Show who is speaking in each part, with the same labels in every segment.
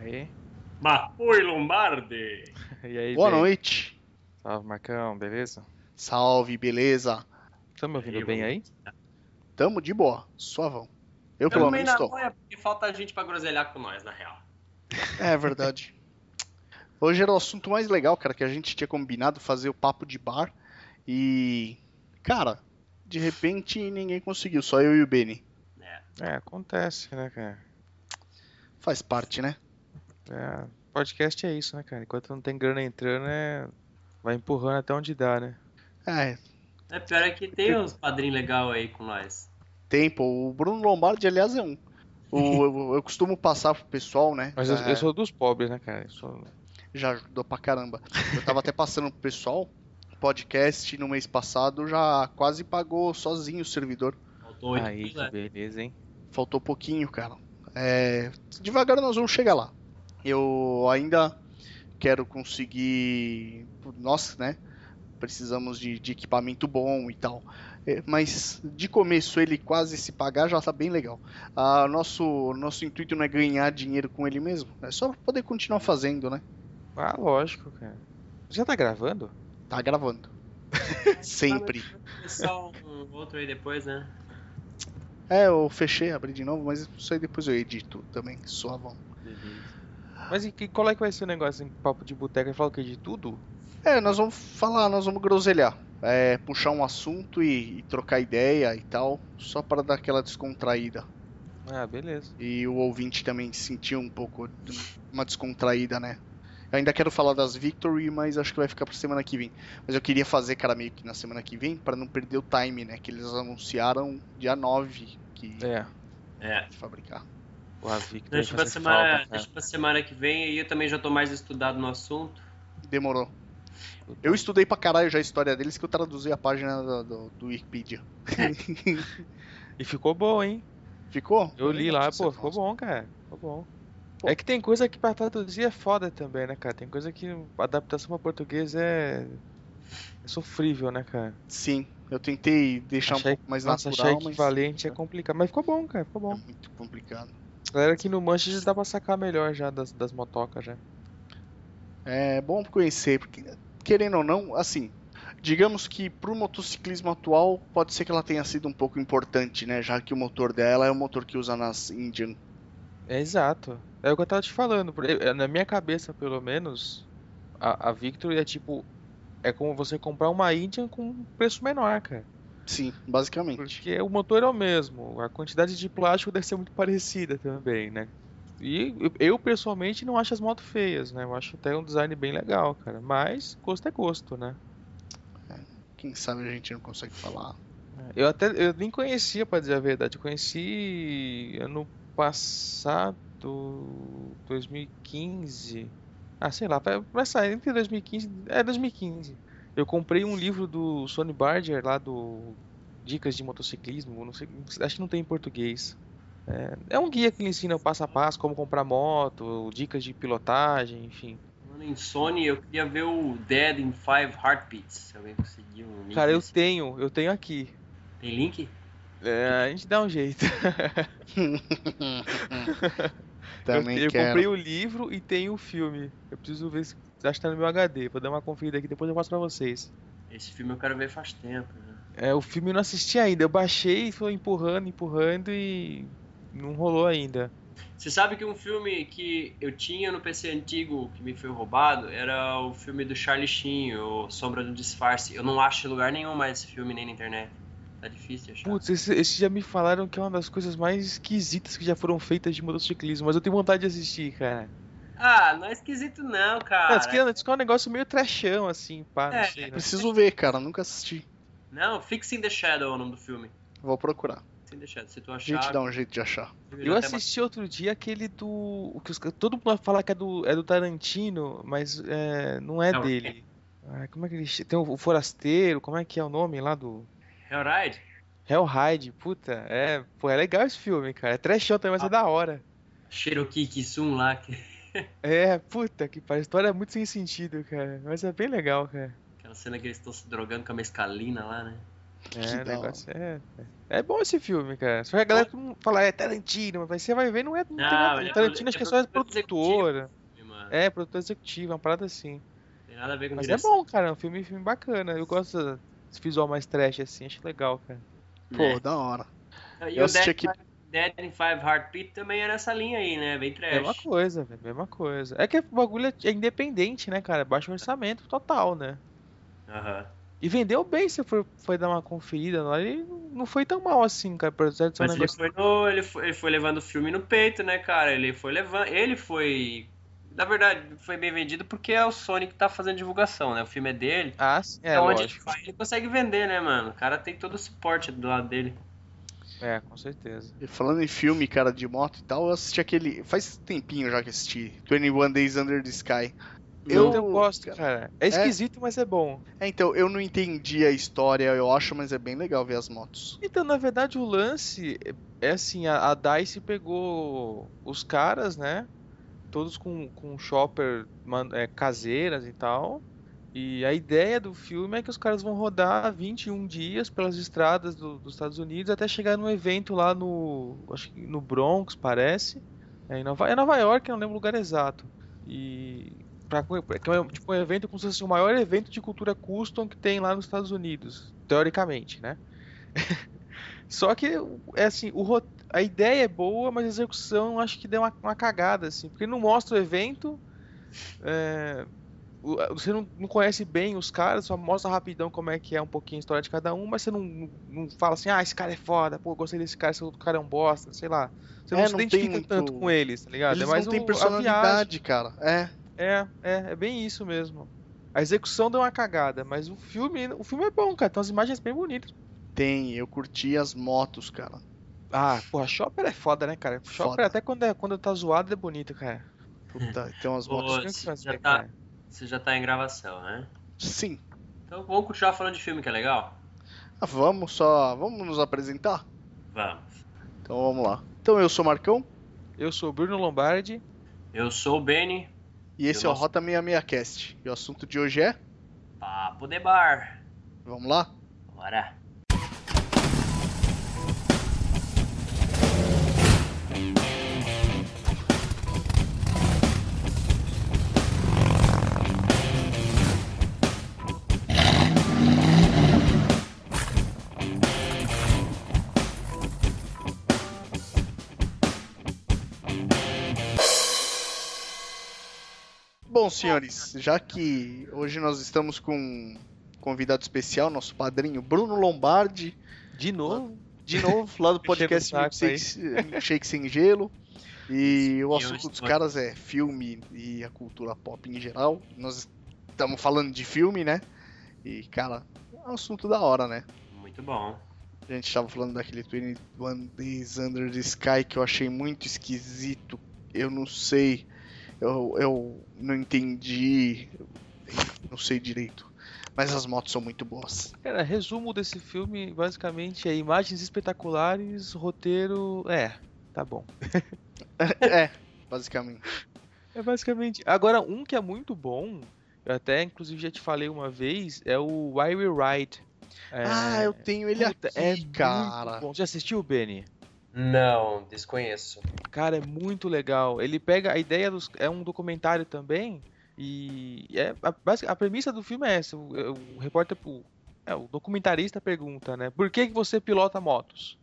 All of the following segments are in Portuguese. Speaker 1: aí?
Speaker 2: Ma poi Lombardi!
Speaker 1: E aí,
Speaker 3: Boa
Speaker 1: bem?
Speaker 3: noite.
Speaker 1: Salve, Marcão, beleza?
Speaker 3: Salve, beleza?
Speaker 1: Tá me ouvindo
Speaker 2: Eu-
Speaker 1: bem aí?
Speaker 3: Tamo de boa, suavão. Eu pelo
Speaker 2: Tamo meio
Speaker 3: menos
Speaker 2: na
Speaker 3: tô.
Speaker 2: boia, é porque falta gente pra groselhar com nós, na real.
Speaker 3: É verdade. Hoje era o assunto mais legal, cara, que a gente tinha combinado fazer o papo de bar. E, cara, de repente ninguém conseguiu, só eu e o Beni.
Speaker 2: né?
Speaker 1: É, acontece, né, cara?
Speaker 3: Faz parte, né?
Speaker 1: É, podcast é isso, né, cara? Enquanto não tem grana entrando, é... vai empurrando até onde dá, né?
Speaker 3: É,
Speaker 2: É pior é que tem uns padrinhos legais aí com nós.
Speaker 3: tempo. O Bruno Lombardi, aliás, é um. O- eu, eu costumo passar pro pessoal, né?
Speaker 1: Mas eu,
Speaker 3: é,
Speaker 1: eu sou dos pobres, né, cara? Eu sou...
Speaker 3: Já ajudou pra caramba. Eu tava até passando pro pessoal. O podcast no mês passado já quase pagou sozinho o servidor.
Speaker 2: Faltou oito né?
Speaker 1: Aí,
Speaker 2: pila.
Speaker 1: que beleza, hein?
Speaker 3: Faltou pouquinho, cara. É, devagar nós vamos chegar lá. Eu ainda quero conseguir. Nós, né? Precisamos de, de equipamento bom e tal. É, mas de começo ele quase se pagar já tá bem legal. Ah, nosso, nosso intuito não é ganhar dinheiro com ele mesmo. É só poder continuar fazendo, né?
Speaker 1: Ah, lógico, cara. Já tá gravando?
Speaker 3: Tá gravando. Sempre.
Speaker 2: Só um outro aí depois, né?
Speaker 3: É, eu fechei, abri de novo, mas isso aí depois eu edito também, suavão.
Speaker 1: Uhum. Mas e, que- qual é que vai ser o negócio em papo de boteca? Fala o quê? De tudo?
Speaker 3: É, nós vamos falar, nós vamos groselhar. É, puxar um assunto e, e trocar ideia e tal, só para dar aquela descontraída.
Speaker 1: Ah, beleza.
Speaker 3: E o ouvinte também sentir um pouco de uma descontraída, né? Eu ainda quero falar das Victory, mas acho que vai ficar pra semana que vem. Mas eu queria fazer, cara, meio que na semana que vem, para não perder o time, né? Que eles anunciaram dia 9 que
Speaker 1: É,
Speaker 2: É.
Speaker 3: de fabricar.
Speaker 1: o Avic vai
Speaker 2: Então, Deixa pra,
Speaker 1: fazer
Speaker 2: semana,
Speaker 1: falta, cara.
Speaker 2: deixa pra semana que vem aí, eu também já tô mais estudado no assunto.
Speaker 3: Demorou. Eu estudei pra caralho já a história deles, que eu traduzi a página do, do- do Wikipedia.
Speaker 1: E ficou bom, hein?
Speaker 3: Ficou?
Speaker 1: Eu li lá,
Speaker 3: Você
Speaker 1: pô,
Speaker 3: fala.
Speaker 1: ficou bom, cara. Ficou bom.
Speaker 3: é Pô.
Speaker 1: É que tem coisa que pra traduzir é foda também, né, cara? Tem coisa que a adaptação pra português é. é sofrível, né, cara?
Speaker 3: Sim, eu tentei deixar
Speaker 1: Achei-
Speaker 3: um pouco mais
Speaker 1: Nossa, achei
Speaker 3: natural,
Speaker 1: achar
Speaker 3: mas
Speaker 1: equivalente é complicado. Mas ficou bom, cara, ficou
Speaker 3: é
Speaker 1: bom.
Speaker 3: muito complicado.
Speaker 1: A galera aqui no Mancha já dá pra sacar melhor já das, das motocas né? já.
Speaker 3: É bom conhecer, porque querendo ou não, assim, digamos que pro motociclismo atual pode ser que ela tenha sido um pouco importante, né? Já que o motor dela é o motor que usa nas Indian.
Speaker 1: É exato. É o que eu tava te falando. por- eu- Na minha cabeça, pelo menos, a, a Victor é tipo. É como você comprar uma Indian com um preço menor, cara.
Speaker 3: Sim, basicamente.
Speaker 1: Porque o motor é o mesmo, a quantidade de plástico deve ser muito parecida também, né? E eu- eu pessoalmente não acho as motos feias, né? Eu acho até um design bem legal, cara. Mas gosto é gosto, né?
Speaker 3: Quem sabe a gente não consegue falar.
Speaker 1: Eu até eu nem conhecia, pra dizer a verdade. Eu conheci ano passado, 2015. Ah, sei lá, vai vai sair entre 2015. É 2015. Eu comprei um livro do Sonny Barger lá do Dicas de Motociclismo. Não sei, acho que não tem em português. É, é um guia que ele ensina passo a passo como comprar moto, dicas de pilotagem, enfim.
Speaker 2: Falando em Sony, eu queria ver o Dead in Five Heartbeats. Se alguém conseguir um link.
Speaker 1: Cara, eu
Speaker 2: desse.
Speaker 1: tenho, eu tenho aqui.
Speaker 2: Tem link?
Speaker 1: É, a gente dá um jeito. Eu,
Speaker 3: Também
Speaker 1: eu
Speaker 3: quero.
Speaker 1: comprei o livro e tem o filme. Eu preciso ver se acho que tá no meu HD. Vou dar uma conferida aqui, depois eu mostro pra vocês.
Speaker 2: Esse filme eu quero ver faz tempo. Né?
Speaker 1: É, o filme eu não assisti ainda. Eu baixei, fui empurrando, empurrando e não rolou ainda.
Speaker 2: Você sabe que um filme que eu tinha no PC antigo que me foi roubado era o filme do Charlie Sheen, o Sombra do Disfarce. Eu não acho em lugar nenhum mais esse filme nem na internet. Tá difícil de achar.
Speaker 1: Putz, esse, esse já me falaram que é uma das coisas mais esquisitas que já foram feitas de motociclismo, mas eu tenho vontade de assistir, cara.
Speaker 2: Ah, não é esquisito não, cara.
Speaker 1: Ah, diz que- diz que é um negócio meio trashão, assim, pá, não
Speaker 2: É,
Speaker 1: sei, né?
Speaker 3: Preciso ver, cara, nunca assisti.
Speaker 2: Não, Fix in the Shadow é o nome do filme.
Speaker 3: Vou procurar.
Speaker 2: Fix in the Shadow. Se tu
Speaker 3: A
Speaker 2: achar,
Speaker 4: Tá.
Speaker 3: gente dá um jeito de achar.
Speaker 1: Eu assisti outro dia aquele do. O que os, ca- todo mundo fala que é do, é do Tarantino, mas é, não é
Speaker 2: Não,
Speaker 1: dele. Ah, como é que ele. che- Tem o, o Forasteiro, como é que é o nome lá do.
Speaker 2: Alright.
Speaker 1: Hellride, puta. É, pô, é legal esse filme, cara. É trashão também, mas
Speaker 2: Ah.
Speaker 1: é da hora.
Speaker 2: Cherokee Kisun lá. que-
Speaker 1: É, puta, que pariu. A história é muito sem sentido, cara. Mas é bem legal, cara.
Speaker 2: Aquela cena que eles estão se drogando com a mescalina lá, né?
Speaker 1: É, o
Speaker 3: da
Speaker 1: negócio é. É bom esse filme, cara. Só que a galera fala, é Tarantino, mas você vai ver, não é. Não, tem nada.
Speaker 2: ele é
Speaker 1: Tarantino acho que é só é
Speaker 2: produtor executivo. né?
Speaker 1: produtora.
Speaker 2: Mano,
Speaker 1: É, produtora executiva, uma parada assim.
Speaker 2: Tem nada a ver com
Speaker 1: Mas é
Speaker 2: direção.
Speaker 1: bom, cara, é um filme, filme bacana. Eu gosto desse visual mais trash assim, acho legal, cara.
Speaker 3: Pô, da hora.
Speaker 2: E
Speaker 3: eu
Speaker 2: o Dead,
Speaker 3: assisti aqui-
Speaker 2: Dead in Five Heartbeat também é nessa linha aí, né? Bem trash.
Speaker 1: É Mesma coisa, velho, mesma coisa. É que o bagulho é independente, né, cara? Baixo orçamento total, né?
Speaker 2: Aham.
Speaker 1: E vendeu bem, se for, foi dar uma conferida lá, ele não foi tão mal assim, cara. Por exemplo,
Speaker 2: Mas ele foi, no- ele, foi, ele foi levando o filme no peito, né, cara? Ele foi levando. Ele foi. Na verdade, foi bem vendido porque é o Sony que tá fazendo divulgação, né? O filme é dele.
Speaker 1: Ah, sim, é,
Speaker 2: então, onde ele
Speaker 1: lógico.
Speaker 2: vai, ele consegue vender, né, mano? O cara tem todo o suporte do lado dele.
Speaker 1: É, com certeza.
Speaker 3: E falando em filme, cara, de moto e tal, eu assisti aquele. Faz tempinho já que assisti. 21 Days Under the Sky.
Speaker 1: Eu,
Speaker 2: Então,
Speaker 3: Eu-
Speaker 1: gosto, cara. É esquisito, mas é bom.
Speaker 3: É, então, eu não entendi a história, eu acho, mas é bem legal ver as motos.
Speaker 1: Então, na verdade, o lance é- é assim, a, a DICE pegou os caras, né? Todos com, com shopper man- é, caseiras e tal. E a ideia do filme é que os caras vão rodar 21 dias pelas estradas do- dos Estados Unidos até chegar num evento lá no, acho que no Bronx, parece. É em Nova, é Nova York, eu não lembro o lugar exato. E pra, que é um- tipo um evento como se fosse o maior evento de cultura custom que tem lá nos Estados Unidos, teoricamente, né? Só que é assim, o ro- a ideia é boa, mas a execução eu acho que deu uma, uma cagada assim, porque não mostra o evento, é, o- você não, não conhece bem os caras, só mostra rapidão como é que é um pouquinho a história de cada um, mas você não, não- não fala assim, ah, esse cara é foda, pô, gostei desse cara, esse outro cara é um bosta, sei lá. Você
Speaker 3: É,
Speaker 1: não se
Speaker 3: não tem
Speaker 1: identifica
Speaker 3: muito-
Speaker 1: tanto com eles, tá ligado?
Speaker 3: Eles
Speaker 1: é mais
Speaker 3: não têm
Speaker 1: o- a viagem.
Speaker 3: personalidade, cara. É.
Speaker 1: É, é, é bem isso mesmo. A execução deu uma cagada, mas o filme, o filme é bom, cara. Tem umas imagens bem bonitas.
Speaker 3: Tem, eu curti as motos, cara.
Speaker 1: Ah, porra, Chopper é foda, né, cara? Chopper
Speaker 3: Foda.
Speaker 1: até quando, é, quando tá zoado é bonito, cara.
Speaker 3: Puta, tem umas
Speaker 2: Ô,
Speaker 3: motos.
Speaker 1: Isso que eu
Speaker 2: você já
Speaker 1: quero saber,
Speaker 2: tá-
Speaker 1: cara.
Speaker 2: Você já tá em gravação, né?
Speaker 3: Sim.
Speaker 2: Então vamos continuar falando de filme que é legal?
Speaker 3: Ah, vamos só. Vamos nos apresentar?
Speaker 2: Vamos.
Speaker 3: Então vamos lá. Então eu sou o Marcão
Speaker 1: Eu sou o Bruno Lombardi.
Speaker 2: Eu sou o Benny,
Speaker 3: e esse
Speaker 2: Eu
Speaker 3: é o
Speaker 2: não-
Speaker 3: Rota 66Cast. E o assunto de hoje é.
Speaker 2: papo de bar.
Speaker 3: Vamos lá?
Speaker 2: Bora.
Speaker 3: Bom, senhores, já que hoje nós estamos com um convidado especial, nosso padrinho Bruno Lombardi,
Speaker 1: De novo?
Speaker 3: de novo, lá do podcast
Speaker 1: Enchendo o
Speaker 3: Milkshake
Speaker 1: saco
Speaker 3: Milkshake Sem Gelo. E o
Speaker 2: E
Speaker 3: assunto
Speaker 2: hoje
Speaker 3: dos
Speaker 2: foi.
Speaker 3: caras é filme e a cultura pop em geral. Nós estamos falando de filme, né? E, cara, é um assunto da hora, né?
Speaker 2: Muito bom.
Speaker 3: A gente tava falando daquele Twin One Days Under the Sky que eu achei muito esquisito. Eu não sei. Eu, eu não entendi. eu não sei direito. Mas as motos são muito boas.
Speaker 1: Cara, resumo desse filme basicamente é imagens espetaculares, roteiro. É, tá bom.
Speaker 3: é, basicamente.
Speaker 1: É basicamente. Agora, um que é muito bom, eu até inclusive já te falei uma vez, é o Why We Ride. É,
Speaker 3: Ah, eu tenho ele
Speaker 1: puta,
Speaker 3: aqui,
Speaker 1: é muito
Speaker 3: cara.
Speaker 1: bom. Já assistiu, Benny?
Speaker 2: Não, desconheço.
Speaker 1: Cara, é muito legal. Ele pega a ideia dos. É um documentário também. E é, a, basic- a premissa do filme é essa. O, é, o repórter. O, é, o documentarista pergunta, né? Por que, que você pilota motos?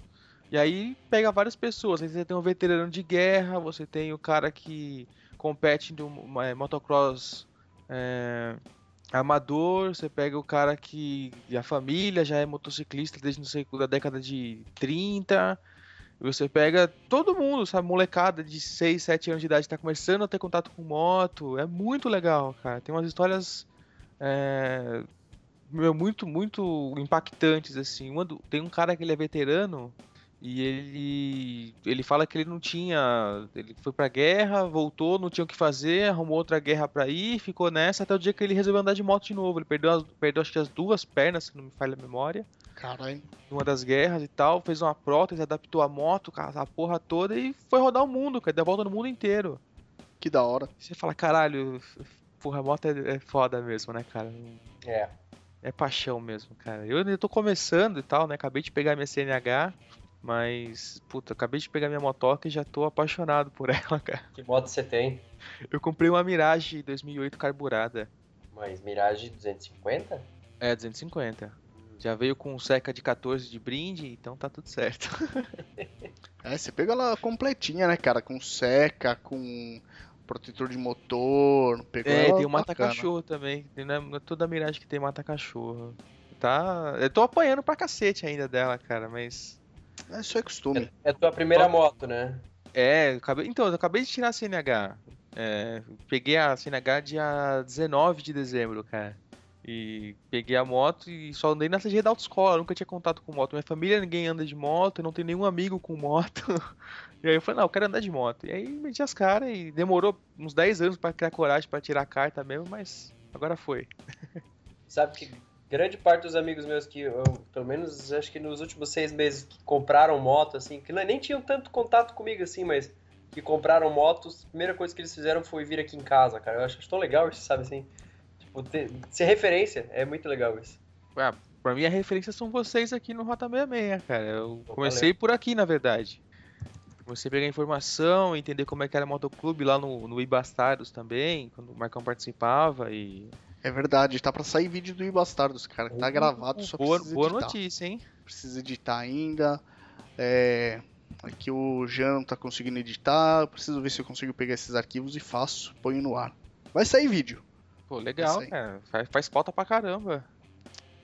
Speaker 1: E aí pega várias pessoas. Aí você tem um veterano de guerra, você tem o cara que compete no é, motocross é, amador, você pega o cara que. A família já é motociclista desde não sei da década de 30. Você pega todo mundo, sabe? Molecada de 6, 7 anos de idade tá começando a ter contato com moto. É muito legal, cara. Tem umas histórias é, meu, muito, muito impactantes, assim. Uma do- tem um cara que ele é veterano e ele, ele fala que ele não tinha. Ele foi pra guerra, voltou, não tinha o que fazer, arrumou outra guerra pra ir, ficou nessa até o dia que ele resolveu andar de moto de novo. Ele perdeu, as- perdeu acho que as duas pernas, se não me falha a memória
Speaker 3: Caralho.
Speaker 1: numa das guerras e tal, fez uma prótese, adaptou a moto, cara, a porra toda e foi rodar o mundo, cara, deu a volta no mundo inteiro.
Speaker 3: Que da hora.
Speaker 1: Você fala, caralho, f- porra, a moto é, é foda mesmo, né, cara?
Speaker 2: É.
Speaker 1: é paixão mesmo, cara. Eu ainda tô começando e tal, né? Acabei de pegar minha CNH, mas, puta, acabei de pegar minha motoca e já tô apaixonado por ela, cara.
Speaker 4: Que moto você tem?
Speaker 1: Eu comprei uma Mirage 2008 carburada.
Speaker 4: Mas Mirage 250?
Speaker 1: É, 250. Já veio com um seca de 14 de brinde, então tá tudo certo.
Speaker 3: É, você pegou ela completinha, né, cara? Com seca, com protetor de motor, pegou
Speaker 1: É,
Speaker 3: ela tá
Speaker 1: tem o
Speaker 3: bacana.
Speaker 1: mata-cachorro também. Tem, né, não é toda miragem que tem mata-cachorro. Tá. Eu tô apanhando pra cacete ainda dela, cara, mas.
Speaker 3: É, Isso é costume.
Speaker 4: É tua primeira moto, né?
Speaker 1: É, eu acabei- então, eu acabei de tirar a CNH. É, peguei a CNH dia 19 de dezembro, cara. E peguei a moto e só andei na CG da autoescola, nunca tinha contato com moto. Minha família, ninguém anda de moto, eu não tenho nenhum amigo com moto. E aí eu falei, não, eu quero andar de moto. E aí meti as caras e demorou uns 10 anos pra criar coragem pra tirar a carta mesmo, mas agora foi.
Speaker 4: Sabe que grande parte dos amigos meus que, eu, pelo menos acho que nos últimos seis meses, que compraram moto, assim, que nem tinham tanto contato comigo, assim, mas que compraram motos, a primeira coisa que eles fizeram foi vir aqui em casa, cara. Eu acho, acho tão legal isso, sabe, assim? Tipo, ter, ser referência é muito legal isso.
Speaker 1: Ah, pra mim a referência são vocês aqui no Rota 66, cara. Eu
Speaker 4: Pô,
Speaker 1: comecei por aqui, na verdade. Comecei a pegar informação, entender como é que era o motoclube lá no, no Ibastaros também, quando o Marcão participava e... Um
Speaker 3: É verdade, tá pra sair vídeo do Ibastardos, cara. que Tá gravado, só
Speaker 1: boa,
Speaker 3: precisa
Speaker 1: boa
Speaker 3: editar.
Speaker 1: notícia, hein?
Speaker 3: Precisa editar ainda. É... Aqui o Jean não tá conseguindo editar. Eu preciso ver se eu consigo pegar esses arquivos e faço, ponho no ar. Vai sair vídeo.
Speaker 1: Pô, legal,
Speaker 3: Isso aí.
Speaker 1: cara. Faz, faz falta pra caramba.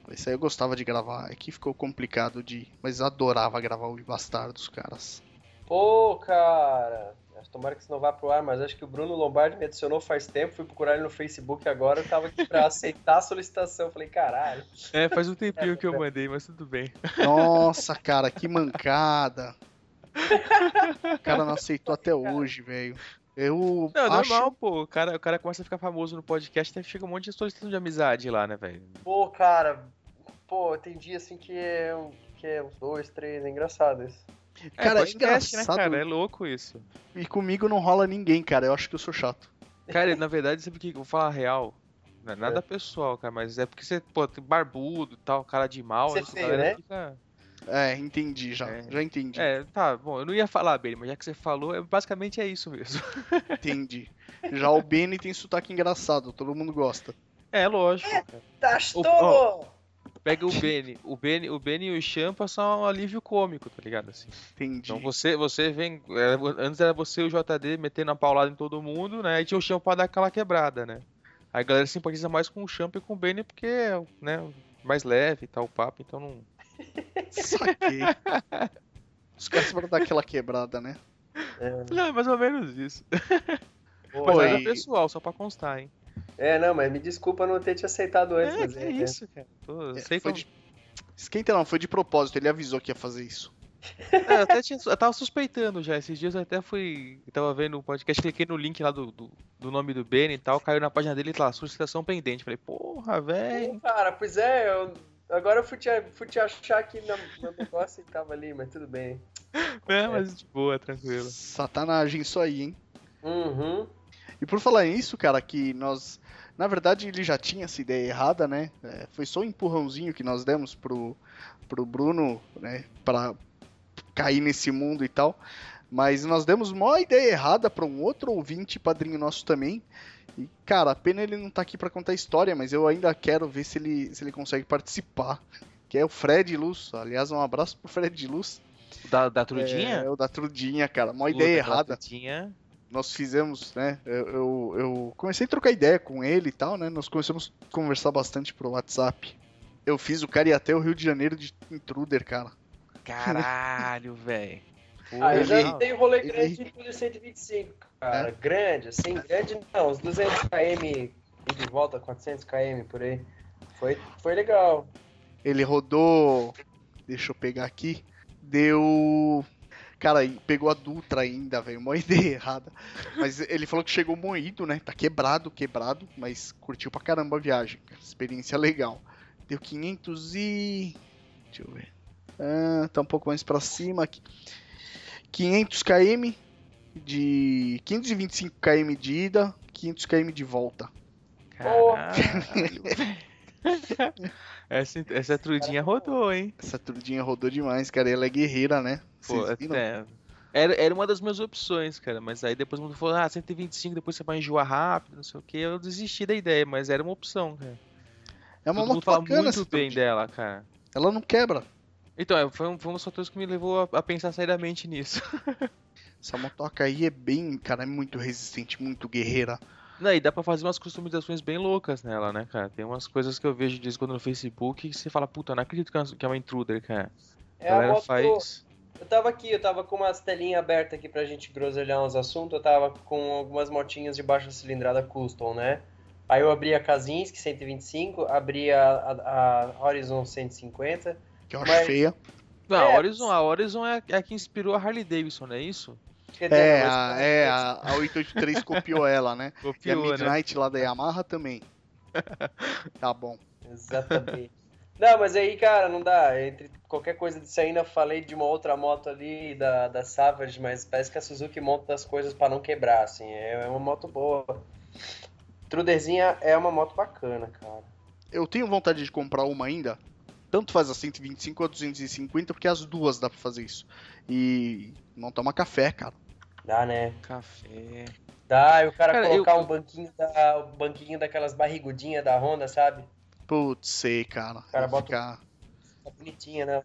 Speaker 3: Isso aí eu gostava de gravar. É que ficou complicado de. Mas eu adorava gravar o Ibastardos, caras.
Speaker 4: Pô, cara, acho- tomara que isso não vá pro ar, mas acho que o Bruno Lombardi me adicionou faz tempo, fui procurar ele no Facebook agora, eu tava aqui pra aceitar a solicitação, falei, caralho.
Speaker 1: É, faz um tempinho que eu mandei, mas tudo bem.
Speaker 3: Nossa, cara, que mancada. O cara não aceitou até hoje, velho. Eu
Speaker 1: Não, é
Speaker 3: acho.
Speaker 1: normal, pô. O cara, o cara começa a ficar famoso no podcast, até chega um monte de solicitação de amizade lá, né, velho?
Speaker 4: Pô, cara, pô, tem dia assim que é, um- que é uns dois, três, é engraçado isso.
Speaker 3: Cara, é
Speaker 1: é podcast,
Speaker 3: engraçado.
Speaker 1: né, cara? É louco isso.
Speaker 3: E comigo não rola ninguém, cara. Eu acho que eu sou chato.
Speaker 1: Cara, na verdade, sabe o que? Eu Vou falar a real. Não é nada pessoal, cara, mas é porque você, pô, tem barbudo e tal, cara de mal.
Speaker 4: Você é
Speaker 1: essa
Speaker 4: feio,
Speaker 1: galera
Speaker 4: né?
Speaker 1: fica-
Speaker 3: É, entendi já.
Speaker 1: É.
Speaker 3: Já entendi.
Speaker 1: É, tá, bom, eu não ia falar bem, mas já que você falou, é- basicamente é isso mesmo.
Speaker 3: Entendi. Já o Benny tem sotaque engraçado, todo mundo gosta.
Speaker 1: É, lógico. cara.
Speaker 4: Tastou!
Speaker 1: ó. Pega o Benny. O Benny, o Benny e o Champa são um alívio cômico, tá ligado? Assim.
Speaker 3: Entendi.
Speaker 1: Então você, você vem. era- antes era você e o JD metendo a paulada em todo mundo, né? E tinha o Champa pra dar aquela quebrada, né? Aí a galera simpatiza mais com o Champa e com o Benny porque é, né, mais leve e tal, o papo, então não.
Speaker 3: Saquei. Os caras pra dar aquela quebrada, né?
Speaker 1: Não, é mais ou menos isso.
Speaker 4: Pô,
Speaker 1: Mas
Speaker 3: Oi.
Speaker 1: era é pessoal, só pra constar, hein?
Speaker 4: É, não, mas me desculpa não ter te aceitado antes,
Speaker 1: É,
Speaker 4: mas
Speaker 1: que isso, cara. Tô- eu
Speaker 3: É,
Speaker 1: sei
Speaker 3: foi
Speaker 1: como-
Speaker 3: de- Esquenta não, foi de propósito, ele avisou que ia fazer isso.
Speaker 1: É, eu até tinha- eu tava suspeitando já. Esses dias eu até fui. eu Tava vendo o podcast, cliquei no link lá do, do, do nome do Ben e tal, caiu na página dele e tá lá, solicitação pendente. Falei, porra,
Speaker 4: Pô,
Speaker 1: velho.
Speaker 4: cara, pois é, eu- agora eu fui te, fui te achar aqui no, no negócio e tava ali, mas tudo bem.
Speaker 3: é.
Speaker 1: Né, mas de boa, tranquilo.
Speaker 3: Satanagem isso aí, hein?
Speaker 4: Uhum.
Speaker 3: E por falar nisso, cara, que nós. Na verdade, ele já tinha essa ideia errada, né? É, foi só um empurrãozinho que nós demos pro, pro Bruno, né? Pra cair nesse mundo e tal. Mas nós demos uma ideia errada pra um outro ouvinte, padrinho nosso também. E, cara, a pena ele não tá aqui pra contar a história, mas eu ainda quero ver se ele, se ele consegue participar. Que é o Fred Luz. Aliás, um abraço pro Fred Luz.
Speaker 1: Da, da Trudinha?
Speaker 3: É, o da Trudinha, cara. Uma
Speaker 1: Puta,
Speaker 3: ideia
Speaker 1: aquela
Speaker 3: errada
Speaker 1: Trudinha.
Speaker 3: nós fizemos, né? Eu, eu, eu comecei a trocar ideia com ele e tal, né? Nós começamos a conversar bastante pro WhatsApp. Eu fiz o Cariaté o Rio de Janeiro de intruder, cara.
Speaker 1: Caralho, velho.
Speaker 4: Ah, eu já
Speaker 3: Ele-
Speaker 4: dei um rolê
Speaker 3: ele-
Speaker 4: grande de tudo 125, cara.
Speaker 1: É?
Speaker 4: Grande, assim, grande não, uns 200 km e de volta, 400 km por aí. Foi, foi legal.
Speaker 3: Ele rodou. Deixa eu pegar aqui. Deu. Cara, e pegou a Dutra ainda, velho. Uma ideia errada. Mas ele falou que chegou moído, né? Tá quebrado, quebrado. Mas curtiu pra caramba a viagem. cara. Experiência legal. Deu 500 e. Deixa eu ver. Ah, tá um pouco mais pra cima aqui. 500 km de. 525 km de ida, 500 km de volta.
Speaker 1: Caralho, velho. Essa, essa trudinha rodou, hein?
Speaker 3: Essa trudinha rodou demais, cara. E ela é guerreira, né?
Speaker 1: Pô,
Speaker 3: Vocês viram?
Speaker 1: é, era, era uma das minhas opções, cara. Mas aí depois o mundo falou, ah, 125, depois você vai enjoar rápido, não sei o que. Eu desisti da ideia, mas era uma opção, cara.
Speaker 3: É uma
Speaker 1: Todo mundo
Speaker 3: moto
Speaker 1: fala
Speaker 3: bacana
Speaker 1: muito
Speaker 3: essa
Speaker 1: bem
Speaker 3: trudinha.
Speaker 1: dela, cara.
Speaker 3: Ela não quebra.
Speaker 1: Então, é, foi um, foi um dos fatores que me levou a, a pensar seriamente nisso.
Speaker 3: Essa motoca aí é bem, cara, é muito resistente, muito guerreira.
Speaker 1: Não, e dá pra fazer umas customizações bem loucas nela, né, cara? Tem umas coisas que eu vejo de vez em quando no Facebook que você fala, puta, não acredito que é uma- que é uma intruder, cara.
Speaker 4: É a
Speaker 1: galera
Speaker 4: moto.
Speaker 1: faz.
Speaker 4: Eu tava aqui, eu tava com umas telinhas abertas aqui pra gente groselhar uns assuntos. Eu tava com algumas motinhas de baixa cilindrada custom, né? Aí eu abri a Kazinski 125, abri a, a, a Horizon 150.
Speaker 3: Que eu acho
Speaker 4: Mas-
Speaker 3: feia.
Speaker 1: Não,
Speaker 4: É.
Speaker 1: a Horizon, a Horizon é a, é a que inspirou a Harley Davidson, não é isso?
Speaker 4: Quer dizer,
Speaker 3: É,
Speaker 4: mas-
Speaker 3: a, é a, a 883 copiou ela, né? E a
Speaker 1: Copiou, né?
Speaker 3: Midnight lá da Yamaha também. Tá bom.
Speaker 4: Exatamente. Não, mas aí, cara, não dá. Entre qualquer coisa disso aí, ainda falei de uma outra moto ali, da, da Savage, mas parece que a Suzuki monta as coisas pra não quebrar, assim. É, é uma moto boa. Truderzinha é uma moto bacana, cara.
Speaker 3: Eu tenho vontade de comprar uma ainda. Tanto faz a 125 ou a 250, porque as duas dá pra fazer isso. E não toma café, cara.
Speaker 4: Dá, né?
Speaker 1: Café.
Speaker 4: Dá, e o cara,
Speaker 1: Cara,
Speaker 4: colocar
Speaker 1: eu-
Speaker 4: um banquinho da, um banquinho daquelas barrigudinhas da Honda, sabe?
Speaker 3: Putz, sei, cara.
Speaker 4: Cara,
Speaker 3: ia,
Speaker 4: bota-
Speaker 3: ficar,
Speaker 4: Tá bonitinha, né?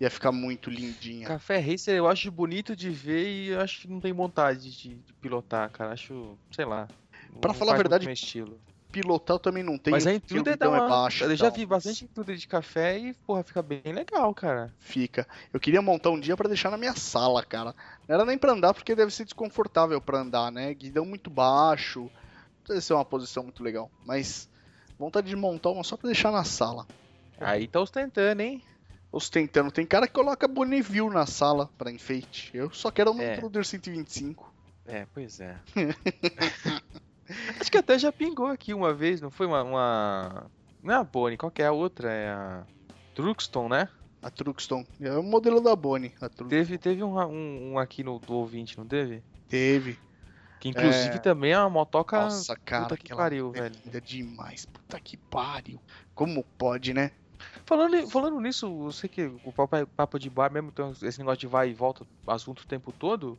Speaker 3: ia ficar muito lindinha.
Speaker 1: Café Racer eu acho bonito de ver e eu acho que não tem vontade de, de pilotar, cara. Acho, sei lá. não-
Speaker 3: Pra
Speaker 1: não
Speaker 3: falar a
Speaker 1: faz muito
Speaker 3: verdade,
Speaker 1: meu estilo.
Speaker 3: Pilotar eu também não tenho.
Speaker 1: Mas a
Speaker 3: porque o
Speaker 1: Intruder dá
Speaker 3: guidão
Speaker 1: uma...
Speaker 3: é baixo.
Speaker 1: eu já
Speaker 3: então,
Speaker 1: vi
Speaker 3: mas
Speaker 1: bastante Intruder de café e, porra, fica bem legal, cara.
Speaker 3: Fica. Eu queria montar um dia pra deixar na minha sala, cara. Não era nem pra andar, porque deve ser desconfortável pra andar, né? Guidão muito baixo. Não deve ser uma posição muito legal. Mas vontade de montar uma só pra deixar na sala.
Speaker 1: Aí tá ostentando, hein?
Speaker 3: ostentando. Tem cara que coloca Bonneville na sala pra enfeite. Eu só quero uma
Speaker 1: É.
Speaker 3: Intruder 125.
Speaker 1: É, pois é. acho que até já pingou aqui uma vez, não foi uma. uma... Não é a Bonnie, qual que é a outra? É a. Truxton, né?
Speaker 3: A Truxton. É o modelo da Bonnie. A Tru...
Speaker 1: Teve, teve um, um, um aqui no do ouvinte, não teve?
Speaker 3: Teve.
Speaker 1: Que inclusive também é uma motoca.
Speaker 3: Nossa, cara.
Speaker 1: puta que
Speaker 3: aquela é
Speaker 1: pariu,
Speaker 3: mulher
Speaker 1: velho.
Speaker 3: Linda demais. Puta que pariu. Como pode, né?
Speaker 1: Falando, falando nisso, eu sei que o papo, é- papo de bar mesmo tem esse negócio de vai e volta assunto o tempo todo.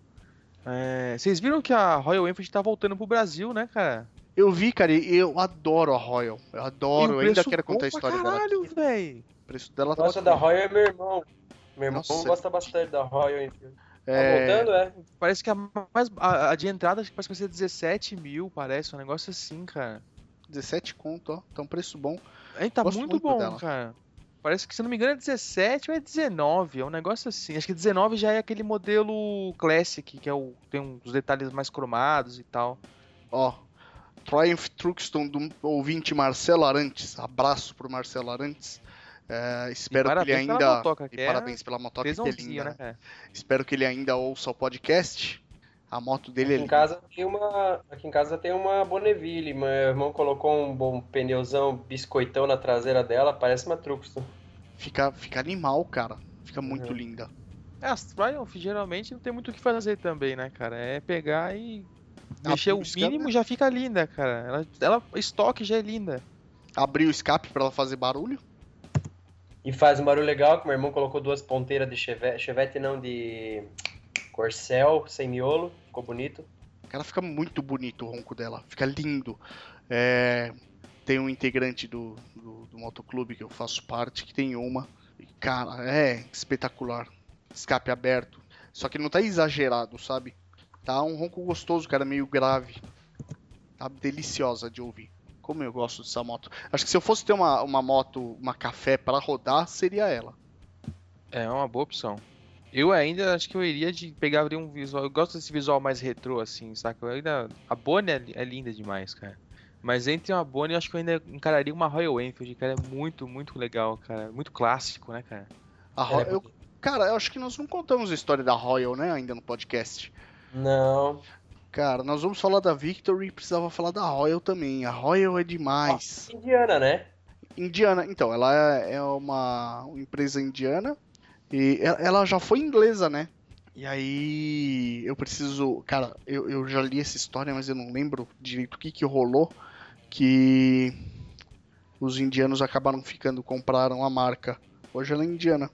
Speaker 1: É, vocês viram que a Royal Enfield tá voltando pro Brasil, né, cara?
Speaker 3: Eu vi, cara, e eu adoro a Royal. Eu adoro.
Speaker 1: E o
Speaker 3: Eu ainda
Speaker 1: preço
Speaker 3: quero
Speaker 1: bom
Speaker 3: contar
Speaker 1: pra
Speaker 3: a história dela.
Speaker 1: Caralho, velho!
Speaker 3: O preço dela tá.
Speaker 4: Nossa, da Royal é meu irmão. Meu irmão
Speaker 3: Nossa.
Speaker 4: gosta bastante da Royal, enfim. Tá
Speaker 3: É,
Speaker 4: voltando, é?
Speaker 1: Parece que a mais a, a de entrada acho que parece que vai ser 17 mil, parece, um negócio assim, cara.
Speaker 3: 17 conto, ó. Tá um preço bom.
Speaker 1: Aí tá
Speaker 3: Gosto
Speaker 1: muito,
Speaker 3: muito
Speaker 1: bom,
Speaker 3: dela.
Speaker 1: cara. Parece que, se eu não me engano, é 17 ou é 19, é um negócio assim. Acho que 19 já é aquele modelo Classic, que é o tem uns detalhes mais cromados e tal.
Speaker 3: Ó. Triumph Truxton do ouvinte Marcelo Arantes. Abraço pro Marcelo Arantes. É, espero que
Speaker 1: parabéns
Speaker 3: ele
Speaker 1: pela
Speaker 3: ainda.
Speaker 1: motoca,
Speaker 3: E
Speaker 1: que é
Speaker 3: parabéns pela motoca que é
Speaker 1: tesãozinho,
Speaker 3: linda.
Speaker 1: né,
Speaker 3: né?
Speaker 1: cara?
Speaker 3: Espero que ele ainda ouça o podcast. A moto dele
Speaker 4: Aqui
Speaker 3: é
Speaker 4: em
Speaker 3: linda.
Speaker 4: casa tem uma, aqui em casa tem uma Bonneville. Meu irmão colocou um bom pneuzão biscoitão na traseira dela, parece uma Truxton.
Speaker 3: Fica, fica animal, cara. Fica muito
Speaker 4: Uhum.
Speaker 3: linda.
Speaker 1: É, as Triumph geralmente não tem muito o que fazer também, né, cara? É pegar e
Speaker 3: A
Speaker 1: mexer o
Speaker 3: busca,
Speaker 1: mínimo já fica linda, cara. Ela, ela estoque já é linda.
Speaker 3: Abrir o escape pra ela fazer barulho.
Speaker 4: E faz um barulho legal que meu irmão colocou duas ponteiras de chevette, chevette não de corcel sem miolo, ficou bonito.
Speaker 3: Cara, fica muito bonito o ronco dela. Fica lindo. É, tem um integrante do, do, do motoclube que eu faço parte que tem uma. E, cara, é espetacular. Escape aberto. Só que não tá exagerado, sabe? Tá um ronco gostoso, cara, meio grave. Tá deliciosa de ouvir. Como eu gosto dessa moto. Acho que se eu fosse ter uma, uma moto, uma café pra rodar, seria ela.
Speaker 1: É uma boa opção. Eu ainda acho que eu iria de pegar abrir um visual. Eu gosto desse visual mais retrô, assim, saca? Eu ainda. A Bonnie é, li- é linda demais, cara. Mas entre uma Bonnie, eu acho que eu ainda encararia uma Royal Enfield, cara. É muito, muito legal, cara. Muito clássico, né, cara?
Speaker 3: A Ro-
Speaker 4: Era
Speaker 3: eu- cara, eu acho que nós não contamos a história da Royal, né, ainda no podcast.
Speaker 4: Não,
Speaker 3: Cara, nós vamos falar da Victory, precisava falar da Royal também. A Royal é demais.
Speaker 4: indiana, né?
Speaker 3: Indiana, então, ela é é uma uma empresa indiana e e- ela já foi inglesa, né? E aí eu preciso, cara, eu, eu já li essa história, mas eu não lembro direito o que que rolou que os indianos acabaram ficando, compraram a marca. Hoje ela é indiana.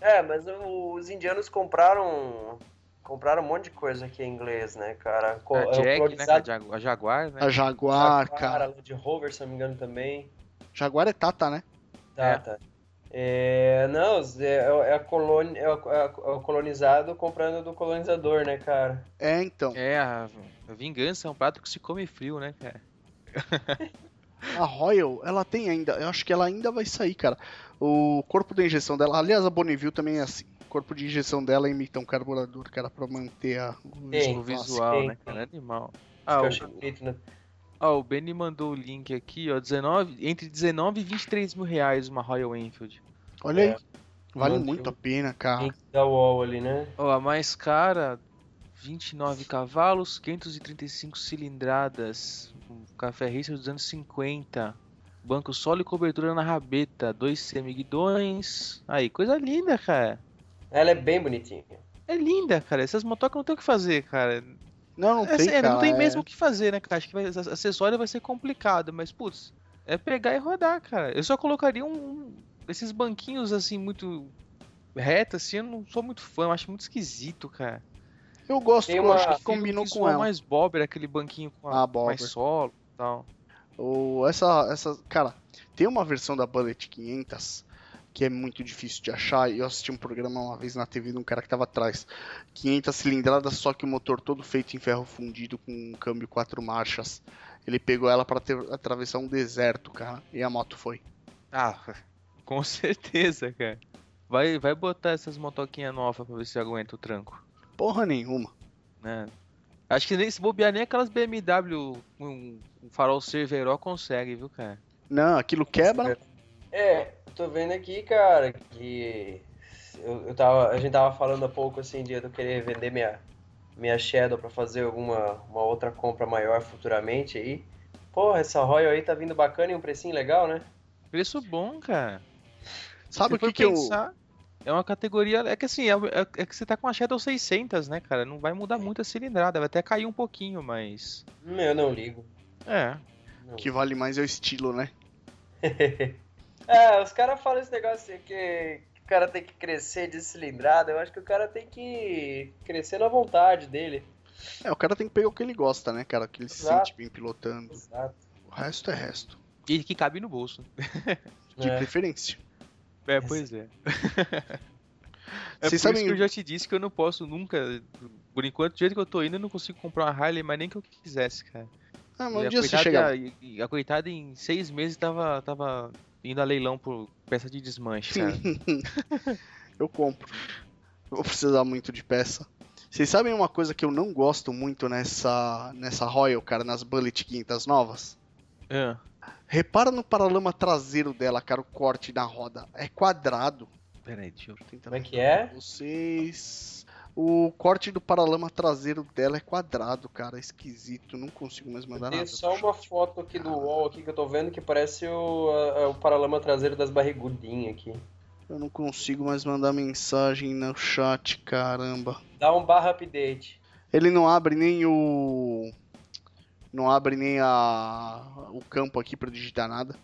Speaker 4: É, mas o- os indianos compraram compraram um monte de coisa aqui em inglês, né, cara? Co-
Speaker 1: A
Speaker 4: é o
Speaker 1: Jack, né?
Speaker 4: Clonizado
Speaker 1: cara, A Jagu- a Jaguar, né?
Speaker 3: A Jaguar, Ah, cara.
Speaker 4: de Rover, se não me engano, também.
Speaker 3: Jaguar é Tata, né?
Speaker 4: Tá,
Speaker 1: É.
Speaker 4: tá. É, não, os- é, é, a coloni- é, o- é o- é o colonizado comprando do colonizador, né, cara?
Speaker 3: É, então.
Speaker 1: É, a, a vingança é um prato que se come frio, né, cara?
Speaker 3: A Royal, ela tem ainda. Eu acho que ela ainda vai sair, cara. O corpo da injeção dela. Aliás, a Bonneville também é assim. O corpo de injeção dela imita um carburador, cara, pra manter a. o
Speaker 4: Tem,
Speaker 1: O
Speaker 3: visual clássico.
Speaker 1: visual,
Speaker 4: sim,
Speaker 1: né,
Speaker 4: sim.
Speaker 1: cara? Animal.
Speaker 4: Isso
Speaker 1: Ah,
Speaker 4: que eu
Speaker 1: o,
Speaker 4: achei bonito, né?
Speaker 1: ah, o Benny mandou o link aqui, ó. 19, entre 19 e 23 mil reais uma Royal Enfield.
Speaker 3: Olha
Speaker 4: É.
Speaker 3: aí. Vale
Speaker 4: Mantém
Speaker 3: muito
Speaker 4: o-
Speaker 3: a pena, cara.
Speaker 4: Link da wall ali, né?
Speaker 1: Ó, a mais cara, 29 cavalos, 535 cilindradas, um café racer dos anos 50. Banco solo e cobertura na rabeta, dois semiguidões. Aí, coisa linda, cara.
Speaker 4: Ela é bem bonitinha.
Speaker 1: É linda, cara. Essas motocas não tem o que fazer, cara.
Speaker 3: Não, não
Speaker 1: É,
Speaker 3: tem,
Speaker 1: sério,
Speaker 3: cara.
Speaker 1: não tem
Speaker 3: é-
Speaker 1: mesmo o que fazer, né, cara? Acho que vai, essa- acessório vai ser complicado, mas, putz, é pegar e rodar, cara. Eu só colocaria um, um- esses banquinhos, assim, muito reto, assim, eu não sou muito fã, eu acho muito esquisito, cara.
Speaker 3: Eu gosto,
Speaker 4: Tem
Speaker 3: eu
Speaker 4: uma-
Speaker 3: acho que
Speaker 1: Prefiro
Speaker 3: combinou
Speaker 1: um
Speaker 3: com
Speaker 1: visual
Speaker 3: ela.
Speaker 1: mais bobber, aquele banquinho com a,
Speaker 3: Ah, bobber.
Speaker 1: mais solo e tal.
Speaker 3: Ou essa, essa, cara, tem uma versão da Bullet 500 que é muito difícil de achar. e Eu assisti um programa uma vez na TV de um cara que tava atrás. 500 cilindradas, só que o motor todo feito em ferro fundido com um câmbio quatro marchas. Ele pegou ela para atravessar um deserto, cara, e a moto foi.
Speaker 1: Ah, com certeza, cara. Vai, vai botar essas motoquinhas novas pra ver se aguenta o tranco,
Speaker 3: Porra nenhuma.
Speaker 1: né? Acho que nem se bobear, nem aquelas BMW com um farol serveró consegue, viu, cara?
Speaker 3: Não, aquilo quebra.
Speaker 4: É, tô vendo aqui, cara, que eu, eu tava, a gente tava falando há pouco assim de eu querer vender minha, minha Shadow pra fazer alguma uma outra compra maior futuramente aí. Porra, essa Royal aí tá vindo bacana e um precinho legal, né?
Speaker 1: Preço bom, cara.
Speaker 3: Sabe
Speaker 1: Se
Speaker 3: o que
Speaker 1: for
Speaker 3: que eu
Speaker 1: pensar, É uma categoria. É que assim, é, é- é que você tá com a Shadow 600, né, cara? Não vai mudar muito a cilindrada, vai até cair um pouquinho, mas.
Speaker 4: Hum, eu não ligo.
Speaker 1: É.
Speaker 4: Não.
Speaker 3: que vale mais é o estilo, né?
Speaker 4: É, os caras falam esse negócio assim, que, que o cara tem que crescer de cilindrada. Eu acho que o cara tem que crescer na vontade dele.
Speaker 3: É, o cara tem que pegar o que ele gosta, né, cara? Que ele se
Speaker 4: Exato.
Speaker 3: sente bem pilotando.
Speaker 4: Exato.
Speaker 3: O resto é resto.
Speaker 1: E que cabe no bolso.
Speaker 3: De
Speaker 4: É.
Speaker 3: preferência.
Speaker 1: É, pois é. É por
Speaker 3: Vocês sabem-
Speaker 1: isso que eu já te disse que eu não posso nunca. Por enquanto, do jeito que eu tô indo, eu não consigo comprar uma Harley, mas nem que eu quisesse, cara.
Speaker 3: Ah, mas
Speaker 1: E
Speaker 3: um
Speaker 1: a,
Speaker 3: dia você
Speaker 1: coitada,
Speaker 3: chega lá.
Speaker 1: e- e a coitada em seis meses tava, tava indo a leilão por peça de desmanche, cara.
Speaker 3: Eu compro. Eu Vou precisar muito de peça. Vocês sabem uma coisa que eu não gosto muito nessa nessa Royal, cara, nas Bullet 500 novas?
Speaker 1: Ah,
Speaker 3: Repara no paralama traseiro dela, cara, o corte da roda. É quadrado.
Speaker 1: peraí, deixa eu.
Speaker 3: Tentando
Speaker 4: Como é que é?
Speaker 3: Vocês. O corte do paralama traseiro dela é quadrado, cara. É esquisito. Não consigo mais mandar
Speaker 4: Tem
Speaker 3: nada.
Speaker 4: só um uma foto aqui do wall aqui que eu tô vendo que parece o, a- a- o paralama traseiro das barrigudinhas aqui.
Speaker 3: Eu não consigo mais mandar mensagem no chat, caramba.
Speaker 4: Dá um barra update.
Speaker 3: Ele não abre nem o. Não abre nem a... o campo aqui pra digitar nada.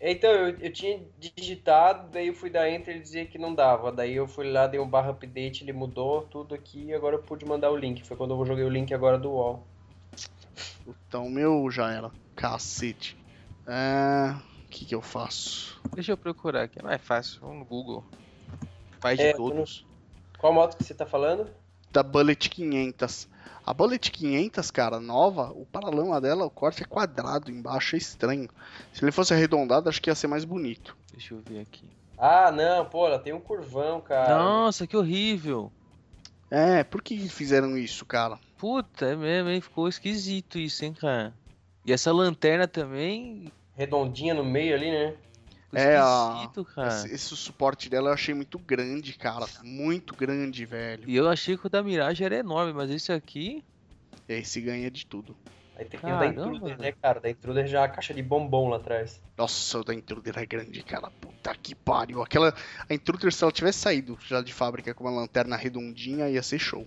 Speaker 4: Então, eu, eu tinha digitado, daí eu fui dar enter e ele dizia que não dava. Daí eu fui lá, dei um barra update, ele mudou tudo aqui e agora eu pude mandar o link. Foi quando eu joguei o link agora do wall.
Speaker 3: Então o meu já era. Cacete. É. O que, que eu faço?
Speaker 1: Deixa eu procurar aqui. Não é fácil, vamos no Google. Faz
Speaker 4: É,
Speaker 1: de todos.
Speaker 4: Qual moto que você tá falando?
Speaker 3: Da Bullet 500. A Bullet 500, cara, nova, o paralama dela, o corte é quadrado embaixo, é estranho. Se ele fosse arredondado, acho que ia ser mais bonito.
Speaker 1: Deixa eu ver aqui.
Speaker 4: Ah, não, pô, ela tem um curvão, cara.
Speaker 1: Nossa, que horrível.
Speaker 3: É, por que fizeram isso, cara?
Speaker 1: Puta, é mesmo, hein? Ficou esquisito isso, hein, cara. E essa lanterna também.
Speaker 4: Redondinha no meio ali, né?
Speaker 1: Ficou
Speaker 3: É, a-
Speaker 1: esquisito, cara.
Speaker 3: Esse, esse suporte dela eu achei muito grande, cara. Muito grande, velho.
Speaker 1: E eu achei que o da Mirage era enorme, mas esse aqui.
Speaker 3: E aí se ganha de tudo.
Speaker 4: Aí tem que o da
Speaker 1: Caramba,
Speaker 4: Intruder, né,
Speaker 1: velho.
Speaker 4: cara? Da Intruder já é a caixa de bombom lá atrás.
Speaker 3: Nossa, o da Intruder é grande, cara. Puta que pariu. Aquela. A Intruder, se ela tivesse saído já de fábrica com uma lanterna redondinha, ia ser show.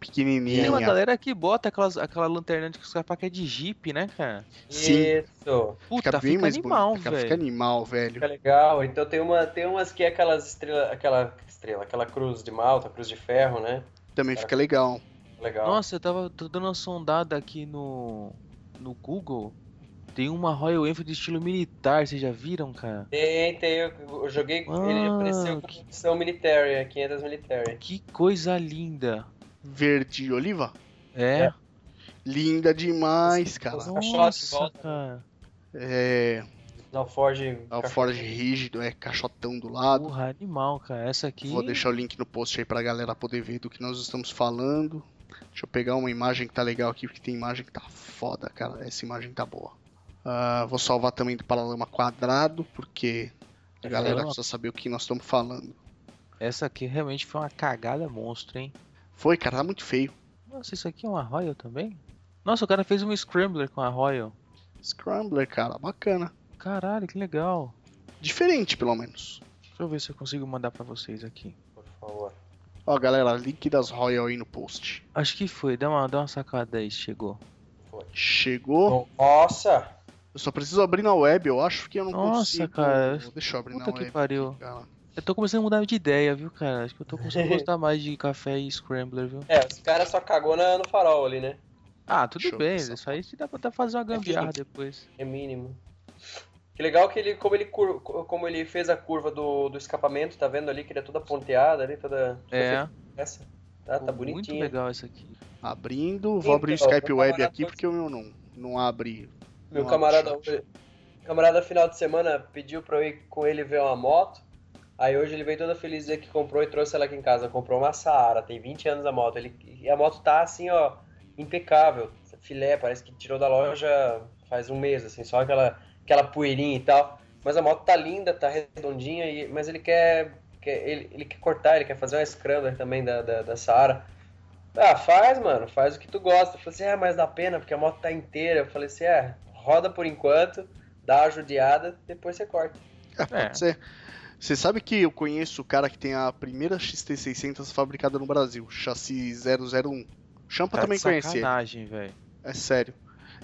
Speaker 3: pequenininha.
Speaker 1: Tem uma galera que bota aquelas, aquela lanterna de que os caras que é de Jeep, né, cara?
Speaker 3: Sim.
Speaker 4: Isso.
Speaker 1: Puta, fica, animal,
Speaker 3: bonita, cara, Fica
Speaker 1: velho.
Speaker 3: animal, velho.
Speaker 4: Fica legal. Então tem uma, tem umas que é aquelas estrela, aquela estrela, aquela cruz de malta, cruz de ferro, né?
Speaker 3: Também fica legal.
Speaker 4: Legal.
Speaker 1: Nossa, eu tava tô dando uma sondada aqui no, no Google. Tem uma Royal Enfield estilo militar, vocês já viram, cara?
Speaker 4: Tem, tem, eu, eu joguei, ele
Speaker 1: Mano,
Speaker 4: apareceu com
Speaker 1: que-
Speaker 4: opção military, 500 military.
Speaker 1: Que coisa linda.
Speaker 3: Verde e oliva?
Speaker 1: É.
Speaker 3: Linda demais, cara.
Speaker 1: um
Speaker 4: Nossa. Caixote,
Speaker 1: Nossa,
Speaker 4: volta.
Speaker 1: cara.
Speaker 3: É.
Speaker 4: Alforge.
Speaker 3: Alforge É rígido, é caixotão do lado.
Speaker 1: Porra, animal, cara. Essa aqui.
Speaker 3: Vou deixar o link no post aí pra galera poder ver do que nós estamos falando. Deixa eu pegar uma imagem que tá legal aqui, porque tem imagem que tá foda, cara. Essa imagem tá boa. Ah, vou salvar também do Paralama Quadrado, porque a galera
Speaker 1: Paralama.
Speaker 3: precisa saber o que nós estamos falando.
Speaker 1: é Essa aqui realmente foi uma cagada monstro, hein?
Speaker 3: Foi, cara, tá muito feio.
Speaker 1: Nossa, isso aqui é uma Royal também? Nossa, o cara fez um Scrambler com a Royal.
Speaker 3: Scrambler, cara, bacana.
Speaker 1: Caralho, que legal.
Speaker 3: Diferente, pelo menos.
Speaker 1: Deixa eu ver se eu consigo mandar pra vocês aqui.
Speaker 4: Por favor.
Speaker 3: Ó, galera, link das Royal aí no post.
Speaker 1: Acho que foi. Dá uma, dá uma sacada aí, se chegou.
Speaker 3: Chegou.
Speaker 4: Nossa!
Speaker 3: Eu só preciso abrir na web, eu acho que eu não
Speaker 1: Nossa,
Speaker 3: consigo.
Speaker 1: cara.
Speaker 3: Deixa eu abrir
Speaker 1: Puta
Speaker 3: na
Speaker 1: que
Speaker 3: web.
Speaker 1: pariu.
Speaker 3: aqui, cara.
Speaker 1: Eu tô começando a mudar de ideia, viu, cara? Acho que eu tô começando a gostar mais de café e Scrambler, viu?
Speaker 4: É, os caras só cagou na- no farol ali, né?
Speaker 1: Ah, tudo
Speaker 3: Deixa eu
Speaker 1: bem.
Speaker 3: pensar.
Speaker 1: Isso aí se dá pra dá pra fazer uma gambiarra depois.
Speaker 4: É mínimo. Que legal que ele, como ele, cur- como ele fez a curva do, do escapamento, tá vendo ali que ele é toda ponteada ali, toda. toda
Speaker 1: É.
Speaker 4: Essa. Tá, tá
Speaker 1: Pô, Muito
Speaker 4: bonitinha.
Speaker 1: legal essa aqui.
Speaker 3: Abrindo, vou abrir o
Speaker 4: Então,
Speaker 3: Skype
Speaker 4: meu
Speaker 3: Web
Speaker 4: camarada-
Speaker 3: aqui porque o meu não, não abre.
Speaker 4: Meu
Speaker 3: não abre
Speaker 4: camarada,
Speaker 3: chat.
Speaker 4: camarada final de semana pediu pra eu ir com ele ver uma moto. Aí hoje ele veio todo feliz dizer que comprou e trouxe ela aqui em casa. Comprou uma Saara, tem 20 anos a moto. Ele, e a moto tá assim, ó, impecável. Filé, parece que tirou da loja faz um mês, assim, só aquela, aquela poeirinha e tal. Mas a moto tá linda, tá redondinha, e, mas ele quer, quer ele, ele quer cortar, ele quer fazer uma scrambler também da, da, da Saara. Ah, faz, mano, faz o que tu gosta. Eu falei assim, é, mas dá pena, porque a moto tá inteira. Eu falei assim, é, roda por enquanto, dá uma judiada, depois você corta.
Speaker 1: É.
Speaker 3: Você, você sabe que eu conheço o cara que tem a primeira XT600 fabricada no Brasil, chassi 001. Champa
Speaker 1: Tá
Speaker 3: também
Speaker 1: de
Speaker 3: conhece ele,
Speaker 1: sacanagem, velho.
Speaker 3: é sério.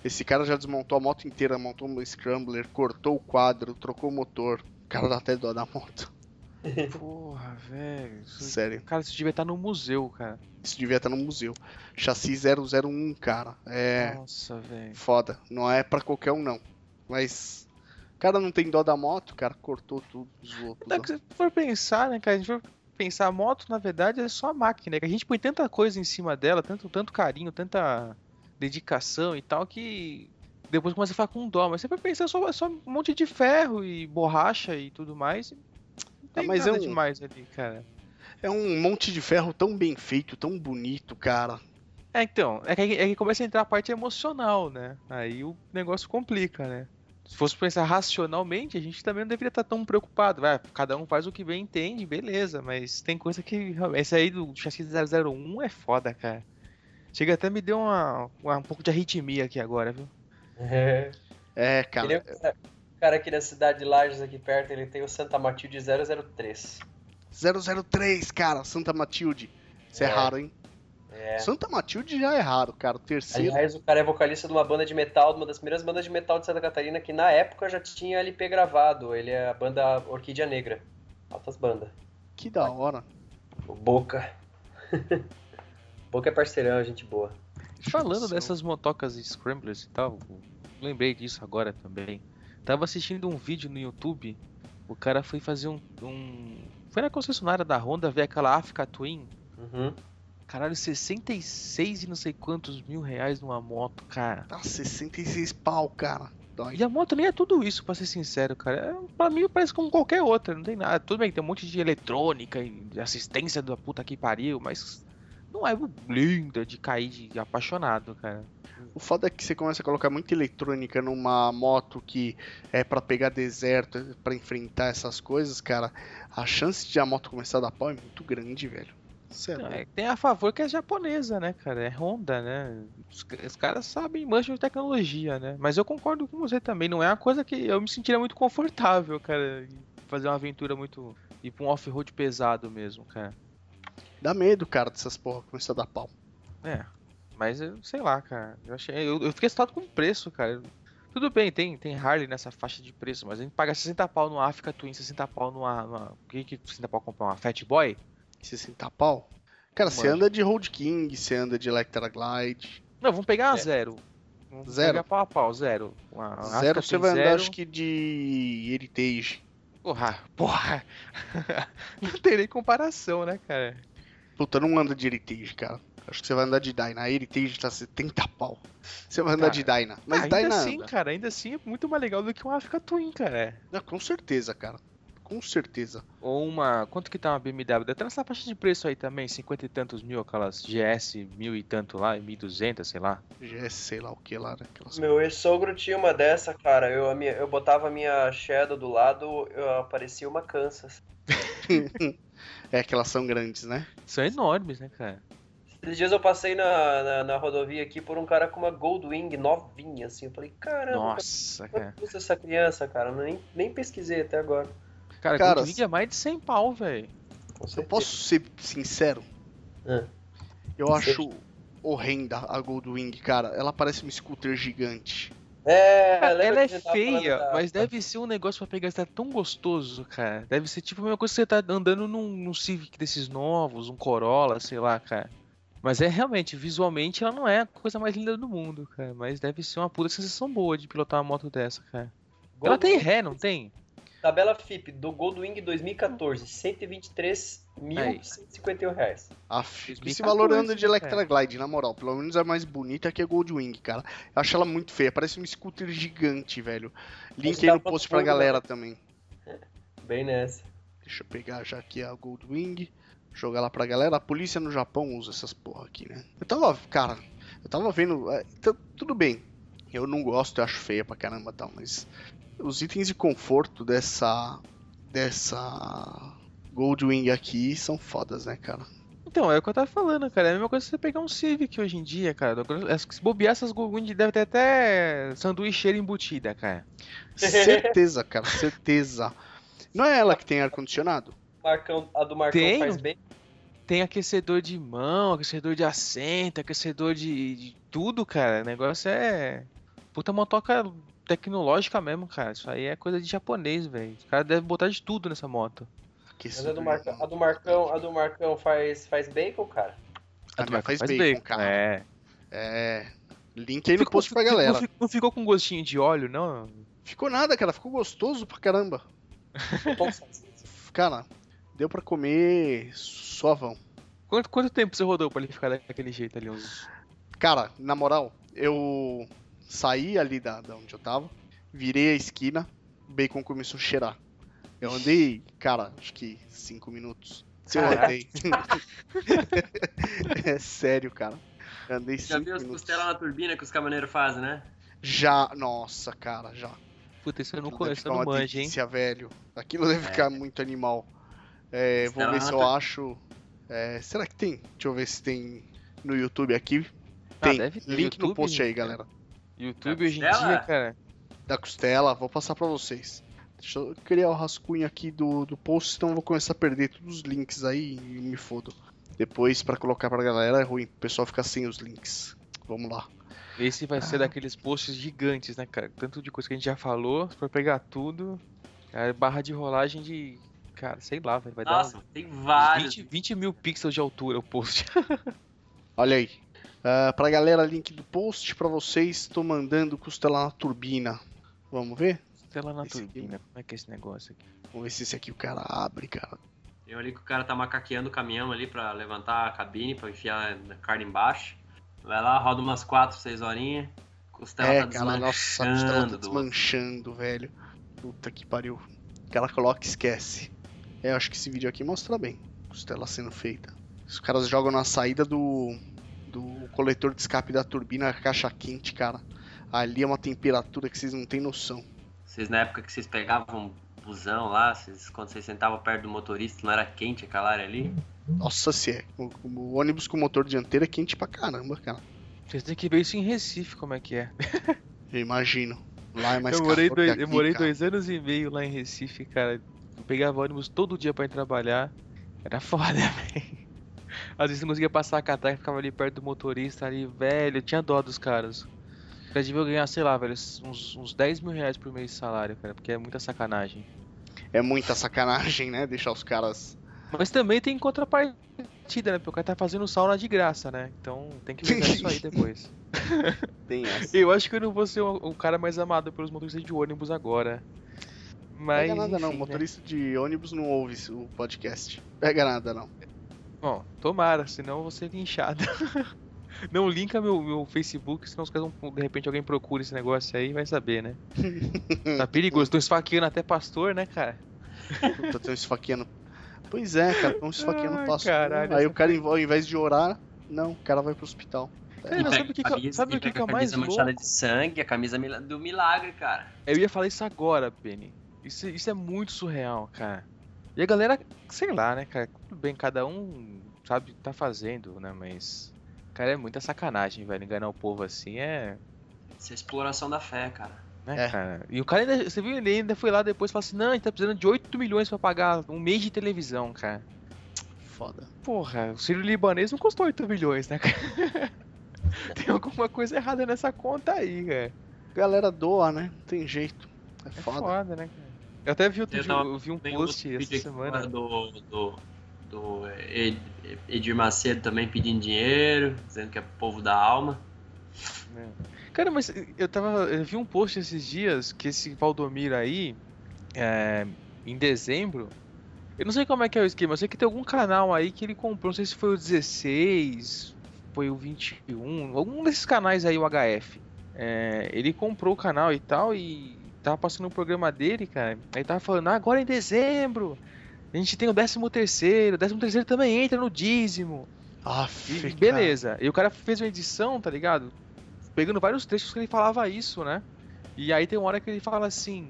Speaker 3: Esse cara já desmontou a moto inteira, montou um scrambler, cortou o quadro, trocou o motor. O cara dá até dó da moto,
Speaker 1: É. Porra, velho. Isso-
Speaker 3: sério.
Speaker 1: Cara, isso devia estar tá no museu, cara.
Speaker 3: Isso devia estar no museu. Chassi 001, cara. É.
Speaker 1: Nossa, velho.
Speaker 3: Foda, não é pra qualquer um não. Mas o cara não tem dó da moto, o cara cortou tudo, zoou tudo.
Speaker 1: Tá, que Se for pensar, né, cara? A gente for pensar, a moto, na verdade, é só a máquina. Que a gente põe tanta coisa em cima dela, tanto, tanto carinho, tanta dedicação e tal, que depois começa a ficar com dó. Mas você vai pensar só, só um monte de ferro e borracha e tudo mais. e Não tem
Speaker 3: mas
Speaker 1: nada
Speaker 3: é um-
Speaker 1: demais ali, cara.
Speaker 3: É um monte de ferro tão bem feito, tão bonito, cara.
Speaker 1: É, então, é que, é que começa a entrar a parte emocional, né? Aí o negócio complica, né? Se fosse pensar racionalmente, a gente também não deveria estar tão preocupado. Vai, cada um faz o que bem entende, beleza, mas tem coisa que. realmente- Esse aí do chassi 001 é foda, cara. Chega até me deu uma, uma- um pouco de arritmia aqui agora, viu?
Speaker 3: É,
Speaker 4: Ele é
Speaker 3: cara.
Speaker 4: um cara, cara aqui na cidade de Lages, aqui perto, ele tem o Santa Matilde 003.
Speaker 3: 003, cara, Santa Matilde. Isso é,
Speaker 4: É.
Speaker 3: raro, hein?
Speaker 4: É.
Speaker 3: Santa Matilde já é raro, cara. O terceiro.
Speaker 4: Aliás, o cara é vocalista de uma banda de metal, de uma das primeiras bandas de metal de Santa Catarina, que na época já tinha LP gravado. Ele é a banda Orquídea Negra. Altas bandas.
Speaker 3: Que da hora.
Speaker 4: O Boca. Boca é parceirão, gente boa.
Speaker 1: Falando
Speaker 3: Nossa,
Speaker 1: dessas motocas e scramblers e tal, eu lembrei disso agora também. Tava assistindo um vídeo no YouTube, o cara foi fazer um. um- Foi na concessionária da Honda ver aquela Africa Twin.
Speaker 4: Uhum.
Speaker 1: Caralho, 66 e não sei quantos mil reais numa moto, cara.
Speaker 3: Tá 66 pau, cara. Dói.
Speaker 1: E a moto nem é tudo isso, pra ser sincero, cara. É, pra mim parece como qualquer outra, não tem nada. Tudo bem, tem um monte de eletrônica e de assistência da puta que pariu, mas não é linda de cair de apaixonado, cara.
Speaker 3: O foda é que você começa a colocar muita eletrônica numa moto que é pra pegar deserto, é pra enfrentar essas coisas, cara. A chance de a moto começar a dar pau é muito grande, velho. Cê é
Speaker 1: Não,
Speaker 3: louco.
Speaker 1: é- tem a favor que é japonesa, né, cara? É Honda, né? Os, ca- os caras sabem mancha de tecnologia, né? Mas eu concordo com você também. Não é uma coisa que eu me sentiria muito confortável, cara. em Fazer uma aventura muito. ir pra um off-road pesado mesmo, cara.
Speaker 3: Dá medo, cara, dessas porra começar a dar pau.
Speaker 1: É. Mas eu sei lá, cara. Eu, achei, eu, eu fiquei assustado com o preço, cara. Tudo bem, tem, tem Harley nessa faixa de preço, mas a gente paga 60 pau no Africa Twin, 60 pau numa. numa quem que 60 pau comprar uma Fat Boy?
Speaker 3: 60 pau? Cara, você
Speaker 1: Mano.
Speaker 3: anda de Road King, você anda de Electra Glide.
Speaker 1: Não, vamos pegar a
Speaker 4: É.
Speaker 1: zero. Vamos
Speaker 3: Zero.
Speaker 1: pegar pau a pau, zero. Uma Africa
Speaker 3: zero você
Speaker 1: Twin
Speaker 3: vai andar,
Speaker 1: Ah, zero.
Speaker 3: acho que de Heritage.
Speaker 1: Porra, porra. Não tem nem comparação, né, cara?
Speaker 3: Puta, não anda de Heritage, cara. Acho que você vai andar de Dyna. A Heritage tá 70 pau. Você vai andar
Speaker 1: Cara,
Speaker 3: de Dyna. Mas tá
Speaker 1: ainda
Speaker 3: Dyna
Speaker 1: assim,
Speaker 3: anda.
Speaker 1: cara, ainda assim é muito mais legal do que uma Africa Twin, cara.
Speaker 3: Ah, com certeza, cara. Com certeza.
Speaker 1: Ou uma. Quanto que tá uma BMW? Deve estar nessa faixa de preço aí também, 50 e tantos mil, aquelas GS mil e tanto lá, e 1200, sei lá.
Speaker 3: GS, é sei lá o que lá, né? Aquelas...
Speaker 4: Meu ex-sogro tinha uma dessa, cara. Eu, a minha- eu botava a minha Shadow do lado, eu aparecia uma Kansas.
Speaker 3: É, aquelas são grandes, né?
Speaker 1: São enormes, né, cara?
Speaker 4: Esses dias eu passei na, na, na rodovia aqui por um cara com uma Goldwing novinha, assim. Eu falei, caramba,
Speaker 1: Nossa, cara.
Speaker 4: quanto custa essa criança, cara? Eu nem, nem pesquisei até agora.
Speaker 1: Cara,
Speaker 3: Cara,
Speaker 1: cara é mais de 100 pau, velho.
Speaker 4: Com
Speaker 3: Eu
Speaker 4: certeza.
Speaker 3: posso ser sincero?
Speaker 4: Ah.
Speaker 3: Eu acho horrenda a Goldwing, cara. Ela parece um scooter gigante.
Speaker 4: É,
Speaker 1: Cara,
Speaker 4: lembra
Speaker 1: ela é
Speaker 4: que a gente tava falando
Speaker 1: feia,
Speaker 4: da-
Speaker 1: mas deve ser um negócio pra pegar tá tão gostoso, cara. Deve ser tipo a mesma coisa que você tá andando num, num Civic desses novos, um Corolla, sei lá, cara. Mas é realmente, visualmente ela não é a coisa mais linda do mundo, cara. Mas deve ser uma puta sensação boa de pilotar uma moto dessa, cara. Ela tem ré, não tem?
Speaker 4: Tabela FIP do Goldwing 2014, 123.151 reais.
Speaker 3: Aff,
Speaker 1: Explica
Speaker 3: esse valor
Speaker 1: a coisa,
Speaker 3: anda de
Speaker 1: né,
Speaker 3: Electra Glide, na moral. Pelo menos é mais bonita que a Goldwing, cara. Eu acho ela muito feia. Parece um scooter gigante, velho. Link
Speaker 4: Você
Speaker 3: aí
Speaker 4: dá
Speaker 3: no
Speaker 4: pra
Speaker 3: post pra
Speaker 4: pôr,
Speaker 3: galera também.
Speaker 4: Bem nessa.
Speaker 3: Deixa eu pegar já aqui a Goldwing, jogar lá pra galera. A polícia no Japão usa essas porra aqui, né? Eu tava, cara, eu tava vendo. é, tá- tudo bem, eu não gosto, eu acho feia pra caramba e tal, mas os itens de conforto dessa. dessa. Goldwing aqui são fodas, né, cara?
Speaker 1: Então, é o que eu tava falando, cara. É a mesma coisa que você pegar um Civic hoje em dia, cara. Agora, as- Se bobear essas Goldwing deve ter até sanduicheira embutida, cara.
Speaker 3: Certeza, cara, certeza. Não é ela que tem ar-condicionado?
Speaker 4: Marcão, a do Marcão
Speaker 1: Tem?
Speaker 4: faz bem.
Speaker 1: Tem aquecedor de mão, aquecedor de assento, aquecedor de, de tudo, cara. O negócio é. Puta motoca tecnológica mesmo, cara. Isso aí é coisa de japonês, velho. Os caras devem botar de tudo nessa moto.
Speaker 4: Mas
Speaker 2: é
Speaker 4: a do Marcão, a do Marcão, a do Marcão faz, faz bacon, cara.
Speaker 3: A minha faz, bacon, cara. É.
Speaker 1: É.
Speaker 3: Link aí no post pra
Speaker 1: ficou-
Speaker 3: galera.
Speaker 1: Não ficou, não ficou com gostinho de óleo, não?
Speaker 3: Ficou nada, cara. Ficou gostoso pra caramba.
Speaker 4: Eu tô satisfeito.
Speaker 3: Cara, deu pra comer suavão.
Speaker 1: Quanto, quanto tempo você rodou pra ele ficar daquele jeito ali? Uns...
Speaker 3: Cara, na moral, eu saí ali da, da onde eu tava, virei a esquina, o bacon começou a cheirar. Eu andei, cara, acho que cinco minutos. Se eu
Speaker 1: Caraca.
Speaker 3: andei. é sério, cara. Andei
Speaker 2: Já
Speaker 3: cinco
Speaker 2: viu as
Speaker 3: minutos.
Speaker 2: costelas na turbina que os caminhoneiros fazem, né?
Speaker 3: Já, nossa, cara, já.
Speaker 1: Puta, isso eu não
Speaker 3: Aquilo deve
Speaker 1: conheço, eu
Speaker 3: ficar
Speaker 1: não
Speaker 3: uma
Speaker 1: manjo, hein?
Speaker 3: delícia, velho. Aquilo deve ficar muito animal. É, vou
Speaker 2: Será
Speaker 3: ver se eu
Speaker 2: nada?
Speaker 3: acho. É, será que tem? Deixa eu ver se tem no YouTube aqui.
Speaker 1: Ah,
Speaker 3: Tem.
Speaker 1: deve ter
Speaker 3: Link no
Speaker 1: YouTube, né?
Speaker 3: post aí,
Speaker 1: cara.
Speaker 3: galera.
Speaker 1: YouTube hoje em
Speaker 2: Dela?
Speaker 1: dia, cara.
Speaker 3: Da costela, vou passar pra vocês. Deixa eu criar o rascunho aqui do, do post, senão eu vou começar a perder todos os links aí e me fodo. Depois, pra colocar pra galera, é ruim. O pessoal fica sem os links. Vamos lá.
Speaker 1: Esse vai ser daqueles posts gigantes, né, cara? Tanto de coisa que a gente já falou, se for pegar tudo, cara, barra de rolagem de. Cara, sei lá, velho. Vai
Speaker 2: Nossa,
Speaker 1: dar um
Speaker 2: tem
Speaker 1: uns
Speaker 2: vários.
Speaker 1: 20, 20 mil pixels de altura o post.
Speaker 3: Olha aí. Ah, pra galera, link do post pra vocês. Tô mandando costela na turbina. Vamos ver?
Speaker 1: Sei lá na
Speaker 3: Esse aqui.
Speaker 1: turbina. Como é que é esse negócio aqui?
Speaker 3: Vamos ver se esse aqui o cara abre, cara.
Speaker 2: Eu ali que o cara tá macaqueando o caminhão ali pra levantar a cabine, pra enfiar a carne embaixo. Vai lá, roda umas 4, 6 horinhas. Costela
Speaker 3: é,
Speaker 2: tá
Speaker 3: cara,
Speaker 2: desmanchando.
Speaker 3: nossa, a costela tá
Speaker 2: do-
Speaker 3: desmanchando, velho. Puta que pariu. O cara coloca e esquece. É, eu acho que esse vídeo aqui mostra bem. Costela sendo feita. Os caras jogam na saída do, do coletor de escape da turbina, a caixa quente, cara. Ali é uma temperatura que vocês não têm noção.
Speaker 2: Vocês na época que vocês pegavam um busão lá, vocês, quando vocês sentavam perto do motorista, não era quente aquela área ali?
Speaker 3: Nossa, se é. O, o ônibus com motor dianteiro é quente pra caramba, cara.
Speaker 1: Vocês têm que ver isso em Recife, como é que é.
Speaker 3: Eu imagino. Lá é mais
Speaker 1: eu morei,
Speaker 3: calor
Speaker 1: dois,
Speaker 3: que aqui,
Speaker 1: eu morei
Speaker 3: cara.
Speaker 1: dois anos e meio lá em Recife, cara. Eu pegava ônibus todo dia pra ir trabalhar. Era foda, velho. Às vezes não conseguia passar a catraca, ficava ali perto do motorista ali, velho, eu tinha dó dos caras. Eles deviam ganhar, sei lá, velho, uns, uns 10 mil reais por mês de salário, cara, porque é muita sacanagem.
Speaker 3: É muita sacanagem, né? Deixar os caras.
Speaker 1: Mas também tem contrapartida, né? Porque o cara tá fazendo sauna de graça, né? Então tem que ver isso aí depois.
Speaker 3: Tem essa.
Speaker 1: Eu acho que eu não vou ser o, o cara mais amado pelos motoristas de ônibus agora. Mas.
Speaker 3: Pega nada não,
Speaker 1: enfim, né?
Speaker 3: motorista de ônibus não ouve o podcast. Pega nada não.
Speaker 1: Bom, tomara, senão eu vou ser linchado. Não linka meu, meu Facebook, senão os caras vão, de repente alguém procura esse negócio aí e vai saber, né? tá perigoso, tô esfaqueando até pastor, né, cara?
Speaker 3: Puta, tão esfaqueando. Pois é, cara, tão esfaqueando
Speaker 1: Ai,
Speaker 3: pastor.
Speaker 1: caralho,
Speaker 3: Aí
Speaker 1: essa-
Speaker 3: o cara, ao invés de orar, não, o cara vai pro hospital. É
Speaker 1: Cara,
Speaker 2: E
Speaker 1: sabe o que,
Speaker 2: pega a
Speaker 1: que, eu-
Speaker 2: camisa-
Speaker 1: sabe
Speaker 2: e
Speaker 1: o que,
Speaker 2: pega
Speaker 1: que é
Speaker 2: a
Speaker 1: mais
Speaker 2: camisa manchada
Speaker 1: louco?
Speaker 2: de sangue, a camisa mila- do milagre, cara.
Speaker 1: Eu ia falar isso agora, Penny. Isso, isso é muito surreal, cara. E a galera, sei lá, né, cara? Tudo bem, cada um sabe o que tá fazendo, né? Mas. Cara, é muita sacanagem, velho. Enganar o povo assim é.
Speaker 2: Isso é exploração da fé, cara.
Speaker 1: Né,
Speaker 3: É.
Speaker 1: cara? E o cara ainda. Você viu, ele ainda foi lá depois e falou assim: não, a gente tá precisando de 8 milhões pra pagar um mês de televisão, cara.
Speaker 3: Foda.
Speaker 1: Porra, o Ciro Libanês não custou 8 milhões, né, cara? Tem alguma coisa errada nessa conta aí, cara.
Speaker 3: Galera doa, né? Não tem jeito. É
Speaker 1: É
Speaker 3: foda.
Speaker 1: foda, né, cara? Eu até vi, outro
Speaker 2: Eu
Speaker 1: dia-
Speaker 2: tava-
Speaker 1: eu vi um
Speaker 2: Tem
Speaker 1: post
Speaker 2: outro
Speaker 1: essa
Speaker 2: vídeo aqui
Speaker 1: semana.
Speaker 2: Do, do, do é, Ed- Edir Macedo também pedindo dinheiro, dizendo que é povo da alma.
Speaker 1: Cara, mas eu tava. Eu vi um post esses dias que esse Valdomiro aí, é, em dezembro. Eu não sei como é que é o esquema, eu sei que tem algum canal aí que ele comprou, não sei se foi o 16, foi o 21, algum desses canais aí, o HF. É, ele comprou o canal e tal, e tava passando o programa dele, cara. Aí tava falando, ah, agora em dezembro, a gente tem o 13 terceiro, o 13 terceiro também entra no dízimo. E
Speaker 3: Ah, fica.
Speaker 1: beleza. E o cara fez uma edição, tá ligado? Pegando vários trechos que ele falava isso, né? E aí tem uma hora que ele fala assim: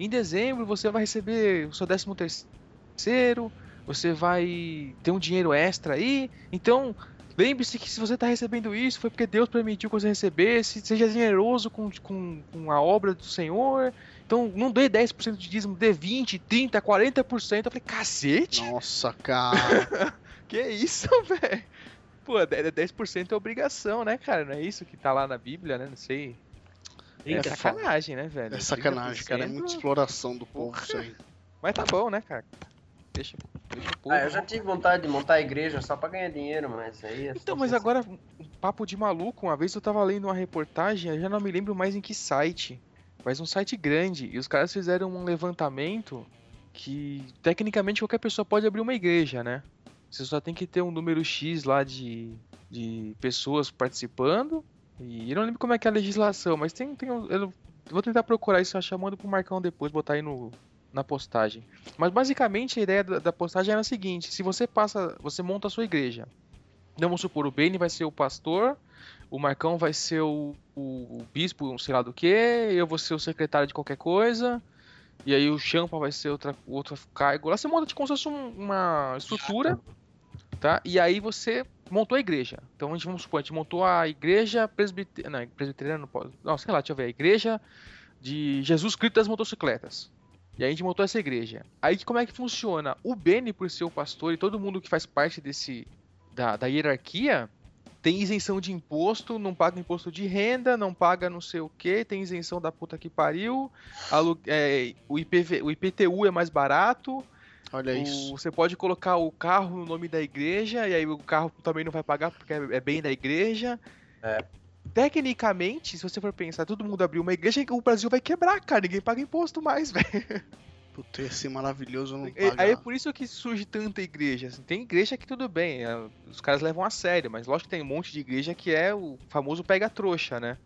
Speaker 1: em dezembro você vai receber o seu décimo terceiro, você vai ter um dinheiro extra aí. Então, lembre-se que se você tá recebendo isso, foi porque Deus permitiu que você recebesse. Seja generoso com, com, com a obra do Senhor. Então, não dê 10% de dízimo, dê 20%, 30%, 40%. Eu falei, cacete?
Speaker 3: Nossa, cara.
Speaker 1: Que isso, velho? Pô, de- de- 10% é obrigação, né, cara? Não é isso que tá lá na Bíblia, né? Não sei. É
Speaker 3: Eita,
Speaker 1: sacanagem, né, velho?
Speaker 3: É sacanagem, cara. É
Speaker 1: 30%,
Speaker 3: muita exploração do povo isso aí.
Speaker 1: Mas tá bom, né, cara? Deixa, deixa o povo.
Speaker 4: Ah, eu já tive vontade de montar a igreja só pra ganhar dinheiro, mas isso aí é
Speaker 1: Então, mas agora, um papo de maluco. Uma vez eu tava lendo uma reportagem, eu já não me lembro mais em que site. Mas um site grande. E os caras fizeram um levantamento que, tecnicamente, qualquer pessoa pode abrir uma igreja, né? Você só tem que ter um número X lá de, de pessoas participando. E eu não lembro como é que é a legislação, mas tem. tem um- eu vou tentar procurar isso, achar, mando pro Marcão depois, botar aí no, na postagem. Mas basicamente a ideia da, da postagem era a seguinte: se você passa. Você monta a sua igreja. Então, vamos supor, o Beni vai ser o pastor, o Marcão vai ser o, o- o bispo, um sei lá do que, eu vou ser o secretário de qualquer coisa, e aí o Champa vai ser outra, outro cargo. Lá você monta tipo, como se fosse um- uma estrutura, tá? E aí você montou a igreja. Então a gente, vamos supor, a gente montou a igreja presbiteriana, não, presbiteriana não pode, não, sei lá, deixa eu ver, a igreja de Jesus Cristo das Motocicletas. E aí a gente montou essa igreja. Aí que- como é que funciona? O Beni, por ser o pastor, e todo mundo que faz parte desse da, da hierarquia tem isenção de imposto, não paga imposto de renda, não paga não sei o que, tem isenção da puta que pariu, alu- é, o, IPV, o IPTU é mais barato,
Speaker 3: Olha
Speaker 1: o-
Speaker 3: É isso.
Speaker 1: você pode colocar o carro no nome da igreja, e aí o carro também não vai pagar porque é é bem da igreja.
Speaker 4: É.
Speaker 1: Tecnicamente, se você for pensar, todo mundo abrir uma igreja, o Brasil vai quebrar, cara, ninguém paga imposto mais, velho.
Speaker 3: Puta, ia ser maravilhoso não
Speaker 1: É- Aí é
Speaker 3: pagar.
Speaker 1: por isso que surge tanta igreja. assim. Tem igreja que tudo bem, é, os caras levam a sério, mas lógico que tem um monte de igreja que é o famoso pega-trouxa, né?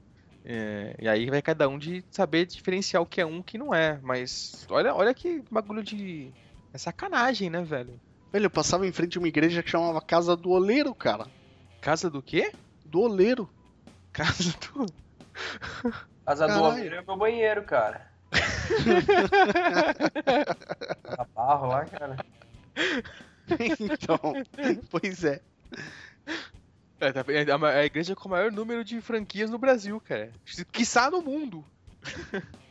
Speaker 1: É, e aí vai cada um de saber diferenciar o que é um e o que não é. Mas olha, olha que bagulho de. É sacanagem, né, velho?
Speaker 3: Velho, eu passava em frente a uma igreja que chamava Casa do Oleiro, cara.
Speaker 1: Casa do quê?
Speaker 3: Do Oleiro.
Speaker 1: Casa do.
Speaker 4: Casa do
Speaker 3: Caralho.
Speaker 4: Homem é meu banheiro, cara. Tá barro lá, cara.
Speaker 3: então, pois é.
Speaker 1: É, tá- é a ma- é a igreja com o maior número de franquias no Brasil, cara. Quiçá no mundo.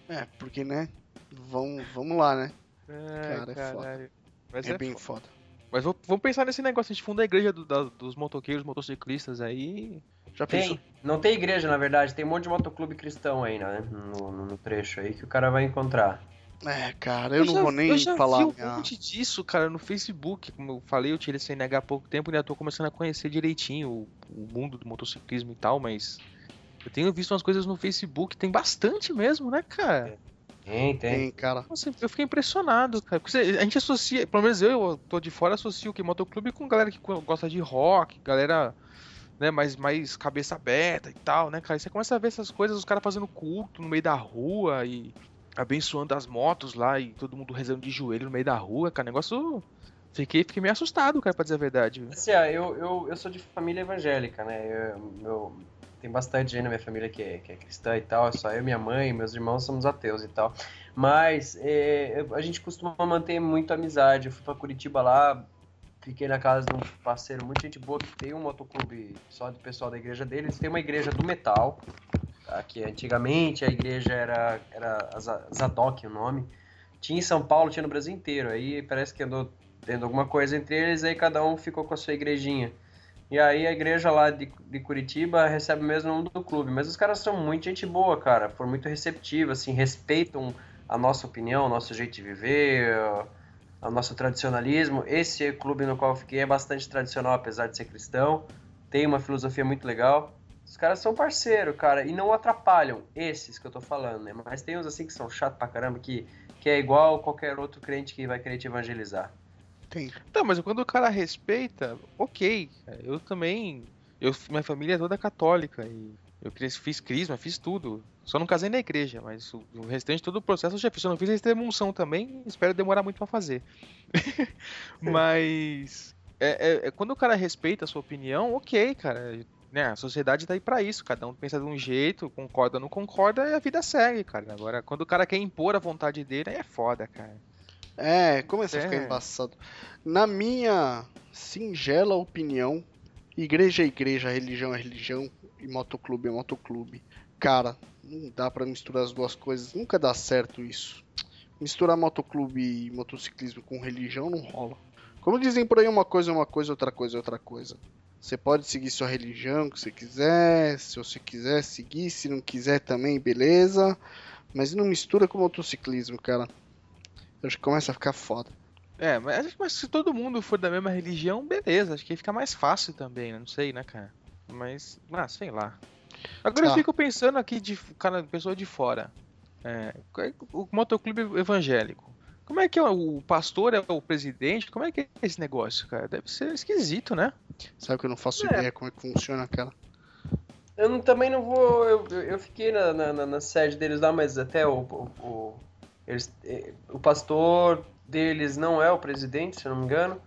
Speaker 3: É, porque, né? Vamos, vamos lá, né?
Speaker 1: Ai,
Speaker 3: Cara, é foda.
Speaker 1: caralho. Mas
Speaker 3: é, bem foda.
Speaker 1: Mas vou- vamos pensar nesse negócio, é a gente funda a igreja do- da- dos motoqueiros, motociclistas aí.
Speaker 3: Já pensou?
Speaker 4: Tem. Não tem igreja, na verdade. Tem um monte de motoclube cristão aí, né? No, no- no trecho aí que o cara vai encontrar.
Speaker 3: É, cara, eu, não
Speaker 1: já-
Speaker 3: vou nem
Speaker 1: eu já
Speaker 3: falar.
Speaker 1: Vi um
Speaker 3: minha-
Speaker 1: monte disso, cara, no Facebook. Como eu falei, eu tirei CNH há pouco tempo e ainda tô começando a conhecer direitinho o, o mundo do motociclismo e tal, mas. Eu tenho visto umas coisas no Facebook, tem bastante mesmo, né, cara?
Speaker 4: Tem, tem.
Speaker 3: Tem, cara.
Speaker 1: Nossa, eu fiquei impressionado, cara. Porque você- a gente associa, pelo menos eu, eu tô de fora, associo o que motoclube com galera que co- gosta de rock, galera né, mais, mais cabeça aberta e tal, né, cara? E você começa a ver essas coisas, os caras fazendo culto no meio da rua e abençoando as motos lá e todo mundo rezando de joelho no meio da rua, cara. Negócio. Fiquei, fiquei meio assustado, cara, pra dizer a verdade. viu?
Speaker 4: Assim, ó, eu, eu, eu sou de família evangélica, né? Eu, meu- tem bastante gente na minha família que é, que é cristã e tal, só eu, minha mãe, meus irmãos somos ateus e tal. Mas é, eu- a gente costuma manter muito amizade. Eu fui pra Curitiba lá, fiquei na casa de um parceiro, muito gente boa, que tem um motoclube só do pessoal da igreja dele. Eles têm uma igreja do metal, tá? que antigamente a igreja era, era a Za- Zadok o nome. Tinha em São Paulo, tinha no Brasil inteiro. Aí parece que andou tendo alguma coisa entre eles, aí cada um ficou com a sua igrejinha. E aí a igreja lá de, de Curitiba recebe o mesmo nome do clube. Mas os caras são muito gente boa, cara. Foram muito receptivos, assim, respeitam a nossa opinião, o nosso jeito de viver, eh, o nosso tradicionalismo. Esse clube no qual eu fiquei é bastante tradicional, apesar de ser cristão. Tem uma filosofia muito legal. Os caras são parceiro, cara, e não atrapalham esses que eu tô falando, né? Mas tem uns assim que são chato pra caramba, que, que é igual qualquer outro crente que vai querer te evangelizar.
Speaker 3: Tem.
Speaker 1: Tá, mas quando o cara respeita, ok. cara. Eu também. Eu, minha família é toda católica e eu fiz, fiz crisma, fiz tudo. Só não casei na igreja, mas o, o restante todo o processo eu já fiz. Eu não fiz a extremunção também, espero demorar muito pra fazer. mas é, é- é quando o cara respeita a sua opinião, ok, cara. Né, a sociedade tá aí pra isso, cada um pensa de um jeito, concorda ou não concorda, e a vida segue, cara. Agora, quando o cara quer impor a vontade dele, aí é foda, cara.
Speaker 3: É, começa a ficar
Speaker 1: É.
Speaker 3: embaçado. Na minha singela opinião, igreja é igreja, religião é religião e motoclube é motoclube. Cara, não dá pra misturar as duas coisas, nunca dá certo isso. Misturar motoclube e motociclismo com religião não rola. Como dizem por aí, uma coisa é uma coisa, outra coisa é outra coisa. Você pode seguir sua religião que você quiser, se você quiser seguir, se não quiser também, beleza. Mas não mistura com motociclismo, cara. Eu acho que começa a ficar foda.
Speaker 1: É, mas, acho que- mas se todo mundo for da mesma religião, beleza, acho que aí fica mais fácil também, né? não sei, né, cara? Mas, ah, sei lá. Agora eu
Speaker 3: Tá.
Speaker 1: fico pensando aqui, de f- cara, pessoa de fora. É, qual é o motoclube evangélico. Como é que é o o pastor é o presidente? Como é que é esse negócio, cara? Deve ser esquisito, né?
Speaker 3: Sabe que eu não faço
Speaker 4: É.
Speaker 3: ideia como é que funciona, cara.
Speaker 4: Eu não- também não vou. Eu, eu- eu fiquei na, na, na- na sede deles lá, mas até o, o, o- eles, eh, o pastor deles não é o presidente, se eu não me engano.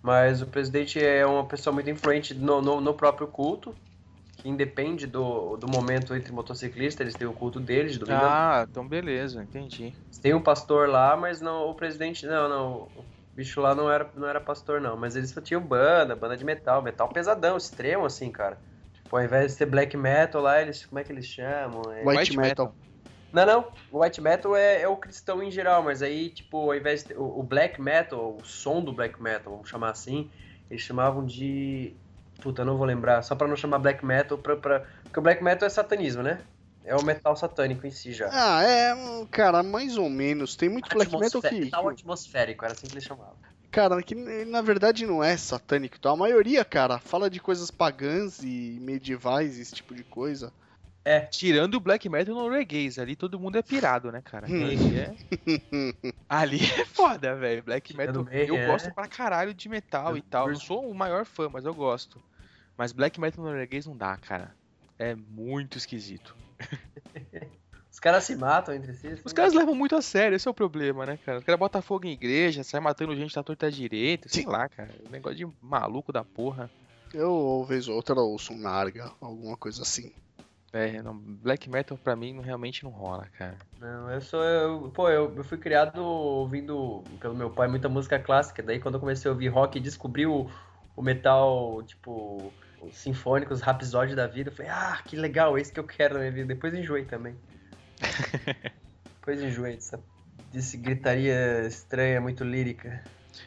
Speaker 4: Mas o presidente é uma pessoa muito influente no, no, no próprio culto, que independe do, do momento entre motociclistas, eles têm o culto deles, de domingo.
Speaker 1: Ah, então beleza, entendi.
Speaker 4: Eles têm um pastor lá, mas não o presidente. Não, não. O bicho lá não era, não era pastor, não. Mas eles só tinham banda, banda de metal, metal pesadão, extremo, assim, cara. Tipo, ao invés de ser black metal lá, eles. Como é que eles chamam? É-
Speaker 3: White, metal.
Speaker 4: Não, não. O white metal é, é o cristão em geral, mas aí, tipo, ao invés de. O, o black metal, o som do black metal, vamos chamar assim, eles chamavam de. Puta, eu não vou lembrar. Só pra não chamar black metal, pra, pra... porque o black metal é satanismo, né? É o metal satânico em si já.
Speaker 3: Ah, é, hum, cara, mais ou menos. Tem muito black metal
Speaker 4: Atmosfe-
Speaker 3: que.
Speaker 4: Metal é, atmosférico, era assim que eles chamavam.
Speaker 3: Cara, que na verdade não é satânico e tal. A maioria, cara, fala de coisas pagãs e medievais, esse tipo de coisa.
Speaker 1: Tirando o black metal norueguês, ali todo mundo é pirado, né, cara?
Speaker 3: Hum.
Speaker 1: Ali é, ali é foda, velho. Black metal.
Speaker 4: do meio,
Speaker 1: Eu
Speaker 4: é.
Speaker 1: gosto pra caralho de metal
Speaker 4: Eu
Speaker 1: e tal. Não
Speaker 4: curto.
Speaker 1: sou o maior fã, mas eu gosto. Mas black metal norueguês não dá, cara. É muito esquisito.
Speaker 4: Os caras se matam entre si. assim.
Speaker 1: Os caras levam muito a sério, esse é o problema, né, cara? Os caras botam fogo em igreja, saem matando gente da torta direita, sei lá, cara. Um negócio de maluco da porra.
Speaker 3: Eu, ou vez ou outra, ouço um Narga, alguma coisa assim.
Speaker 1: É, não, black metal pra mim não- realmente não rola, cara.
Speaker 4: Não, eu sou. Eu, pô, eu, eu fui criado ouvindo pelo meu pai muita música clássica. Daí quando eu comecei a ouvir rock e descobri o, o metal, tipo, os sinfônicos, rapsódio da vida, eu falei, ah, que legal, é isso que eu quero na minha vida. Depois enjoei também. Depois enjoei dessa, desse gritaria estranha, muito lírica.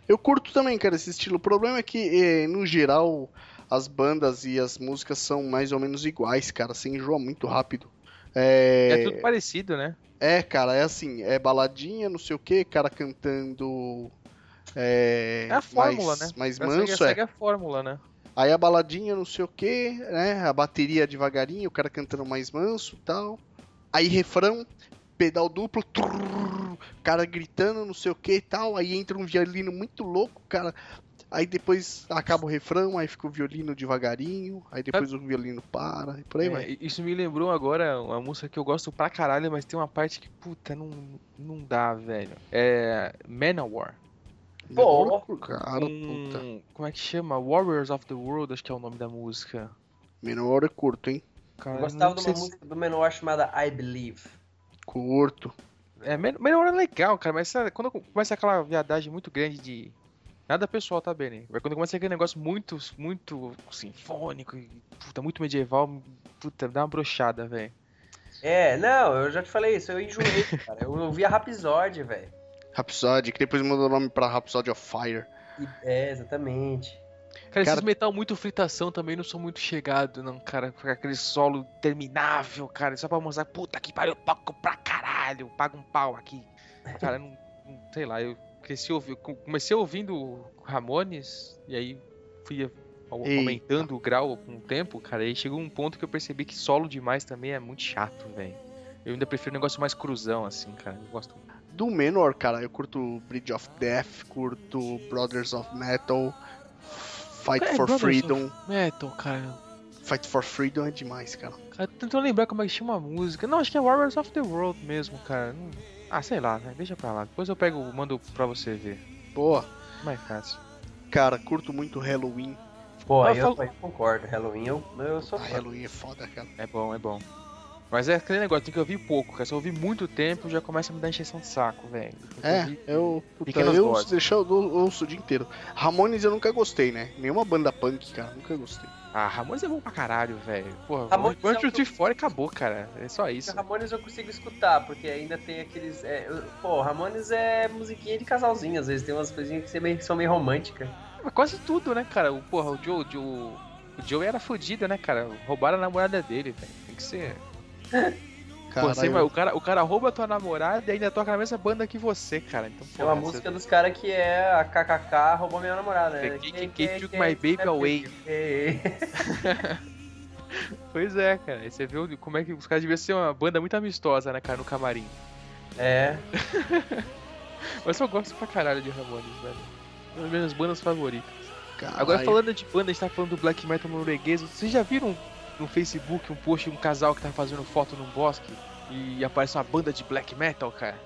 Speaker 3: Eu curto também, cara, esse estilo. O problema é que, eh, no geral, as bandas e as músicas são mais ou menos iguais, cara. Você enjoa muito rápido.
Speaker 1: É
Speaker 3: É,
Speaker 1: tudo parecido, né?
Speaker 3: é, cara, é assim, é baladinha, não sei o que, cara cantando. É,
Speaker 1: É a fórmula,
Speaker 3: mais,
Speaker 1: né?
Speaker 3: Mais
Speaker 1: Ela segue-
Speaker 3: manso, é.
Speaker 1: segue a fórmula, né?
Speaker 3: Aí a baladinha, não sei o que, né? A bateria devagarinho, o cara cantando mais manso e tal. Aí refrão, pedal duplo, trrr, cara gritando, não sei o que e tal. Aí entra um violino muito louco, cara. Aí depois acaba o refrão, aí fica o violino devagarinho, aí depois o violino para, e por aí
Speaker 1: É,
Speaker 3: vai.
Speaker 1: Isso me lembrou agora uma música que eu gosto pra caralho, mas tem uma parte que, puta, não, não dá, velho. É Manowar.
Speaker 4: Pô.
Speaker 3: Louco, cara,
Speaker 1: Um-
Speaker 3: Ah, puta.
Speaker 1: Como é que chama? Warriors of the World, acho que é o nome da música.
Speaker 3: Menor é curto, hein?
Speaker 1: Cara,
Speaker 4: Eu
Speaker 1: não
Speaker 4: gostava de
Speaker 1: sei
Speaker 4: uma
Speaker 1: se-
Speaker 4: música do Menor chamada I Believe.
Speaker 3: Curto.
Speaker 1: É, Men- Manowar é legal, cara, mas sabe, quando começa aquela viadagem muito grande de... Nada pessoal, tá, Benny? Mas quando começa aquele negócio muito, muito sinfônico e, puta, muito medieval, puta, dá uma brochada, velho.
Speaker 4: É, não, eu já te falei isso, eu enjoei, cara. Eu ouvia Rhapsody, velho.
Speaker 3: Rhapsody, que depois mudou o nome pra Rhapsody of Fire.
Speaker 4: E- É, exatamente.
Speaker 1: Cara,
Speaker 3: Cara-
Speaker 1: esses metal muito fritação também não sou muito chegado, não, cara. Com aquele solo terminável, cara. Só pra mostrar, puta que pariu, eu toco pra caralho, paga um pau aqui. Cara, não, não- sei lá, eu cresci ouvi- com- comecei ouvindo Ramones, e aí fui au-
Speaker 3: Eita.
Speaker 1: aumentando o grau com o tempo, cara. E aí chegou um ponto que eu percebi que solo demais também é muito chato, velho. Eu ainda prefiro um negócio mais cruzão, assim, cara. Eu gosto.
Speaker 3: do Menor, cara, eu curto Bridge of Death, curto Brothers of Metal, Fight
Speaker 1: É,
Speaker 3: for
Speaker 1: Brothers
Speaker 3: Freedom.
Speaker 1: Metal, cara.
Speaker 3: Fight for Freedom é demais, cara.
Speaker 1: Cara, tô tentando lembrar como é que chama a música. Não, acho que é Warriors of the World mesmo, cara. Não- Ah, sei lá, né? Deixa pra lá. Depois eu pego, mando pra você ver.
Speaker 3: Boa.
Speaker 1: Mais fácil.
Speaker 3: Cara, curto muito Halloween.
Speaker 4: Pô,
Speaker 1: Ah,
Speaker 4: aí eu,
Speaker 1: fala-
Speaker 4: eu concordo, Halloween, eu, eu sou
Speaker 3: Ah,
Speaker 4: fã.
Speaker 3: Halloween é foda, cara.
Speaker 1: É bom, é bom. Mas é aquele negócio, tem que ouvir pouco, cara. Se eu ouvir muito tempo, já começa a me dar encheção de saco, velho. Tem que
Speaker 3: É,
Speaker 1: ouvir-
Speaker 3: eu, puta,
Speaker 1: Pequenas
Speaker 3: eu
Speaker 1: doses.
Speaker 3: se deixar, eu dou- eu ouço o dia inteiro. Ramones eu nunca gostei, né? Nenhuma banda punk, cara, nunca gostei.
Speaker 1: Ah, Ramones é bom pra caralho, velho. Porra,
Speaker 4: Ramones
Speaker 1: Ramones põe
Speaker 4: é
Speaker 1: o
Speaker 4: um-
Speaker 1: de fora e acabou, cara. É só isso.
Speaker 4: Ramones eu consigo escutar, porque ainda tem aqueles. É, eu- pô, Ramones é musiquinha de casalzinho, às vezes tem umas coisinhas que são meio, que são meio românticas.
Speaker 1: Mas quase tudo, né, cara? O, porra, o Joe, o Joe, o Joe era fodido, né, cara? Roubaram a namorada dele, velho. Tem que ser... Pô,
Speaker 3: Caralho,
Speaker 1: você vai- o, cara, o cara rouba a tua namorada e ainda toca na mesma banda que você, cara. Então,
Speaker 4: É uma
Speaker 1: porra,
Speaker 4: música dos caras que é a KKK roubou minha namorada, né?
Speaker 1: The KKK took my baby
Speaker 4: tá
Speaker 1: away.
Speaker 4: É,
Speaker 1: você- Pois é, cara. Aí você viu como é que os caras deviam ser uma banda muito amistosa, né, cara, no camarim.
Speaker 4: é.
Speaker 1: Mas eu gosto pra caralho de Ramones, velho. É Uma das minhas bandas favoritas.
Speaker 3: caralho.
Speaker 1: Agora, falando de banda, a gente tá falando do black metal norueguês. Vocês já viram no Facebook um post de um casal que tá fazendo foto num bosque e aparece uma banda de black metal, cara?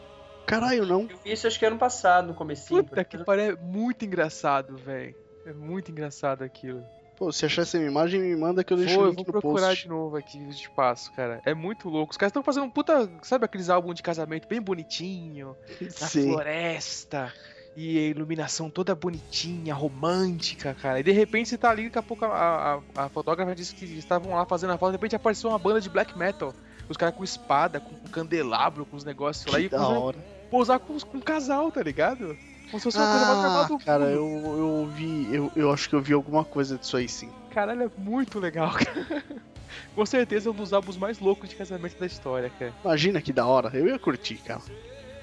Speaker 3: Caralho, não.
Speaker 4: Eu vi isso acho que ano passado, no comecinho.
Speaker 1: Puta que pariu, é muito engraçado, velho. É muito engraçado aquilo.
Speaker 3: Pô, se achar essa imagem, me manda que eu deixo
Speaker 1: Pô,
Speaker 3: o
Speaker 1: eu
Speaker 3: link
Speaker 1: vou
Speaker 3: no
Speaker 1: procurar
Speaker 3: post.
Speaker 1: de novo aqui os espaços, cara. É muito louco. Os caras estão fazendo um puta. Sabe aqueles álbuns de casamento bem bonitinho? Na
Speaker 3: Sim.
Speaker 1: floresta. E a iluminação toda bonitinha, romântica, cara. E de repente você tá ali, daqui a pouco a, a- a fotógrafa disse que estavam lá fazendo a foto, de repente apareceu uma banda de black metal. Os caras com espada, com, com candelabro, com os negócios lá.
Speaker 3: Que
Speaker 1: E
Speaker 3: da
Speaker 1: pousando-
Speaker 3: hora.
Speaker 1: pousar com, os- com um casal, tá ligado? Como se fosse é uma coisa mais normal
Speaker 3: Ah,
Speaker 1: do
Speaker 3: cara,
Speaker 1: mundo.
Speaker 3: eu, eu ouvi, eu, eu acho que eu vi alguma coisa disso aí, sim.
Speaker 1: Caralho, é muito legal, cara. Com certeza é um dos álbuns mais loucos de casamento da história, cara.
Speaker 3: Imagina que da hora, eu ia curtir, cara.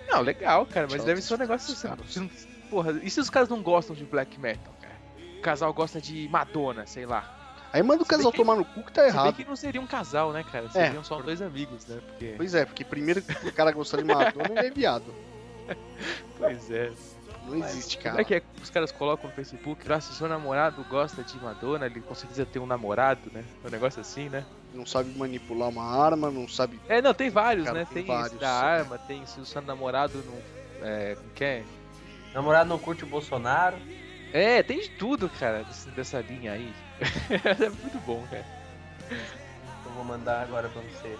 Speaker 1: Não, legal, cara, mas
Speaker 3: Tchau,
Speaker 1: deve ser um negócio.
Speaker 3: tchau,
Speaker 1: você não- você não- Porra, e se os caras não gostam de black metal, cara? O casal gosta de Madonna, sei lá.
Speaker 3: Aí manda o
Speaker 1: Se bem
Speaker 3: casal
Speaker 1: que-
Speaker 3: tomar no cu que tá
Speaker 1: Se bem
Speaker 3: errado. É.
Speaker 1: que não seria um casal, né, cara? Seriam só dois amigos, né? Porque.
Speaker 3: Pois é, porque primeiro que o cara gostou de Madonna, ele é viado.
Speaker 1: Pois é.
Speaker 3: Não existe,
Speaker 1: Como é
Speaker 3: cara.
Speaker 1: que é que os caras colocam no Facebook lá, se seu namorado gosta de Madonna, ele com certeza tem um namorado, né? Um negócio assim, né?
Speaker 3: Não sabe manipular uma arma, não sabe.
Speaker 1: É, não, tem vários,
Speaker 3: Cara,
Speaker 1: né?
Speaker 3: tem
Speaker 1: Tem,
Speaker 3: vários,
Speaker 1: esse da
Speaker 3: sim.
Speaker 1: arma, tem se o seu namorado não. É, como que é?
Speaker 4: Namorado não curte o Bolsonaro.
Speaker 1: É, tem de tudo, cara, desse- dessa linha aí. é muito bom, cara.
Speaker 4: Eu então vou mandar agora pra vocês.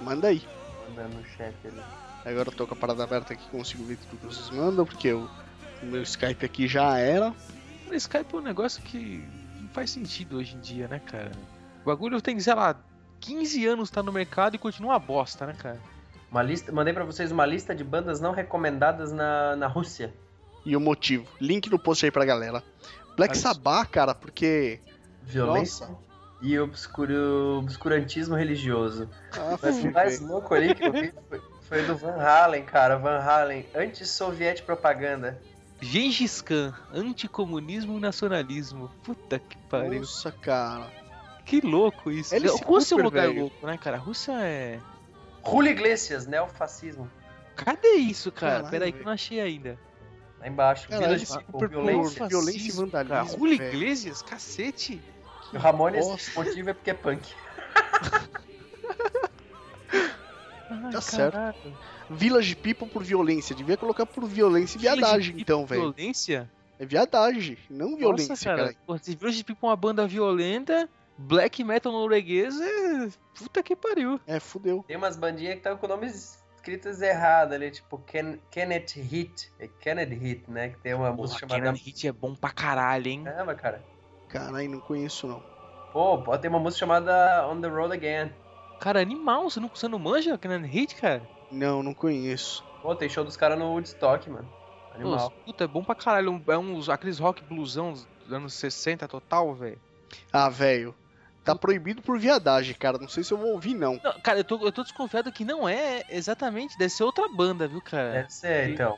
Speaker 3: Manda aí.
Speaker 4: Mandando no chat ali.
Speaker 3: Agora eu tô com a parada aberta aqui, consigo ver tudo que vocês mandam, porque eu- o meu Skype aqui já era.
Speaker 1: O Skype é um negócio que não faz sentido hoje em dia, né, cara? O bagulho tem, sei lá, 15 anos tá no mercado e continua uma bosta, né, cara?
Speaker 4: Uma lista, mandei pra vocês uma lista de bandas não recomendadas na, na Rússia.
Speaker 3: e o motivo. Link no post aí pra galera. Black
Speaker 2: Ah, isso.
Speaker 3: Sabbath, cara, porque.
Speaker 4: Violência e obscuro, obscurantismo religioso.
Speaker 3: Ah,
Speaker 4: Mas
Speaker 3: fui
Speaker 4: o mais
Speaker 3: ver.
Speaker 4: louco ali que eu vi foi, foi do Van Halen, cara. Van Halen, anti-soviete propaganda.
Speaker 1: Gengis Khan, anticomunismo e nacionalismo. Puta que pariu.
Speaker 3: Nossa, cara.
Speaker 1: Que louco isso.
Speaker 3: Alice
Speaker 1: a Rússia é um
Speaker 3: Cooper,
Speaker 1: lugar
Speaker 3: velho.
Speaker 1: louco, né, cara? A Rússia é.
Speaker 4: Julio Iglesias, neofascismo.
Speaker 1: Cadê isso, cara?
Speaker 3: Caralho,
Speaker 1: Pera aí que
Speaker 3: velho.
Speaker 1: eu não achei ainda.
Speaker 4: Lá embaixo.
Speaker 3: Cara,
Speaker 4: Vila
Speaker 3: ele
Speaker 4: de
Speaker 3: se
Speaker 4: Pico,
Speaker 3: por
Speaker 4: violência.
Speaker 3: violência, violência e
Speaker 1: fascismo,
Speaker 3: vandalismo.
Speaker 1: Rula
Speaker 3: velho.
Speaker 1: Iglesias? Cacete.
Speaker 4: O Ramones,
Speaker 3: Nossa.
Speaker 4: o motivo é porque é punk.
Speaker 1: Ai,
Speaker 3: Tá certo.
Speaker 1: caralho.
Speaker 3: Village People por violência. Devia colocar por violência e
Speaker 1: Village
Speaker 3: viadagem,
Speaker 1: People
Speaker 3: então, velho.
Speaker 1: Violência?
Speaker 3: É viadagem, não violência,
Speaker 1: Nossa,
Speaker 3: cara.
Speaker 1: cara. Pô, Você viu esse tipo uma banda violenta, black metal norueguês é. Puta que pariu.
Speaker 3: É, fudeu.
Speaker 4: Tem umas bandinhas que estão com nomes escritos errados ali, tipo Ken, Kenneth Hit. É Kenneth Hit, né? Que tem uma
Speaker 1: Porra,
Speaker 4: música
Speaker 1: Kenan
Speaker 4: chamada.
Speaker 1: Hit é bom pra caralho, hein?
Speaker 4: Caramba, cara.
Speaker 3: Caralho, não conheço, não.
Speaker 4: Pô, pô, tem uma música chamada On the Road Again.
Speaker 1: Cara, animal, você não, você não manja Kenan Hit, cara?
Speaker 3: Não, não conheço.
Speaker 4: Pô, tem show dos caras no Woodstock, mano.
Speaker 1: Pô,
Speaker 4: Animal.
Speaker 1: puta, é bom pra caralho. É uns aqueles rock bluesão dos anos 60 total, velho.
Speaker 3: Ah, velho. Tá proibido por viadagem, cara. Não sei se eu vou ouvir, não.
Speaker 1: Não, Cara, eu tô, eu tô desconfiado que não é exatamente, deve ser outra banda, viu, cara?
Speaker 4: Deve ser,
Speaker 1: é. Sim.
Speaker 4: então.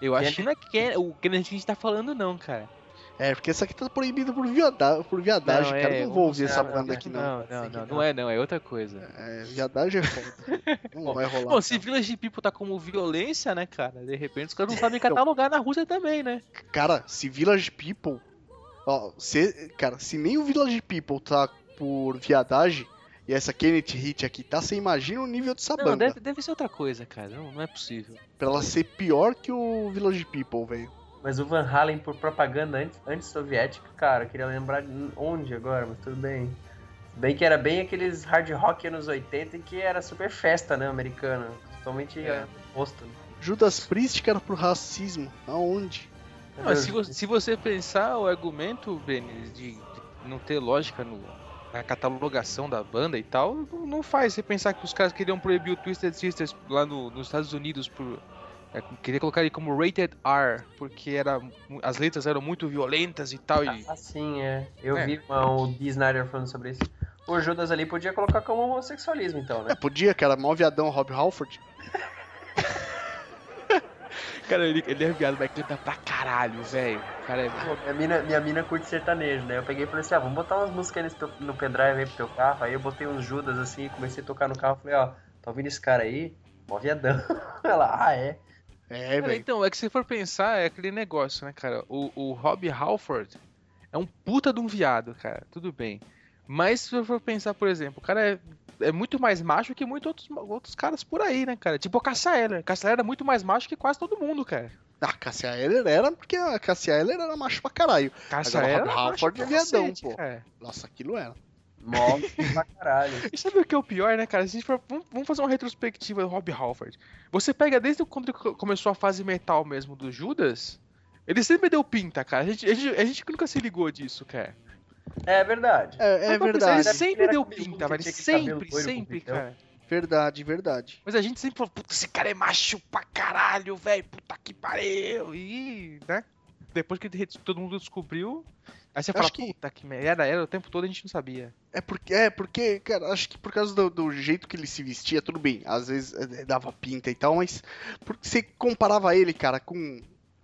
Speaker 1: Eu acho que não é Ken- o Kenan Hit que a gente tá falando, não, cara.
Speaker 3: É, porque essa aqui tá proibida por, viada... por viadagem,
Speaker 1: Não,
Speaker 3: cara.
Speaker 1: é,
Speaker 3: Eu não vou
Speaker 1: vamos
Speaker 3: ouvir essa
Speaker 4: lá,
Speaker 3: banda
Speaker 4: vamos
Speaker 3: aqui, não.
Speaker 1: Não,
Speaker 4: Sei
Speaker 1: não,
Speaker 4: que
Speaker 1: não,
Speaker 4: não.
Speaker 1: não é, não, é outra coisa.
Speaker 3: É, viadagem é foda. não vai rolar.
Speaker 1: Bom, se Village People tá como violência, né, cara? De repente os caras não sabem catalogar na Rússia também, né?
Speaker 3: Cara, se Village People. Ó, se, cara, se nem o Village People tá por viadagem e essa Kenneth Hit aqui tá, você imagina o nível dessa
Speaker 1: Não,
Speaker 3: banda.
Speaker 1: deve, deve ser outra coisa, cara. Não, não é possível.
Speaker 3: Pra ela ser pior que o Village People, velho.
Speaker 4: Mas o Van Halen por propaganda anti- antissoviética, cara, eu queria lembrar de onde agora, mas tudo bem. Se Bem que era bem aqueles hard rock anos 80 que era super festa, né, americana. Totalmente
Speaker 1: É.
Speaker 4: oposto.
Speaker 3: Judas Priest, cara, por racismo. Aonde?
Speaker 1: Não, mas se, vo- se você pensar o argumento, Benes, de, de não ter lógica no- na catalogação da banda e tal, não, não faz. Você pensar que os caras queriam proibir o Twisted Sisters lá no- nos Estados Unidos por. É, queria colocar ele como rated R, porque era, mu- as letras eram muito violentas e tal. E,
Speaker 4: Ah, sim, é. Eu
Speaker 1: É.
Speaker 4: vi uma, o Dee Snyder falando sobre isso. O Judas ali podia colocar como homossexualismo, então, né?
Speaker 3: É, podia, cara. Mó viadão, Rob Halford.
Speaker 1: cara, ele, ele é viado, mas canta pra caralho, velho. O Cara, é-
Speaker 4: Pô, minha, mina, minha mina curte sertanejo, né? Eu peguei e falei assim, ah, vamos botar umas músicas nesse teu- no pendrive aí pro teu carro. Aí eu botei uns Judas assim, comecei a tocar no carro, falei, ó, tá ouvindo esse cara aí? Mó viadão. Ela, ah, é.
Speaker 3: É,
Speaker 1: Cara,
Speaker 3: velho.
Speaker 1: então, é que se for pensar, é aquele negócio, né, cara? O, o Rob Halford é um puta de um viado, cara. Tudo bem. Mas se eu for pensar, por exemplo, o cara é, é muito mais macho que muitos outros, outros caras por aí, né, cara? Tipo o Cassia Eller. Cassia Eller é muito mais macho que quase todo mundo, cara.
Speaker 3: Ah, Cassia Eller era porque a Cassia Eller era macho pra caralho.
Speaker 1: Cassia
Speaker 3: Agora, o
Speaker 1: Eller é
Speaker 3: Rob
Speaker 1: macho
Speaker 3: Halford
Speaker 1: pra
Speaker 3: é viadão,
Speaker 1: cacete,
Speaker 3: pô.
Speaker 1: cara.
Speaker 3: Nossa, aquilo era.
Speaker 4: Mó pra caralho.
Speaker 1: E sabe o que é o pior, né, cara? Se a gente for, vamos, vamos fazer uma retrospectiva do Rob Halford. Você pega desde quando ele co- começou a fase metal mesmo do Judas, ele sempre deu pinta, cara. A gente, a gente, a gente nunca se ligou disso, cara.
Speaker 4: É verdade.
Speaker 3: É, é
Speaker 1: Mas pra
Speaker 3: verdade.
Speaker 1: pensar, Ele sempre
Speaker 4: Ele
Speaker 1: deu
Speaker 4: era cabeludo,
Speaker 1: pinta, velho.
Speaker 4: tinha aquele
Speaker 1: Sempre,
Speaker 4: cabelo loiro,
Speaker 1: sempre,
Speaker 4: bonitão.
Speaker 1: cara.
Speaker 3: Verdade, verdade.
Speaker 1: Mas a gente sempre falou, puta, esse cara é macho pra caralho, velho. Puta que pariu. E, né? Depois que de- todo mundo descobriu, aí você
Speaker 3: Eu
Speaker 1: fala,
Speaker 3: acho que-
Speaker 1: puta que merda, era o tempo todo a gente não sabia.
Speaker 3: É porque, é porque, cara, acho que por causa do, do jeito que ele se vestia, tudo bem, às vezes eh, dava pinta e tal, mas porque você comparava ele, cara, com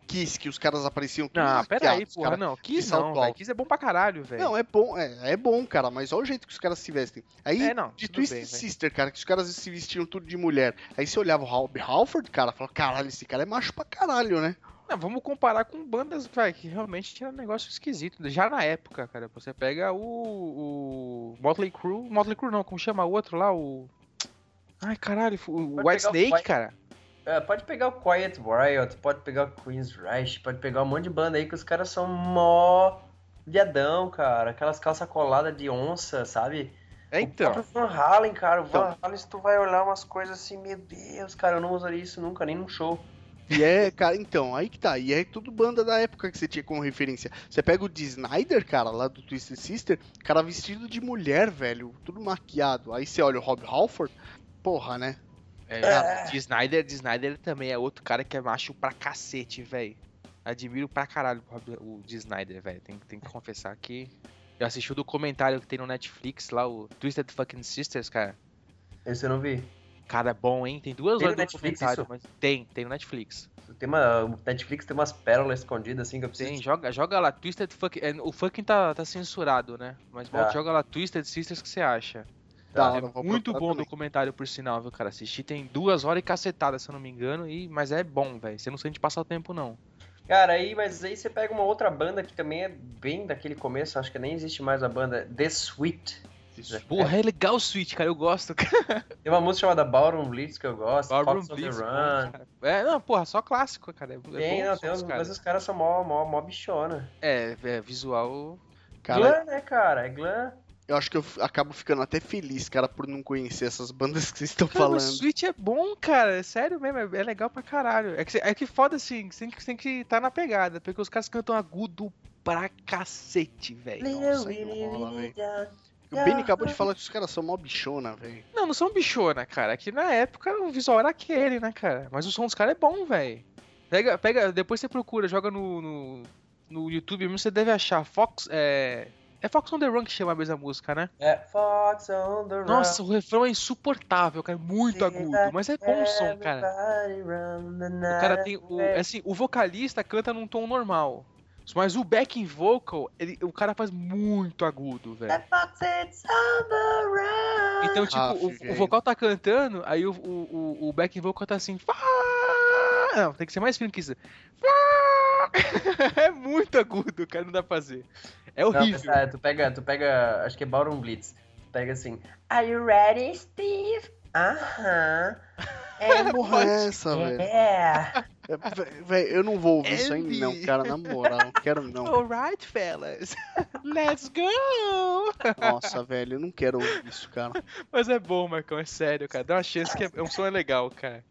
Speaker 3: Kiss, que os caras apareciam tudo
Speaker 1: Não, pera aí,
Speaker 3: maquiados,
Speaker 1: Ah, porra,
Speaker 3: cara.
Speaker 1: não. Kiss
Speaker 3: que salto
Speaker 1: não, velho.
Speaker 3: alto.
Speaker 1: Kiss é bom pra caralho, velho.
Speaker 3: Não, é bom, é, é bom, cara, mas olha o jeito que os caras se vestem. Aí,
Speaker 1: É, não,
Speaker 3: de
Speaker 1: tudo
Speaker 3: Twisted
Speaker 1: bem, velho.
Speaker 3: Sister, cara, que os caras se vestiam tudo de mulher. Aí você olhava o Rob Halford, cara, falava, caralho, esse cara é macho pra caralho, né?
Speaker 1: Não, vamos comparar com bandas, velho, que realmente tinha um negócio esquisito. Já na época, cara, você pega o, o Motley Crue, Motley Crue não, como chama o outro lá, o... Ai, caralho, o White
Speaker 4: Pode pegar o
Speaker 1: Snake,
Speaker 4: White-
Speaker 1: cara.
Speaker 4: É, pode pegar o Quiet Riot, pode pegar o Queen's Rush, pode pegar um monte de banda aí que os caras são mó viadão, cara. Aquelas calças coladas de onça, sabe?
Speaker 1: É,
Speaker 4: O
Speaker 1: então.
Speaker 4: próprio Van Halen, cara. O Van
Speaker 3: Então.
Speaker 4: Halen, se tu vai olhar umas coisas assim, meu Deus, cara, eu não usaria isso nunca, nem num show.
Speaker 3: E é, cara, então, aí que tá. E é tudo banda da época que você tinha como referência. Você pega o D. Snyder, cara, lá do Twisted Sister, cara vestido de mulher, velho, tudo maquiado. Aí você olha o Rob Halford, porra, né?
Speaker 1: É, cara, de Snyder, de Snyder também é outro cara que é macho pra é cacete, velho. admiro pra caralho o Rob- o de Snyder, velho. Tem, tem que confessar que. Eu assisti o documentário que tem no Netflix lá, o Twisted Fucking Sisters, cara.
Speaker 4: Esse eu não vi.
Speaker 1: Cara, é bom, hein? Tem duas
Speaker 4: Tem
Speaker 1: horas
Speaker 4: no
Speaker 1: do
Speaker 4: Netflix
Speaker 1: documentário,
Speaker 4: isso?
Speaker 1: mas tem, tem no Netflix.
Speaker 4: Tem uma, o Netflix tem umas pérolas escondidas assim que eu preciso.
Speaker 1: Sim, joga, joga lá, Twisted Fucking. é, O fucking tá, tá censurado, né? Mas
Speaker 4: Tá.
Speaker 1: bota, joga lá Twisted Sisters que você acha.
Speaker 3: Da
Speaker 1: é
Speaker 3: hora, Tá, vou
Speaker 1: muito
Speaker 3: procurar
Speaker 1: bom o
Speaker 3: também.
Speaker 1: documentário, por sinal, viu, cara? Assistir tem duas horas e cacetada, se eu não me engano, e... mas é bom, velho. Você não sente passar o tempo, não.
Speaker 4: Cara, aí, mas aí você pega uma outra banda que também é bem daquele começo, acho que nem existe mais a banda, The Sweet.
Speaker 3: Isso.
Speaker 1: Porra, é legal o Switch, cara. Eu gosto, cara.
Speaker 4: Tem uma música chamada Ballroom Blitz que eu gosto,
Speaker 1: Ballroom
Speaker 4: Fox on the
Speaker 1: Blitz,
Speaker 4: Run.
Speaker 1: É, não, porra, só clássico, cara. É, é
Speaker 4: Tem,
Speaker 1: bom
Speaker 4: não,
Speaker 1: os
Speaker 4: tem
Speaker 1: sons,
Speaker 4: uns,
Speaker 1: cara.
Speaker 4: mas os caras são mó, mó, mó bichona.
Speaker 1: É, é, visual.
Speaker 3: Cara,
Speaker 4: Glam, né, cara? É glam.
Speaker 3: eu acho que eu f- acabo ficando até feliz, cara, por não conhecer essas bandas que vocês estão
Speaker 1: Cara, o
Speaker 3: falando.
Speaker 1: Switch é bom, cara. É sério mesmo, é, é legal pra caralho. É que, cê- é que foda assim, que você tem que, tem que tá na pegada, porque os caras cantam agudo pra cacete, velho.
Speaker 3: nossa,
Speaker 4: Little
Speaker 3: que rola,
Speaker 4: Willie
Speaker 3: O
Speaker 1: é
Speaker 3: Benny acabou de falar que os caras são mó bichona, velho.
Speaker 1: Não, não são bichona, cara. Aqui na época o visual era aquele, né, cara? Mas o som dos caras é bom, velho. Pega, pega, depois você procura, joga no, no, no YouTube mesmo, você deve achar. Fox, é. É Fox on the Run que chama mesmo a música, né?
Speaker 4: É, Fox on the Run.
Speaker 1: Nossa, o refrão é insuportável, cara. É muito agudo, mas é bom o som, cara.
Speaker 4: Everybody run the
Speaker 1: O
Speaker 4: night
Speaker 1: cara tem. O,
Speaker 4: away.
Speaker 1: assim, o vocalista canta num tom normal. Mas o backing vocal, ele- o cara faz muito agudo, velho.
Speaker 4: The fox is on the run.
Speaker 1: Então, tipo,
Speaker 3: Ah,
Speaker 1: o,
Speaker 3: fiquei.
Speaker 1: o vocal tá cantando, aí o, o, o- o backing vocal tá assim. "Fá!" Não, tem que ser mais fino que isso. Fá! é muito agudo, cara, não dá pra fazer. É
Speaker 4: Não,
Speaker 1: horrível.
Speaker 4: mas, é, tu pega, tu pega, acho que é Ballroom Blitz. Tu pega assim, Are you ready, Steve? Aham.
Speaker 3: Que porra é essa,
Speaker 4: É,
Speaker 3: velho?
Speaker 4: é.
Speaker 3: É, vé- Velho, eu não vou ouvir isso ainda,
Speaker 1: Andy.
Speaker 3: não, cara, na moral. Não quero, não.
Speaker 1: Alright, fellas. Let's go!
Speaker 3: Nossa, velho, eu não quero ouvir isso, cara.
Speaker 1: Mas é bom, Marcão, é sério, cara. Dá uma chance que é, é um som é legal, cara.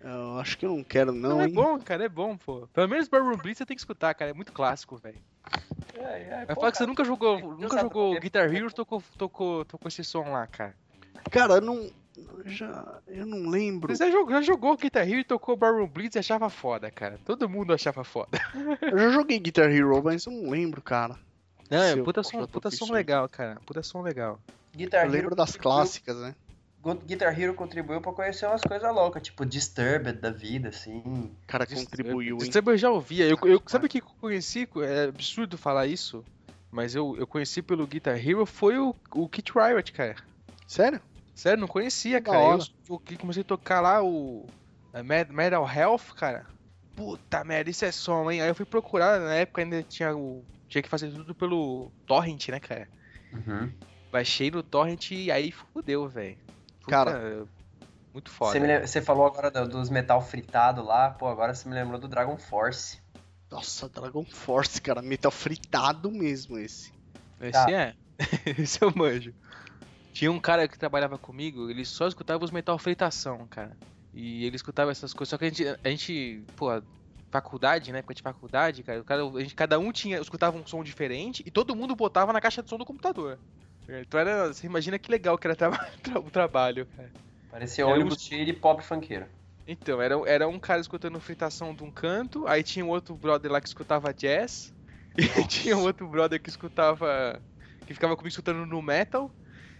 Speaker 3: Eu acho que eu não quero, não,
Speaker 1: Não, é
Speaker 3: hein?
Speaker 1: bom, cara, é bom, pô. Pelo menos Ballroom Blitz você tem que escutar, cara, é muito clássico, velho.
Speaker 4: É, é,
Speaker 1: Vai
Speaker 4: pô,
Speaker 1: falar que você
Speaker 4: cara.
Speaker 1: nunca jogou, nunca
Speaker 4: sabe
Speaker 1: jogou
Speaker 4: tocar.
Speaker 1: Guitar Hero, tocou, tocou, tocou esse som lá, cara.
Speaker 3: Cara, eu não. eu Já, eu não lembro.
Speaker 1: Você já jogou, já jogou Guitar Hero e tocou Ballroom Blitz e achava foda, cara. Todo mundo achava foda.
Speaker 3: Eu já joguei Guitar Hero, mas eu não lembro, cara.
Speaker 1: Não, é
Speaker 3: Seu,
Speaker 1: puta
Speaker 3: já
Speaker 1: som,
Speaker 3: toquei
Speaker 1: puta
Speaker 3: isso
Speaker 1: som
Speaker 3: aí.
Speaker 1: legal, cara. Puta som legal.
Speaker 4: Guitar
Speaker 3: Eu
Speaker 4: Hero
Speaker 3: lembro das
Speaker 1: é
Speaker 4: contribuiu-
Speaker 3: clássicas, né?
Speaker 4: Guitar Hero contribuiu pra conhecer umas coisas loucas, tipo Disturbed da vida, assim.
Speaker 3: Cara,
Speaker 1: é
Speaker 3: contribuiu, hein? Ah.
Speaker 1: Disturber eu já ouvia. Eu, eu, sabe o que eu conheci? É absurdo falar isso. Mas eu, eu conheci pelo Guitar Hero foi o, o Kit Riot, cara.
Speaker 3: Sério?
Speaker 1: Sério, não conhecia,
Speaker 3: Da
Speaker 1: cara. Eu,
Speaker 3: hora.
Speaker 1: eu que comecei a tocar lá o a Med- Metal Health, cara. Puta merda, isso é som, hein? Aí eu fui procurar, na época ainda tinha o. Tinha que fazer tudo pelo Torrent, né, cara?
Speaker 4: Uhum.
Speaker 1: Baixei no Torrent e aí fudeu, velho. Puta,
Speaker 3: Cara.
Speaker 1: Muito foda.
Speaker 4: Você, me lem- você falou agora do- dos metal fritado lá, pô, agora você me lembrou do Dragon Force.
Speaker 3: Nossa, Dragon Force, cara. Metal fritado mesmo esse.
Speaker 1: Esse
Speaker 4: Tá.
Speaker 1: é. Esse eu manjo. Tinha um cara que trabalhava comigo, ele só escutava os metal fritação, cara. E ele escutava essas coisas. Só que a gente, a gente pô, faculdade, né? Época de faculdade, cara, o cara a gente, cada um tinha, escutava um som diferente e todo mundo botava na caixa de som do computador. Então era, você imagina que legal que era traba- tra- o trabalho, cara.
Speaker 4: Parecia um
Speaker 1: É,
Speaker 4: ônibus
Speaker 1: os-
Speaker 4: cheio de pop funkeiro.
Speaker 1: Então, era, era um cara escutando fritação de um canto, aí tinha um outro brother lá que escutava jazz, e tinha um outro brother que escutava. que ficava comigo escutando no metal,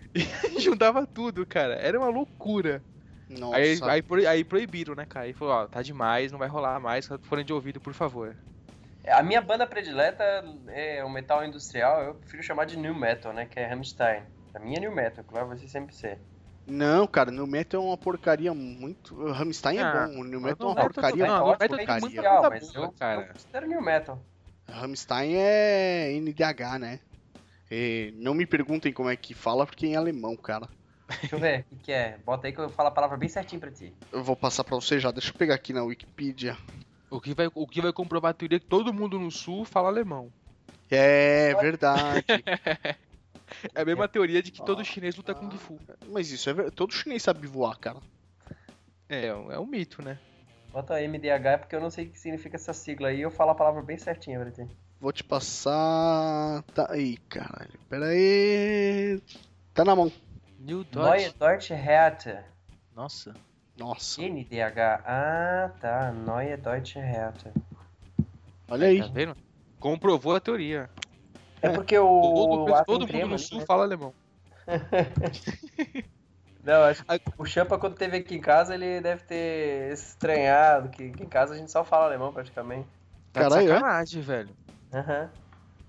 Speaker 1: e juntava tudo, cara. Era uma loucura.
Speaker 3: Nossa.
Speaker 1: Aí, aí, pro- aí proibiram, né, cara? Aí falou: ó, tá demais, não vai rolar mais, fone de ouvido, por favor.
Speaker 4: É, A minha banda predileta é o metal industrial, eu prefiro chamar de new metal, né? Que é Rammstein. A minha é new metal, claro, vai ser sempre ser.
Speaker 3: Não, cara, New Metal é uma porcaria muito. O Rammstein
Speaker 1: Ah,
Speaker 3: é bom, o New
Speaker 1: mas
Speaker 3: Metal é
Speaker 1: não
Speaker 3: uma
Speaker 1: é tudo
Speaker 3: porcaria.
Speaker 1: bem, não,
Speaker 3: uma
Speaker 1: não é tudo bem,
Speaker 3: porcaria.
Speaker 1: muita
Speaker 4: industrial,
Speaker 1: coisa
Speaker 4: mas
Speaker 1: boa,
Speaker 4: eu,
Speaker 1: cara.
Speaker 4: eu considero new metal.
Speaker 3: Rammstein é NDH, né? E não me perguntem como é que fala, porque é em alemão, cara.
Speaker 4: Deixa eu ver o que, que é. Bota aí que eu falo a palavra bem certinho pra ti.
Speaker 3: Eu vou passar pra você já, deixa eu pegar aqui na Wikipedia.
Speaker 1: O que vai, o que vai comprovar a teoria é que todo mundo no sul fala alemão.
Speaker 3: É verdade.
Speaker 1: É a mesma teoria de que todo chinês luta com Kung Fu.
Speaker 3: Mas isso é verdade. Todo chinês sabe voar, cara.
Speaker 1: É, é um é um mito, né?
Speaker 4: Bota MDH é porque eu não sei o que significa essa sigla aí. Eu falo a palavra bem certinha pra ti.
Speaker 3: Vou te passar. Tá aí, caralho. Pera aí. Tá na mão.
Speaker 1: New
Speaker 4: Neue
Speaker 1: Dodge.
Speaker 4: Deutsche Härte.
Speaker 1: Nossa.
Speaker 3: Nossa.
Speaker 4: NDH. Ah, tá. Neue Deutsche Härte.
Speaker 3: Olha aí.
Speaker 1: Tá vendo? Comprovou a teoria.
Speaker 4: É porque o.
Speaker 1: Todo,
Speaker 4: o Atom
Speaker 1: todo mundo
Speaker 4: Crema,
Speaker 1: no
Speaker 4: né?
Speaker 1: sul fala alemão.
Speaker 4: Não, acho que o Champa, quando teve aqui em casa, ele deve ter estranhado, que aqui em casa a gente só fala alemão praticamente.
Speaker 1: Tá de
Speaker 3: Caralho, é?
Speaker 1: sacanagem, velho.
Speaker 4: Aham.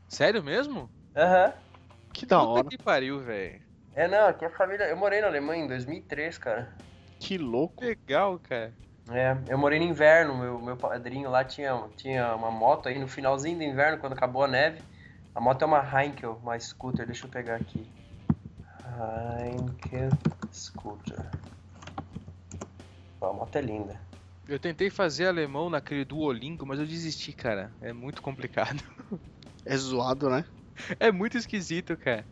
Speaker 1: Sério mesmo?
Speaker 4: Aham.
Speaker 3: Que da
Speaker 1: Puta
Speaker 3: hora.
Speaker 1: que pariu, velho.
Speaker 4: É, não, aqui a família. Eu morei na Alemanha em 2003, cara.
Speaker 3: Que louco.
Speaker 1: Legal, cara.
Speaker 4: É, eu morei no inverno, meu, meu padrinho lá tinha, tinha uma moto aí no finalzinho do inverno, quando acabou a neve. A moto é uma Heinkel, uma scooter, deixa eu pegar aqui. Heinkel Scooter. Ó, a moto é linda.
Speaker 1: Eu tentei fazer alemão naquele Duolingo, mas eu desisti, cara. É muito complicado.
Speaker 3: É zoado, né?
Speaker 1: É muito esquisito, cara.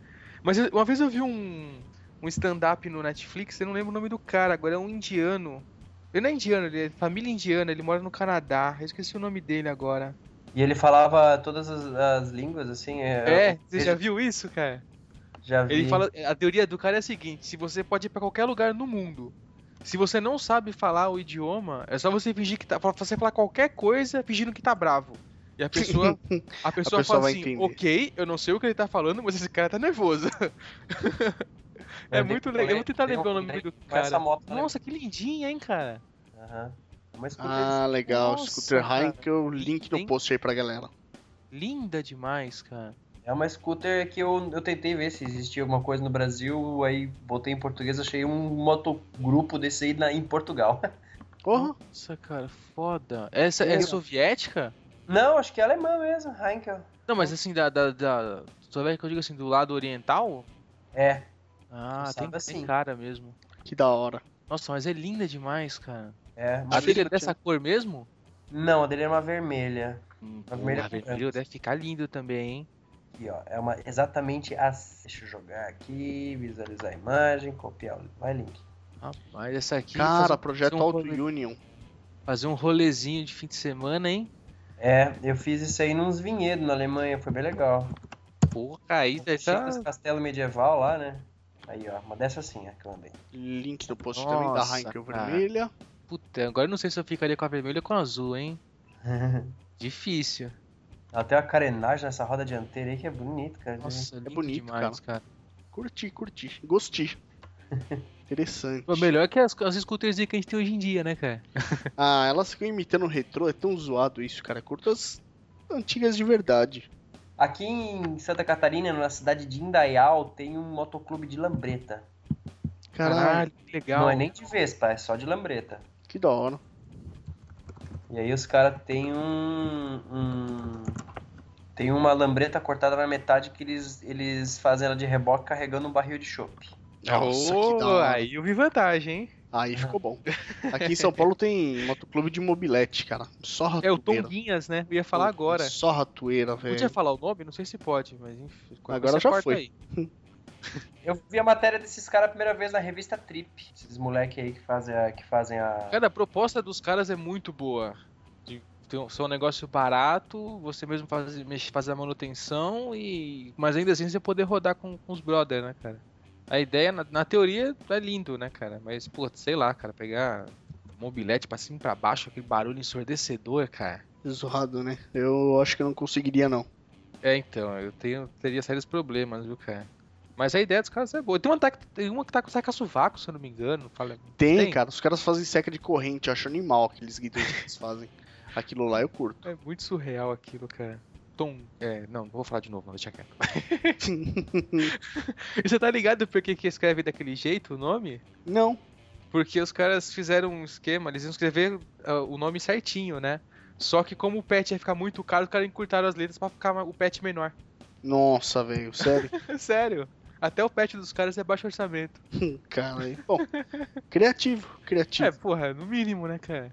Speaker 1: Mas eu- uma vez eu vi um, um stand-up no Netflix, eu não lembro o nome do cara, agora é um indiano. Ele não é indiano, ele é família indiana, ele mora no Canadá. Eu esqueci o nome dele agora.
Speaker 4: E ele falava todas as, as línguas, assim. É,
Speaker 1: É, você já viu isso, cara?
Speaker 4: Já vi.
Speaker 1: Ele fala, a teoria do cara é a seguinte: se você pode ir pra qualquer lugar no mundo, se você não sabe falar o idioma, é só você fingir que tá, fa- você falar qualquer coisa fingindo que tá bravo. E a pessoa, a pessoa,
Speaker 3: pessoa
Speaker 1: fala
Speaker 3: vai
Speaker 1: assim:
Speaker 3: entender.
Speaker 1: "OK, eu não sei o que ele tá falando, mas esse cara tá nervoso". é
Speaker 4: Eu
Speaker 1: muito
Speaker 4: dei-
Speaker 1: legal. Eu vou tentar
Speaker 4: dei um
Speaker 1: lembrar o nome
Speaker 4: Andrei
Speaker 1: do
Speaker 4: com essa
Speaker 1: cara.
Speaker 4: moto, né?
Speaker 1: Nossa, que lindinha, hein, cara?
Speaker 4: Aham. Uma scooter.
Speaker 3: Ah, legal.
Speaker 1: Nossa,
Speaker 3: Scooter
Speaker 1: cara.
Speaker 3: Heinkel, link no
Speaker 1: Link.
Speaker 3: post aí pra galera.
Speaker 1: Linda demais, cara.
Speaker 4: É uma scooter que eu, eu tentei ver se existia alguma coisa no Brasil, aí botei em português, achei um motogrupo desse aí na, em Portugal.
Speaker 3: Porra,
Speaker 1: Nossa, cara, foda. Essa é
Speaker 4: Eu-
Speaker 1: soviética?
Speaker 4: Não, acho que é alemã mesmo, Heinkel.
Speaker 1: Não, mas assim da da, da soviética, eu digo assim, do lado oriental?
Speaker 4: É,
Speaker 1: Ah,
Speaker 4: Pensava
Speaker 1: tem, tem
Speaker 4: assim.
Speaker 1: cara mesmo.
Speaker 3: que da hora.
Speaker 1: Nossa, mas é linda demais, cara.
Speaker 4: é. Uma
Speaker 1: A
Speaker 4: vez
Speaker 1: dele é
Speaker 4: eu tinha-
Speaker 1: dessa cor mesmo?
Speaker 4: Não, a dele é uma vermelha.
Speaker 1: Hum,
Speaker 4: A vermelha
Speaker 3: é
Speaker 1: porra,
Speaker 4: com
Speaker 1: vermelho deve ficar lindo também, hein?
Speaker 4: Aqui, ó. É uma exatamente as. Deixa eu jogar aqui, visualizar a imagem, copiar o. Vai, Link.
Speaker 1: Rapaz, essa aqui.
Speaker 3: Cara,
Speaker 1: fazer,
Speaker 3: projeto
Speaker 1: um
Speaker 3: Auto
Speaker 1: rolê.
Speaker 3: Union.
Speaker 1: fazer um rolezinho de fim de semana, hein?
Speaker 4: É, eu fiz isso aí nos vinhedos na Alemanha, foi bem legal.
Speaker 1: Porra, aí tá.
Speaker 4: Cheio dos castelo medieval lá, né? Aí, ó, uma dessa assim, é que eu andei.
Speaker 3: Link no post
Speaker 1: Nossa,
Speaker 3: também da Heinkel
Speaker 1: cara.
Speaker 3: vermelha.
Speaker 1: Puta, agora eu não sei se eu ficaria com a vermelha ou com a azul, hein? Difícil.
Speaker 4: Ela tem uma carenagem nessa roda dianteira aí que é bonito, cara.
Speaker 1: Nossa, lindo
Speaker 3: é bonito,
Speaker 1: demais, cara.
Speaker 3: Curti, curti. Gostei. Interessante.
Speaker 1: Pô, Melhor que as, as scooters que a gente tem hoje em dia, né, cara?
Speaker 3: Ah, elas ficam imitando o retrô, é tão zoado isso, cara. Curto as antigas de verdade.
Speaker 4: Aqui em Santa Catarina, na cidade de Indaial, tem um motoclube de lambreta.
Speaker 3: Caralho,
Speaker 1: que legal.
Speaker 4: Não é nem de Vespa, é só de lambreta.
Speaker 3: que da hora.
Speaker 4: E aí os caras têm um, um- Tem uma lambreta cortada na metade que eles, eles fazem ela de reboque carregando um barril de chope.
Speaker 3: Nossa,
Speaker 1: Ô,
Speaker 3: que da hora.
Speaker 1: Aí eu vi vantagem, hein?
Speaker 3: Aí ficou bom. Aqui em São Paulo tem motoclube de mobilete, cara. Só
Speaker 1: É
Speaker 3: ratoeira.
Speaker 1: o Tonguinhas, né? Eu ia falar agora.
Speaker 3: Só ratoeira,
Speaker 1: Podia
Speaker 3: velho.
Speaker 1: falar o nome? Não sei se pode, mas enfim. qualquer
Speaker 3: Agora
Speaker 1: coisa
Speaker 3: já
Speaker 1: corta
Speaker 3: foi.
Speaker 1: aí.
Speaker 4: Eu vi a matéria desses caras a primeira vez na revista Trip. Esses moleque aí que fazem a. Que fazem a...
Speaker 1: Cara, a proposta dos caras é muito boa. De ter um- ser um negócio barato, você mesmo faz, mex- fazer a manutenção e. Mas ainda assim você poder rodar com, com os brother, né, cara? A ideia, na, na teoria, é lindo, né, cara? Mas, pô, sei lá, cara, pegar um mobilete pra cima e pra baixo, aquele barulho ensurdecedor, cara.
Speaker 3: Zoado, né? Eu acho que eu não conseguiria, não.
Speaker 1: É, então, eu tenho, teria sérios problemas, viu, cara? Mas a ideia dos caras é boa. Tem uma, tá- tem uma que tá com saca-sovaco, se eu não me engano. Fala,
Speaker 3: Tem,
Speaker 1: Tem?
Speaker 3: cara. Os caras fazem seca de corrente. Eu acho animal aqueles guidões que eles fazem. Aquilo lá eu curto.
Speaker 1: É muito surreal aquilo, cara. Tom. É, não, não vou falar de novo, não, deixa quieto. e você tá ligado por que que escreve daquele jeito o nome?
Speaker 3: Não.
Speaker 1: Porque os caras fizeram um esquema, eles iam escrever ah, o nome certinho, né? Só que como o pet ia ficar muito caro, os caras encurtaram as letras pra ficar ma- o pet menor.
Speaker 3: Nossa, velho. Sério.
Speaker 1: Sério. Até o pet dos caras é baixo orçamento.
Speaker 3: cara, aí. Bom, criativo, criativo.
Speaker 1: É, porra, no mínimo, né, cara?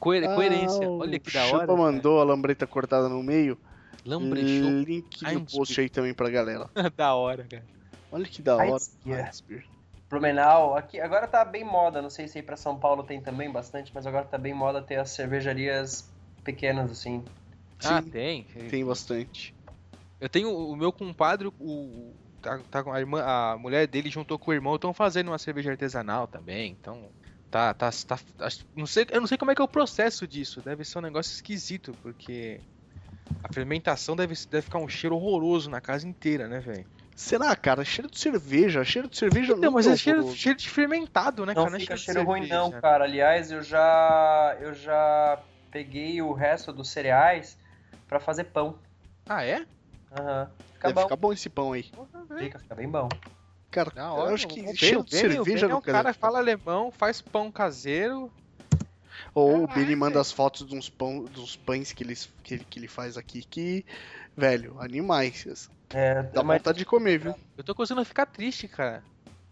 Speaker 1: Coer-
Speaker 3: Ah,
Speaker 1: é coerência.
Speaker 3: o
Speaker 1: Olha que da hora.
Speaker 3: Champa
Speaker 1: cara.
Speaker 3: mandou a lambreta cortada no meio.
Speaker 1: Lambrechou.
Speaker 3: Link no post
Speaker 1: Einspir.
Speaker 3: aí também pra galera.
Speaker 1: da hora, cara.
Speaker 3: Olha que da hora.
Speaker 4: Einspir.
Speaker 3: Einspir.
Speaker 4: Blumenau, aqui agora tá bem moda, não sei se aí pra São Paulo tem também bastante, mas agora tá bem moda ter as cervejarias pequenas assim.
Speaker 1: ah,
Speaker 3: Sim,
Speaker 1: tem.
Speaker 3: tem bastante.
Speaker 1: Eu tenho o meu compadre, o tá, tá com a irmã, a mulher dele juntou com o irmão, estão fazendo uma cerveja artesanal também, então tá tá, tá acho- não sei, eu não sei como é que é o processo disso, deve ser um negócio esquisito, porque A fermentação deve, deve ficar um cheiro horroroso na casa inteira, né, velho?
Speaker 3: Será, cara? Cheiro de cerveja. Cheiro de cerveja
Speaker 1: Não, mas
Speaker 3: é
Speaker 1: é cheiro,
Speaker 3: horroroso.
Speaker 1: cheiro de fermentado, né,
Speaker 2: Não
Speaker 1: cara? é
Speaker 2: fica
Speaker 1: de
Speaker 2: cheiro ruim
Speaker 1: cerveja,
Speaker 2: não,
Speaker 1: né?
Speaker 4: Cara, aliás, eu já eu já peguei o resto dos cereais pra fazer pão.
Speaker 1: Ah, é?
Speaker 4: Aham. Fica
Speaker 3: Deve
Speaker 4: bom.
Speaker 3: ficar bom esse pão aí.
Speaker 4: Fica, fica bem bom.
Speaker 3: Cara,
Speaker 1: Da
Speaker 3: eu
Speaker 1: hora,
Speaker 3: acho que
Speaker 1: o Ben-
Speaker 3: cheiro de
Speaker 1: o Ben- o
Speaker 3: cerveja
Speaker 1: Ben é
Speaker 3: não
Speaker 1: um
Speaker 3: cara.
Speaker 1: cara que fala alemão, faz pão caseiro.
Speaker 3: Ou o
Speaker 1: Caralho,
Speaker 3: Benny manda
Speaker 1: velho.
Speaker 3: as fotos de uns pão, dos pães que, eles, que, ele, que ele faz aqui que, velho, animais.
Speaker 4: É,
Speaker 3: Dá
Speaker 4: mas
Speaker 3: vontade de comer, viu?
Speaker 1: Eu tô começando a ficar triste, cara.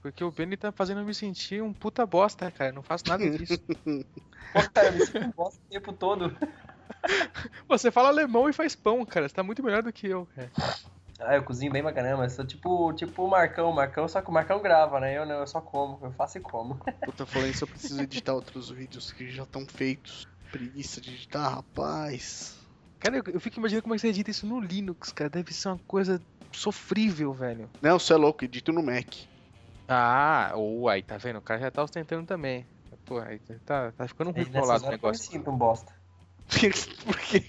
Speaker 1: Porque o Benny tá fazendo eu me sentir um puta bosta, cara. Eu não faço nada disso.
Speaker 4: pô, cara, eu me sinto bosta o tempo todo.
Speaker 1: Você fala alemão e faz pão, cara. Você tá muito melhor do que eu, cara.
Speaker 4: Ah, eu cozinho bem pra caramba. Eu sou tipo, tipo o Marcão, Marcão, só que o Marcão grava, né? Eu não, eu só como, eu faço e como.
Speaker 3: Puta, falando isso, eu preciso editar outros vídeos que já estão feitos. Preguiça de editar, rapaz.
Speaker 1: Cara, eu, eu fico imaginando como é que você edita isso no Linux, cara. Deve ser uma coisa sofrível, velho.
Speaker 3: Não, você é louco, edito no Mac.
Speaker 1: Ah, ou aí, tá vendo? O cara já tá ostentando também. Pô, aí tá, tá ficando
Speaker 4: E
Speaker 1: muito
Speaker 4: nessas
Speaker 1: colado o
Speaker 4: horas que eu me
Speaker 1: negócio.
Speaker 4: sinto um bosta.
Speaker 3: Por quê?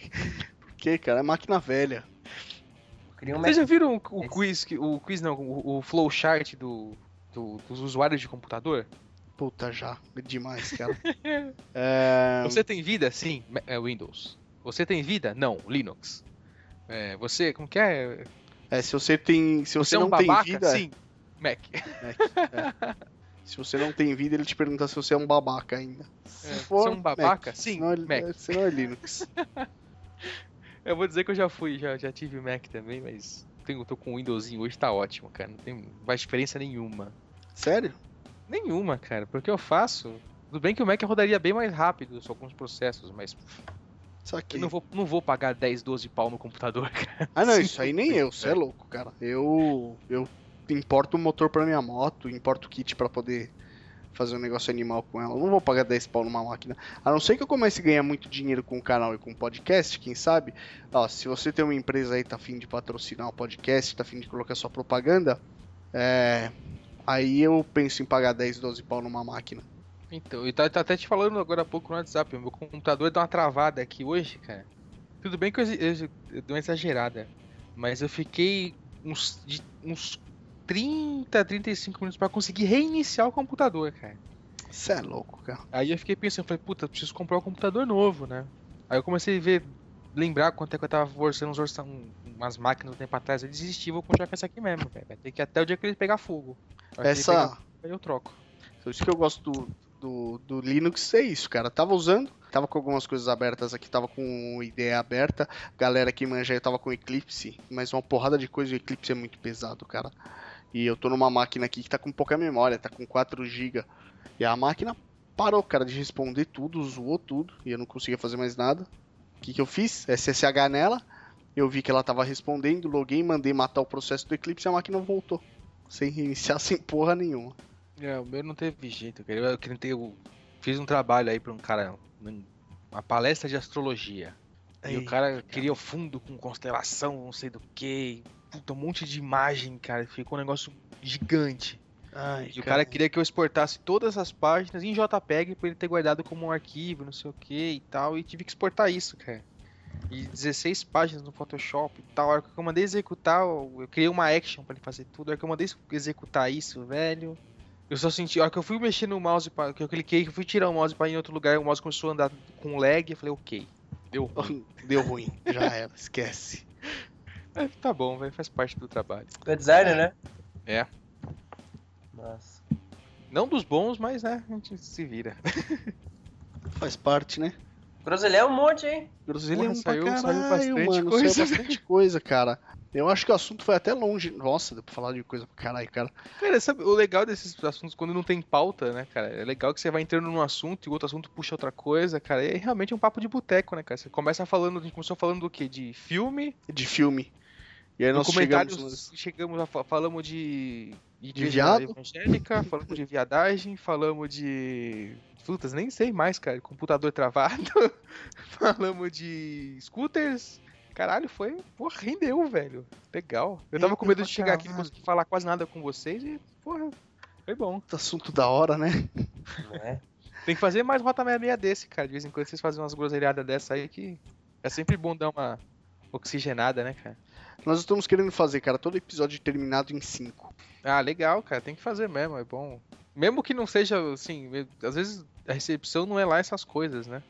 Speaker 3: Por quê, cara? É máquina velha.
Speaker 4: Eu queria um Mac
Speaker 1: Vocês já viram o
Speaker 4: Esse-
Speaker 1: quiz, que- o quiz não, o, o flowchart do- do, dos usuários de computador?
Speaker 3: Puta, já. É Demais, cara. É,
Speaker 1: Você tem vida? Sim, Ma- é Windows. Você tem vida? Não, Linux. É, você, como que é?
Speaker 3: é, se você tem. Se você,
Speaker 1: é um
Speaker 3: não
Speaker 1: babaca?
Speaker 3: tem vida.
Speaker 1: Sim, Mac.
Speaker 3: Se você não tem vida, ele te pergunta se você é um babaca ainda.
Speaker 1: É,
Speaker 3: Se
Speaker 1: você é um babaca? Sim,
Speaker 3: Senão é,
Speaker 1: Mac.
Speaker 3: é, senão é Linux.
Speaker 1: Eu vou dizer que eu já fui, já, já tive Mac também, mas tenho, tô com o Windowsinho hoje, tá ótimo, cara. Não tem não faz diferença nenhuma.
Speaker 3: Sério?
Speaker 1: Nenhuma, cara, porque eu faço. Tudo bem que o Mac rodaria bem mais rápido só alguns processos, mas
Speaker 3: Isso aqui.
Speaker 1: eu não vou, não vou pagar 10, 12 pau no computador, cara.
Speaker 3: Ah, não,
Speaker 1: Sim.
Speaker 3: isso aí nem eu, você é louco, cara. Eu eu importo o motor pra minha moto, importo o kit pra poder fazer um negócio animal com ela. Eu não vou pagar 10 pau numa máquina. A não ser que eu comece a ganhar muito dinheiro com o canal e com o podcast, quem sabe? Ó, se você tem uma empresa aí tá afim de patrocinar o podcast, tá afim de colocar sua propaganda, é, aí eu penso em pagar 10, 12 pau numa máquina.
Speaker 1: Então, eu tá, tá até te falando agora há pouco no WhatsApp, meu computador deu uma travada aqui hoje, cara. Tudo bem que eu, eu- eu dei uma exagerada, mas eu fiquei uns, de- uns 30, 35 minutos pra conseguir reiniciar o computador, cara.
Speaker 3: Você é louco, cara.
Speaker 1: Aí eu fiquei pensando, falei, puta, preciso comprar um computador novo, né? Aí eu comecei a ver, lembrar quanto é que eu tava forçando uns orça- um- umas máquinas um tempo atrás, eu desisti, vou continuar com essa aqui mesmo, velho. Vai ter que ir até o dia que ele pegar fogo. Aí se ele
Speaker 3: Essa.
Speaker 1: pegar fogo, Aí eu troco.
Speaker 3: Por isso que eu gosto do, do, do Linux, é isso, cara. Tava usando, tava com algumas coisas abertas aqui, tava com o IDE aberta. Galera que manja, eu tava com o Eclipse, mas uma porrada de coisa, o Eclipse é muito pesado, cara. E eu tô numa máquina aqui que tá com pouca memória, tá com 4 GB. E a máquina parou, cara, de responder tudo, zoou tudo, e eu não conseguia fazer mais nada. O que, que eu fiz? SSH nela, eu vi que ela tava respondendo, loguei, mandei matar o processo do Eclipse e a máquina voltou. Sem reiniciar, sem porra nenhuma.
Speaker 1: É, o meu não teve jeito, cara. Eu, eu tentei- eu fiz um trabalho aí pra um cara, num- uma palestra de astrologia. e o
Speaker 3: Eita,
Speaker 1: cara queria o fundo com constelação, não sei do que. Puta, um monte de imagem, cara. Ficou um negócio gigante.
Speaker 3: Ai,
Speaker 1: E o cara queria que eu exportasse todas as páginas em JPEG pra ele ter guardado como um arquivo, não sei o que e tal. E tive que exportar isso, cara. E 16 páginas no Photoshop e tal. A hora que eu mandei executar, eu eu criei uma action pra ele fazer tudo. A hora que eu mandei executar isso, velho. Eu só senti, a hora que eu fui mexer no mouse, pra, que eu cliquei, que eu fui tirar o mouse pra ir em outro lugar, o mouse começou a andar com lag. Eu falei, ok. Deu. ruim.
Speaker 3: Deu ruim, já era, esquece.
Speaker 1: É, tá bó, bom, velho, faz parte do trabalho.
Speaker 4: Tu é designer, né?
Speaker 1: É.
Speaker 4: Nossa.
Speaker 1: Não dos bons, mas né, a gente se vira.
Speaker 3: Faz parte, né?
Speaker 4: Groselha é um monte, hein?
Speaker 3: Groselha é
Speaker 1: Porra,
Speaker 3: um pra
Speaker 1: saiu- saiu
Speaker 3: caralho,
Speaker 1: bastante
Speaker 3: mano,
Speaker 1: coisa.
Speaker 3: Saiu bastante coisa, cara. Eu acho que o assunto foi até longe. Nossa, deu pra falar de coisa pra caralho, cara.
Speaker 1: Cara, sabe, o legal desses assuntos quando não tem pauta, né, cara? É legal que você vai entrando num assunto e o outro assunto puxa outra coisa, cara. É realmente um papo de boteco, né, cara? Você começa falando, a gente começou falando do quê? De filme,
Speaker 3: De filme. E aí
Speaker 1: no
Speaker 3: nós
Speaker 1: comentário
Speaker 3: chegamos...
Speaker 1: chegamos,
Speaker 3: nos-
Speaker 1: a fa- falamos de igreja
Speaker 3: viado.
Speaker 1: evangélica, falamos de viadagem, falamos de frutas, nem sei mais, cara, computador travado. falamos de scooters. Caralho, foi, porra, rendeu, velho. Legal. Eu tava
Speaker 3: Rendeu
Speaker 1: com medo
Speaker 3: pra
Speaker 1: de chegar aqui e não
Speaker 3: caralho.
Speaker 1: conseguir falar quase nada com vocês e, porra, foi bom.
Speaker 3: Assunto da hora, né?
Speaker 4: Não é?
Speaker 1: Tem que fazer mais Rota 66 desse, cara. De vez em quando vocês fazem umas groselhadas dessa aí que é sempre bom dar uma, Oxigenada, né, cara?
Speaker 3: Nós estamos querendo fazer, cara, todo episódio terminado em 5.
Speaker 1: Ah, legal, cara. Tem que fazer mesmo, é bom. Mesmo que não seja, assim, me- às vezes a recepção não é lá essas coisas, né?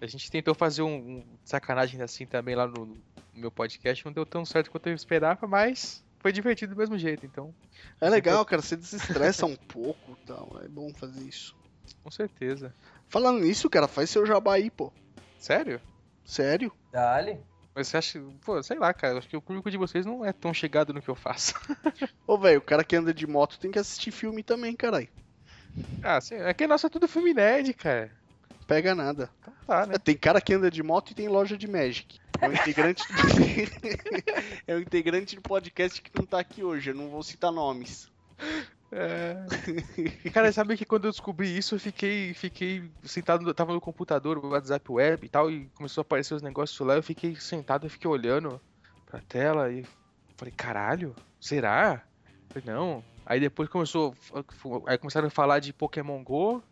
Speaker 1: A gente tentou fazer um, um sacanagem assim também lá no, no meu podcast, não deu tão certo quanto eu esperava, mas foi divertido do mesmo jeito, então,
Speaker 3: É legal, cara, você desestressa um pouco e tal. É bom fazer isso.
Speaker 1: com certeza.
Speaker 3: Falando nisso, cara, faz seu jabá aí, pô.
Speaker 1: Sério?
Speaker 3: Sério?
Speaker 4: Dali.
Speaker 1: Mas você acha, pô, sei lá, cara, eu acho que o público de vocês não é tão chegado no que eu faço.
Speaker 3: Ô, velho, o cara que anda de moto tem que assistir filme também, caralho.
Speaker 1: ah, sim, é que nossa é tudo filme nerd, cara.
Speaker 3: Pega nada.
Speaker 1: Então tá, né?
Speaker 3: É, Tem cara que anda de moto e tem loja de Magic. É um integrante do... é um integrante do podcast que não tá aqui hoje, eu não vou citar nomes.
Speaker 1: É. Cara, sabe que quando eu descobri isso, eu fiquei, fiquei sentado, no- tava no computador, o WhatsApp web e tal, e começou a aparecer os negócios lá, eu fiquei sentado, eu fiquei olhando pra tela e falei, caralho, será? Eu Falei, não. Aí depois começou, aí começaram a falar de Pokémon GO,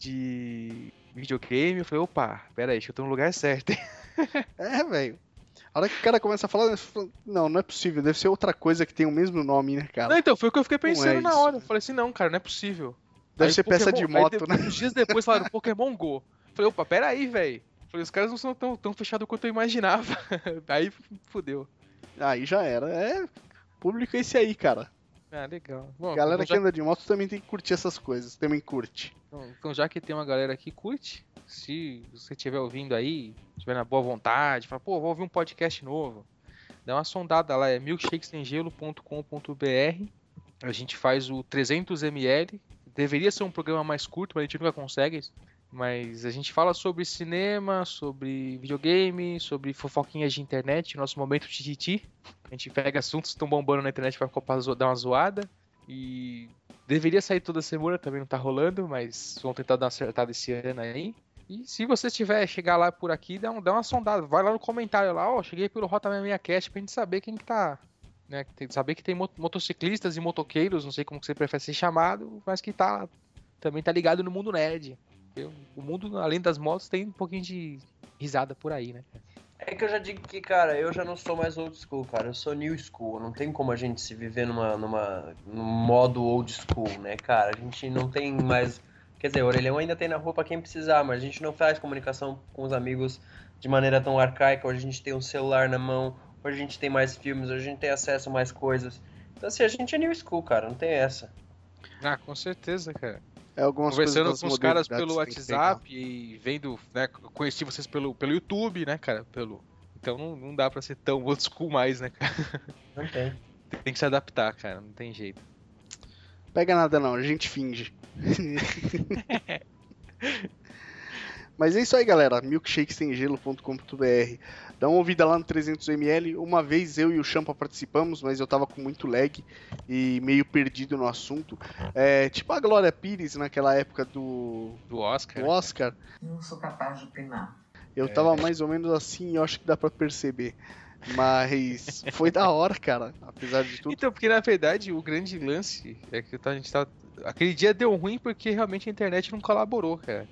Speaker 1: de videogame, eu falei, opa, pera aí, acho que eu tô no lugar certo.
Speaker 3: É, velho. A hora que o cara começa a falar, eu falo, não, não é possível, deve ser outra coisa que tem o mesmo nome, né, cara?
Speaker 1: Não, então, foi o que eu fiquei
Speaker 3: Não é
Speaker 1: pensando na
Speaker 3: isso.
Speaker 1: hora, eu falei assim, não, cara, não é possível.
Speaker 3: Deve
Speaker 1: Aí
Speaker 3: ser peça de
Speaker 1: Pokémon- aí
Speaker 3: moto, né?
Speaker 1: de- Uns dias depois falaram Pokémon Go. Falei, opa, peraí, velho. Falei, os caras não são tão, tão fechados quanto eu imaginava. aí fudeu.
Speaker 3: Aí já era. É, público é esse aí, cara.
Speaker 1: Ah, legal. Bom,
Speaker 3: Galera que
Speaker 1: então, já,
Speaker 3: anda de moto também tem que curtir essas coisas, também curte.
Speaker 1: então- então já que tem uma galera que curte, se você estiver ouvindo aí, estiver na boa vontade, fala, pô, vou ouvir um podcast novo. Dá uma sondada lá, é milkshakestemgelo.com.br. A gente faz o 300ml. Deveria ser um programa mais curto, mas a gente nunca consegue. Mas a gente fala sobre cinema, sobre videogame, sobre fofoquinhas de internet, nosso momento tititi. A gente pega assuntos que estão bombando na internet pra pra zo- dar uma zoada. E deveria sair toda semana, também não tá rolando, mas vão tentar dar uma acertada esse ano aí. E se você tiver, chegar lá por aqui, dá, um, dá uma sondada. Vai lá no comentário lá, ó, cheguei pelo Rota 66cast pra gente saber quem que tá... Né, que tem- saber que tem mo- motociclistas e motoqueiros, não sei como que você prefere ser chamado, mas que tá também tá ligado no mundo nerd. Porque o mundo, além das motos, tem um pouquinho de risada por aí, né?
Speaker 4: É que eu já digo que, cara, eu já não sou mais old school, cara. Eu sou new school. Não tem como a gente se viver numa, numa, num modo old school, né, cara? A gente não tem mais. Quer dizer, orelhão ainda tem na rua pra quem precisar, mas a gente não faz comunicação com os amigos de maneira tão arcaica. Hoje a gente tem um celular na mão, hoje a gente tem mais filmes, hoje a gente tem acesso a mais coisas. Então, assim, a gente é new school, cara. Não tem essa.
Speaker 1: Ah, com certeza, cara.
Speaker 3: É algumas
Speaker 1: Conversando
Speaker 3: coisas das
Speaker 1: com os caras
Speaker 3: modernidades
Speaker 1: pelo
Speaker 3: que tem né? que pegar.
Speaker 1: WhatsApp e vendo, né? Conheci vocês pelo, pelo YouTube, né, cara? Pelo... Então não, não dá pra ser tão old school mais, né, cara?
Speaker 4: Não tem.
Speaker 1: Tem que se adaptar, cara. Não tem jeito.
Speaker 3: Pega nada não, a gente finge. Mas é isso aí, galera. milkshakestemgelo.com.br. Dá uma ouvida lá no 300ml. Uma vez eu e o Champa participamos, mas eu tava com muito lag e meio perdido no assunto. É, tipo a Glória Pires naquela época do,
Speaker 1: Do
Speaker 3: do
Speaker 1: Oscar.
Speaker 3: Oscar.
Speaker 5: Não sou capaz de opinar.
Speaker 1: é.
Speaker 3: Eu tava mais ou menos assim, eu acho que dá pra perceber. Mas foi da hora, cara. Apesar de tudo.
Speaker 1: Então, porque na verdade o grande lance é que a gente tá. Aquele dia deu ruim porque realmente a internet não colaborou, cara.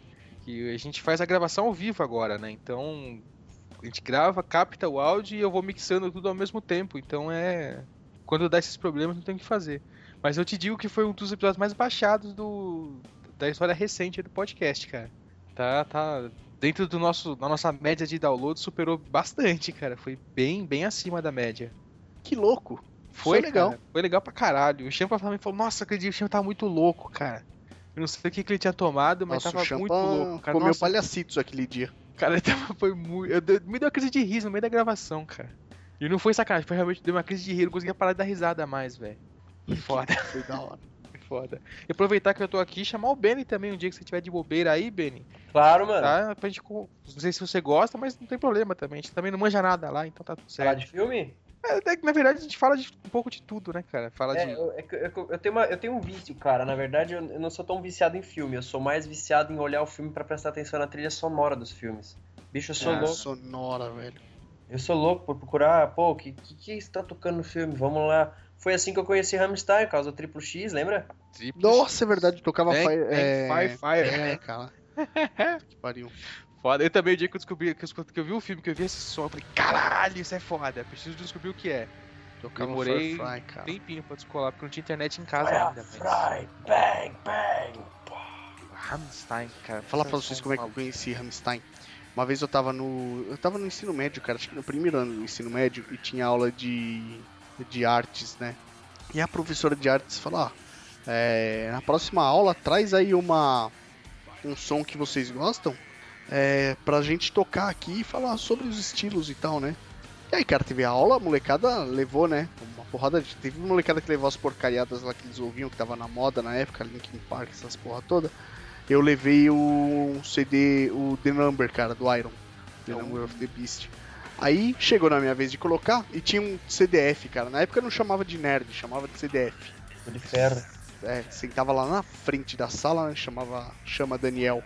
Speaker 1: Que a gente faz a gravação ao vivo agora, né? Então a gente grava, capta o áudio e eu vou mixando tudo ao mesmo tempo. Então é. Quando dá esses problemas, não tem o que fazer. Mas eu te digo que foi um dos episódios mais baixados do da história recente do podcast, cara. Tá, tá dentro do nosso, da nossa média de download superou bastante, cara. Foi bem, bem acima da média.
Speaker 3: Que louco.
Speaker 1: Foi
Speaker 3: Foi é legal.
Speaker 1: legal. foi legal pra caralho. O Champa também falou, nossa, acredito, o Champa tá muito louco, cara. Eu não sei o que, que ele tinha tomado, mas
Speaker 3: Nossa, o
Speaker 1: tava
Speaker 3: Champa
Speaker 1: muito louco. Cara,
Speaker 3: comeu
Speaker 1: nossa,
Speaker 3: palhacitos aquele dia.
Speaker 1: cara ele tava, foi muito. Eu, dei- me deu uma crise de riso no meio da gravação, cara. E não foi sacanagem, foi realmente deu uma crise de riso, não conseguia parar de dar risada mais, velho. Foda,
Speaker 3: Foi da hora.
Speaker 1: foda. E aproveitar que eu tô aqui e chamar o Benny também um dia que você tiver de bobeira aí, Benny.
Speaker 4: Claro, mano.
Speaker 1: Tá? Pra gente. co- Não sei se você gosta, mas não tem problema também. A gente também não manja nada lá, então tá tudo
Speaker 4: Falar
Speaker 1: certo.
Speaker 4: de filme?
Speaker 1: É, até que, na verdade, a gente fala de um pouco de tudo, né, cara? Fala
Speaker 4: É,
Speaker 1: de.
Speaker 4: eu, é que eu- é que eu- eu tenho uma- eu tenho um vício, cara. Na verdade, eu, eu não sou tão viciado em filme. Eu sou mais viciado em olhar o filme pra prestar atenção na trilha sonora dos filmes. Bicho, eu sou
Speaker 1: Ah,
Speaker 3: Nossa,
Speaker 4: louco.
Speaker 3: É, sonora, velho.
Speaker 4: Eu sou louco por procurar, pô, o que, que, que está tocando no filme? Vamos lá. Foi assim que eu conheci Rammstein, por causa do Triplo X, lembra?
Speaker 1: Triplo Né?
Speaker 3: Nossa, é verdade, tocava
Speaker 1: Bang,
Speaker 3: Fire.
Speaker 1: bang,
Speaker 3: É,
Speaker 1: fire, fire.
Speaker 3: é, cara. que pariu.
Speaker 1: foda. Eu também, o dia que eu descobri, que eu, que eu vi o filme, que eu vi esse som, eu falei, caralho, isso é foda, preciso descobrir o que é.
Speaker 3: Tocava
Speaker 1: Demorei
Speaker 3: Firefly, cara.
Speaker 1: Tempinho pra descolar, porque não tinha internet em casa ainda, velho.
Speaker 4: Fry, bang, bang.
Speaker 1: Rammstein, cara.
Speaker 3: Falar pra vocês como é que
Speaker 1: um
Speaker 3: eu conheci Rammstein. Uma vez eu tava no. Eu tava no ensino médio, cara, acho que no primeiro ano do ensino médio, e tinha aula de, de artes, né? E a professora de artes falou, ó, é, na próxima aula traz aí uma um som que vocês gostam é, pra gente tocar aqui e falar sobre os estilos e tal, né? E aí, cara, teve a aula, a molecada levou, né? Uma porrada de. Teve uma molecada que levou as porcariadas lá que eles ouviam, que tava na moda na época, Linkin Park, essas porra toda eu levei o um CD, o The Number, cara, do Iron. The Number of the Beast. Aí chegou na minha vez de colocar e tinha um CDF, cara. Na época eu não chamava de nerd, chamava de CDF.
Speaker 4: De ferro.
Speaker 3: É, sentava lá na frente da sala, né, chamava chama Daniel.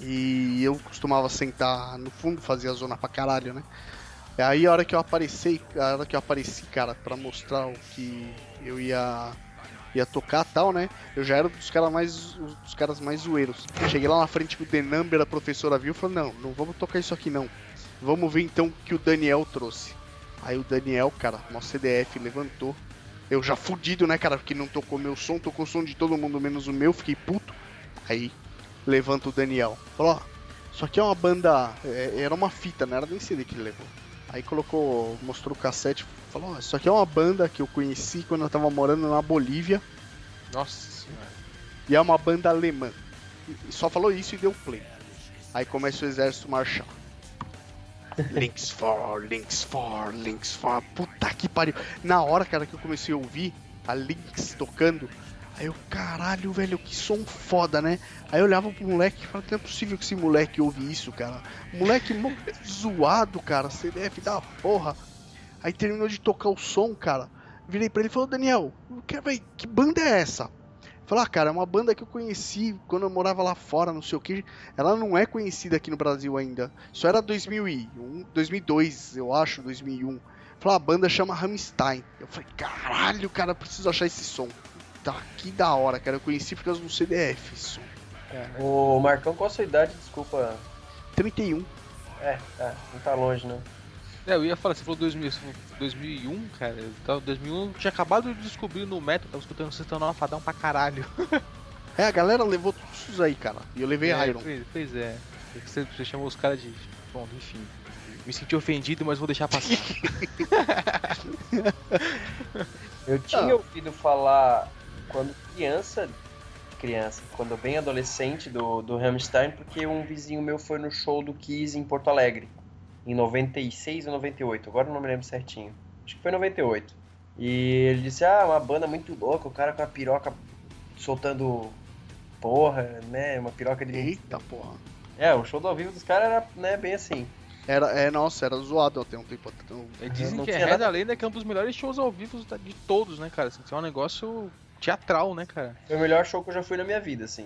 Speaker 3: E eu costumava sentar no fundo, fazia zona pra caralho, né? E Aí a hora que eu apareci, a hora que eu apareci, cara, pra mostrar o que eu ia ia tocar tal, né? Eu já era dos caras mais dos caras mais zoeiros. Cheguei lá na frente com o The Number, a professora viu e falou: "Não, não vamos tocar isso aqui não. Vamos ver então o que o Daniel trouxe". Aí o Daniel, cara, nosso CDF levantou. Eu já fudido, né, cara, porque não tocou meu som, tocou o som de todo mundo menos o meu, fiquei puto. Aí levanta o Daniel. Falou: "Ó, isso aqui é uma banda, é- era uma fita, não era nem CD que ele levou". Aí colocou, mostrou o cassete, falou: "Ó, isso aqui é uma banda que eu conheci quando eu tava morando na Bolívia.
Speaker 1: Nossa senhora.
Speaker 3: E é uma banda alemã. E Só falou isso e deu play. Aí começa o exército marchar. Links for, links for, links for. Puta que pariu. Na hora, cara, que eu comecei a ouvir a Links tocando, aí eu, caralho, velho, que som foda, né? Aí eu olhava pro moleque e falava, não é possível que esse moleque ouve isso, cara. Moleque mó zoado, cara, CDF da porra. Aí terminou de tocar o som, cara. Virei pra ele e falou, Daniel, que, véi, que banda é essa? Falar, ah, cara, é uma banda que eu conheci quando eu morava lá fora, não sei o que. Ela não é conhecida aqui no Brasil ainda. Só era 2001, 2002, eu acho, 2001. Falar, a banda chama Rammstein. Eu falei, caralho, cara, eu preciso achar esse som. Tá, que da hora, cara. Eu conheci por causa do CDF, isso.
Speaker 4: Ô, Marcão, qual a sua idade? Desculpa.
Speaker 3: 31.
Speaker 4: É, tá, não tá longe, não.
Speaker 1: É, eu ia falar, você falou 2000, você falou 2001, cara. Eu tava, 2001 eu tinha acabado de descobrir no Metal, tava escutando Sistema Nafadão pra caralho.
Speaker 3: É, a galera levou tudo isso aí, cara. E eu levei
Speaker 1: é,
Speaker 3: Iron.
Speaker 1: Pois, pois é. É que Você, você chamou os caras de. Bom, enfim. Me senti ofendido, mas vou deixar passar.
Speaker 4: Eu tinha
Speaker 3: Ah.
Speaker 4: ouvido falar quando criança, criança, quando bem adolescente do, do Rammstein, porque um vizinho meu foi no show do Kiss em Porto Alegre, em 96 ou 98, agora eu não me lembro certinho. Acho que foi 98. E ele disse: Ah, uma banda muito louca, o cara com a piroca soltando porra, né? Uma piroca de.
Speaker 3: Eita porra.
Speaker 4: É, o show do ao vivo dos caras era né, bem assim.
Speaker 3: Era, é, nossa, era zoado até um tempo atrás.
Speaker 1: É, Dizem
Speaker 4: não
Speaker 1: que é
Speaker 4: tinha
Speaker 1: Red
Speaker 4: nada.
Speaker 1: da Lenda que é um dos melhores shows ao vivo da- de todos, né, cara? Assim, é um negócio teatral, né, cara?
Speaker 4: Foi o melhor show que eu já fui na minha vida, assim.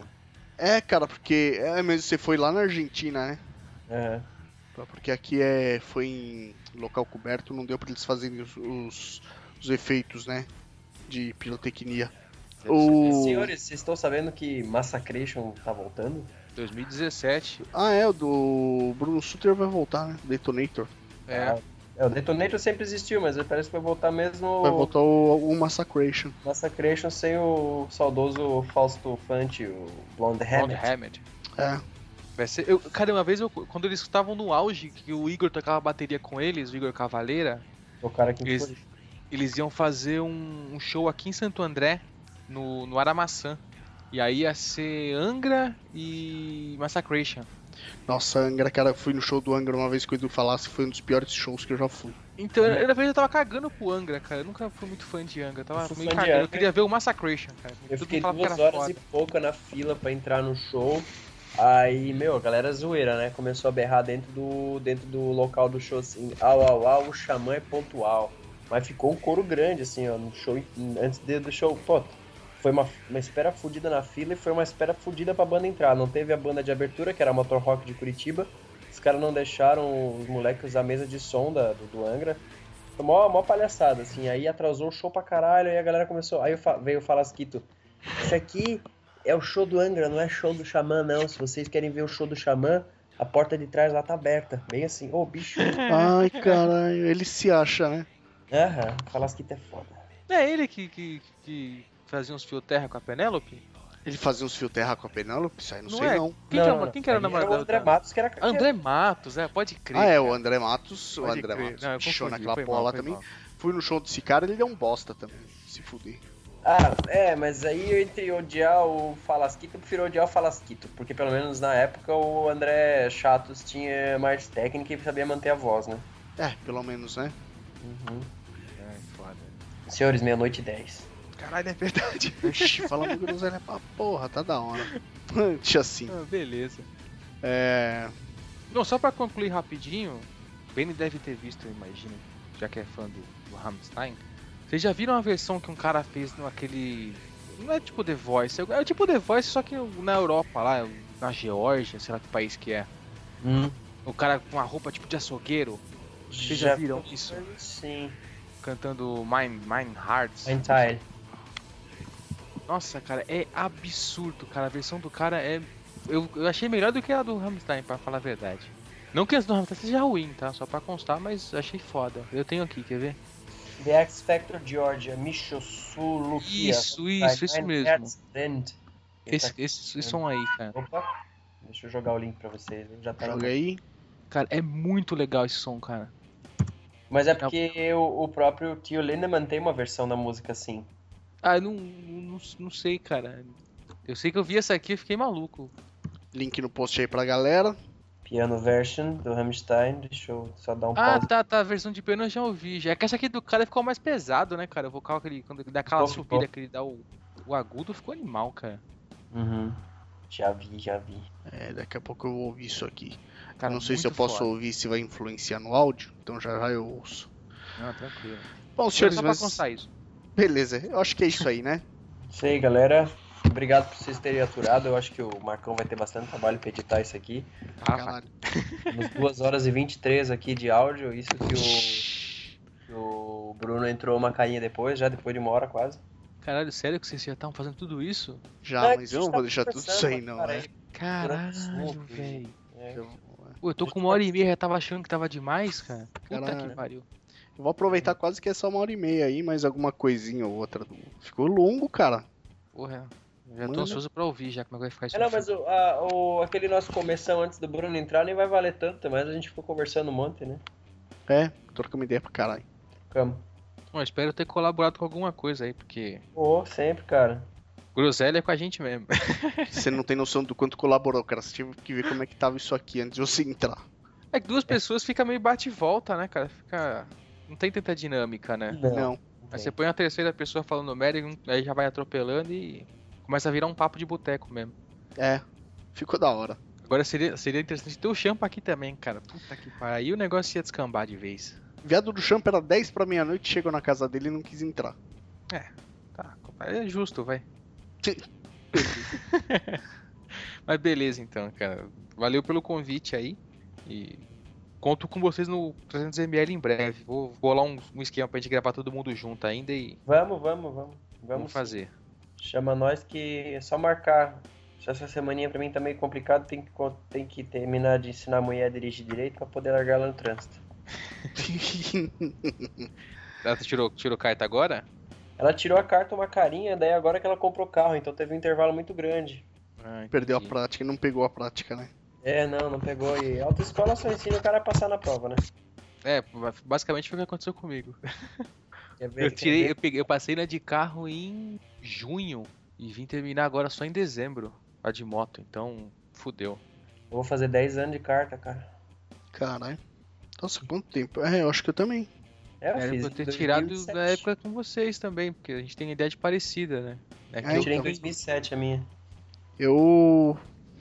Speaker 3: É, cara, porque é mesmo, você foi lá na Argentina, né?
Speaker 4: Aham.
Speaker 3: Tá, Porque aqui é, foi em local coberto, não deu pra eles fazerem os, os- os efeitos, né? De pirotecnia. O...
Speaker 4: Senhores, vocês estão sabendo que Massacration tá voltando?
Speaker 1: 2017.
Speaker 3: Ah, é, o do Bruno Sutter vai voltar, né? Detonator.
Speaker 1: É.
Speaker 4: Ah, É, o Detonator sempre existiu, mas parece que vai voltar mesmo
Speaker 1: Oh.
Speaker 3: Vai voltar o, o Massacration.
Speaker 4: o Massacration sem o saudoso Fausto Fante, o Blonde
Speaker 1: Ron
Speaker 4: Hammett.
Speaker 1: Hammett.
Speaker 3: É.
Speaker 1: Vai ser. Eu, cara, uma vez eu- quando eles estavam no auge, que o Igor tocava bateria com eles, o Igor Cavaleira,
Speaker 4: O cara que
Speaker 1: Esse. eles iam fazer um, um show aqui em Santo André, no, no Aramaçã. E aí ia ser Angra e Massacration.
Speaker 3: Nossa, Angra, cara, eu fui no show do Angra uma vez que o Edu falasse, foi um dos piores shows que eu já fui.
Speaker 1: Então,
Speaker 4: Né?
Speaker 1: eu, na verdade, eu tava cagando pro Angra, cara. Eu nunca fui muito fã de Angra. Eu
Speaker 4: Eu
Speaker 1: tava
Speaker 4: sou
Speaker 1: meio
Speaker 4: fã de
Speaker 1: cagando. Eu
Speaker 4: Angra.
Speaker 1: queria ver o Massacration, cara.
Speaker 4: Eu
Speaker 1: Todo
Speaker 4: fiquei
Speaker 1: mundo falava que
Speaker 4: duas
Speaker 1: era
Speaker 4: horas
Speaker 1: foda.
Speaker 4: e pouca na fila pra entrar no show. Aí, meu, a galera zoeira, né? Começou a berrar dentro do, dentro do local do show, assim, au, au, au, o xamã é pontual. Mas ficou um coro grande, assim, ó, no show, antes de- do show, pô, foi uma, uma espera fudida na fila e foi uma espera fudida pra banda entrar. Não teve a banda de abertura, que era a Motor Rock de Curitiba. Os caras não deixaram os moleques usar a mesa de som da, do, do Angra. Foi mó, mó palhaçada, assim. Aí atrasou o show pra caralho, aí a galera começou. Aí eu fa- veio o Falasquito. Isso aqui é o show do Angra, não é show do Xamã, não. Se vocês querem ver o show do Xamã, a porta de trás lá tá aberta. Bem assim, ô bicho.
Speaker 3: Ai, caralho, ele se acha, né?
Speaker 4: Aham, falasquita é foda.
Speaker 1: Não é ele que, que, que fazia uns fio terra com a Penélope?
Speaker 3: Ele fazia uns fio terra com a Penélope? Isso aí não,
Speaker 1: Não
Speaker 3: sei
Speaker 1: é.
Speaker 3: não.
Speaker 1: Quem, que, era, quem que era o
Speaker 4: aí
Speaker 1: namorado
Speaker 4: o André
Speaker 1: da-
Speaker 4: Matos, que era... que era-
Speaker 1: André Matos, é, pode crer.
Speaker 3: Ah, é,
Speaker 1: cara.
Speaker 3: o André Matos. O
Speaker 1: Pode
Speaker 3: André
Speaker 1: crer.
Speaker 3: Matos.
Speaker 1: Não, eu
Speaker 3: Bichou
Speaker 1: confundi,
Speaker 3: naquela
Speaker 1: foi
Speaker 3: porra
Speaker 1: mal,
Speaker 3: lá
Speaker 1: foi
Speaker 3: também.
Speaker 1: mal.
Speaker 3: Fui no show desse cara, ele é um bosta também. Se fuder.
Speaker 4: Ah, é, mas aí entre odiar o Falasquito, eu prefiro odiar o Falasquito, porque pelo menos na época o André Chatos tinha mais técnica e sabia manter a voz, né? Uhum.
Speaker 3: É, pelo menos, né?
Speaker 1: Ai, É, foda.
Speaker 4: Senhores, meia-noite e dez.
Speaker 1: Caralho, é verdade.
Speaker 3: Ixi, um falando groselha pra porra, tá da hora. Deixa assim.
Speaker 1: Ah, beleza.
Speaker 3: É.
Speaker 1: Não, só pra concluir rapidinho, o Benny deve ter visto, eu imagino, já que é fã do, do Rammstein. Vocês já viram a versão que um cara fez no aquele. Não é tipo The Voice, é é tipo The Voice, só que na Europa, lá, na Geórgia, sei lá que país que é. O cara com uma roupa tipo de açougueiro, Vocês já viram isso?
Speaker 4: Sim.
Speaker 1: cantando Mine, Mine Hearts.
Speaker 4: Entire.
Speaker 1: Nossa, cara, é absurdo, cara. A versão do cara é. Eu, eu achei melhor do que a do Rammstein, pra falar a verdade. Não que as do Rammstein seja ruim, tá? Só pra constar, mas achei foda. Eu tenho aqui, quer ver?
Speaker 4: The X Factor Georgia, Michosulukia.
Speaker 1: Isso, isso, isso mesmo.
Speaker 4: Friend. Ele
Speaker 1: Esse,
Speaker 4: tá-
Speaker 1: esse, esse som aí, cara.
Speaker 4: Opa, deixa eu jogar o link pra vocês, hein? já tá no
Speaker 3: Joga aí.
Speaker 1: Cara, é muito legal esse som, cara.
Speaker 4: Mas
Speaker 1: Tá
Speaker 4: é porque o, o próprio Tio Lindemann tem uma versão da música assim.
Speaker 1: Ah, eu não, não, não sei, cara. Eu sei que eu vi essa aqui e fiquei maluco.
Speaker 3: Link no post aí pra galera.
Speaker 4: Piano version do Rammstein, deixa eu só dar um
Speaker 1: Ah,
Speaker 4: pause.
Speaker 1: tá, tá. A versão de piano eu já ouvi. Já É que essa aqui do cara ficou mais pesado, né, cara? O vocal, aquele, quando ele dá aquela
Speaker 4: Ficou, ficou.
Speaker 1: subida que ele dá o, o agudo, ficou animal, cara.
Speaker 4: Uhum. Já vi, já vi.
Speaker 3: É, daqui a pouco eu vou ouvir isso aqui.
Speaker 1: cara
Speaker 3: não sei se eu
Speaker 1: muito
Speaker 3: posso
Speaker 1: foda.
Speaker 3: ouvir se vai influenciar no áudio, então já já eu ouço.
Speaker 1: Não, tranquilo.
Speaker 3: Bom,
Speaker 1: Foi
Speaker 3: senhores,
Speaker 1: só pra
Speaker 3: mas-
Speaker 1: constar isso.
Speaker 3: beleza, eu acho que é isso aí, né?
Speaker 4: Isso aí, galera. Obrigado por vocês terem aturado. Eu acho que o Marcão vai ter bastante trabalho pra editar isso aqui.
Speaker 1: Ah,
Speaker 3: Caralho.
Speaker 4: Umas 2 horas e 23 aqui de áudio. Isso que o, que o Bruno entrou uma carinha depois, já depois de uma hora quase.
Speaker 1: caralho, sério que vocês já estavam fazendo tudo isso?
Speaker 3: Já,
Speaker 4: É,
Speaker 3: mas
Speaker 4: a gente
Speaker 3: eu não
Speaker 4: tá
Speaker 3: vou deixar tudo isso
Speaker 4: conversando,
Speaker 3: aí, não,
Speaker 4: cara,
Speaker 3: né?
Speaker 4: aí,
Speaker 1: Caralho,
Speaker 4: absurdo,
Speaker 1: velho.
Speaker 4: é.
Speaker 3: Eu
Speaker 1: Pô, eu tô com uma hora e meia, já tava achando que tava demais, cara. Puta
Speaker 3: Caralho.
Speaker 1: que pariu.
Speaker 3: eu vou aproveitar quase que é só uma hora e meia aí, mais alguma coisinha ou outra. do- Ficou longo, cara.
Speaker 1: Porra, eu já
Speaker 3: Mano.
Speaker 1: tô ansioso pra ouvir já como é que vai ficar isso.
Speaker 4: É, não,
Speaker 1: no
Speaker 4: mas o, a- o- aquele nosso começão antes do Bruno entrar nem vai valer tanto, mas a gente ficou conversando um monte, né?
Speaker 3: É, trocamos ideia pra caralho.
Speaker 4: Ficamos.
Speaker 1: fim. Bom, espero ter colaborado com alguma coisa aí, porque
Speaker 4: Ô, sempre, cara.
Speaker 1: groselha é com a gente mesmo.
Speaker 3: Você não tem noção do quanto colaborou, cara. Você tive que ver como é que tava isso aqui antes de você entrar.
Speaker 1: É que duas pessoas fica meio bate e volta, né, cara? Fica... Não tem tanta dinâmica, né?
Speaker 3: É.
Speaker 4: É.
Speaker 3: Não.
Speaker 1: Aí você põe a terceira pessoa falando merda, e um- aí já vai atropelando e começa a virar um papo de boteco mesmo.
Speaker 3: É, ficou da hora.
Speaker 1: Agora seria, seria interessante ter o champa aqui também, cara. Puta que pariu. Aí o negócio ia descambar de vez.
Speaker 3: Viado do Champ era 10 pra meia-noite, chegou na casa dele e não quis entrar.
Speaker 1: Tá, é justo, vai.
Speaker 3: Sim.
Speaker 1: Mas beleza então, cara. Valeu pelo convite aí. E conto com vocês no 300ml em breve. Vou bolar um, um esquema pra gente gravar todo mundo junto ainda e
Speaker 4: Vamos, vamos, vamos.
Speaker 1: vamos
Speaker 4: Vamos
Speaker 1: fazer.
Speaker 4: Chama nós que é só marcar. Só essa semaninha pra mim tá meio complicado, tem que, co- tem que terminar de ensinar a mulher a dirigir direito pra poder largar ela no trânsito.
Speaker 1: Ah, tu tirou, tirou carta agora?
Speaker 4: Ela tirou a carta uma carinha, daí agora que ela comprou o carro, então teve um intervalo muito grande.
Speaker 1: Ah,
Speaker 3: Perdeu a
Speaker 1: entendi.
Speaker 3: prática, não pegou a prática, né?
Speaker 4: É, não, não pegou. E autoescola só ensina o cara a passar na prova, né?
Speaker 1: É, basicamente foi o que aconteceu comigo.
Speaker 4: Quer ver-
Speaker 1: Eu
Speaker 4: quer
Speaker 1: tirei,
Speaker 4: ver?
Speaker 1: eu, peguei, eu passei na de carro em junho e vim terminar agora só em dezembro. A de moto, então fudeu.
Speaker 4: Eu vou fazer 10 anos de carta, cara.
Speaker 3: Caralho. Nossa, quanto tempo? É, eu acho que eu também.
Speaker 4: É, eu
Speaker 1: Era
Speaker 4: fiz
Speaker 1: pra eu
Speaker 4: em
Speaker 1: ter tirado
Speaker 4: 2007.
Speaker 1: na época com vocês também, porque a gente tem ideia de parecida, né? É
Speaker 3: Ah,
Speaker 4: Eu
Speaker 3: eu
Speaker 4: tirei em
Speaker 3: também.
Speaker 4: 2007 a minha.
Speaker 3: Eu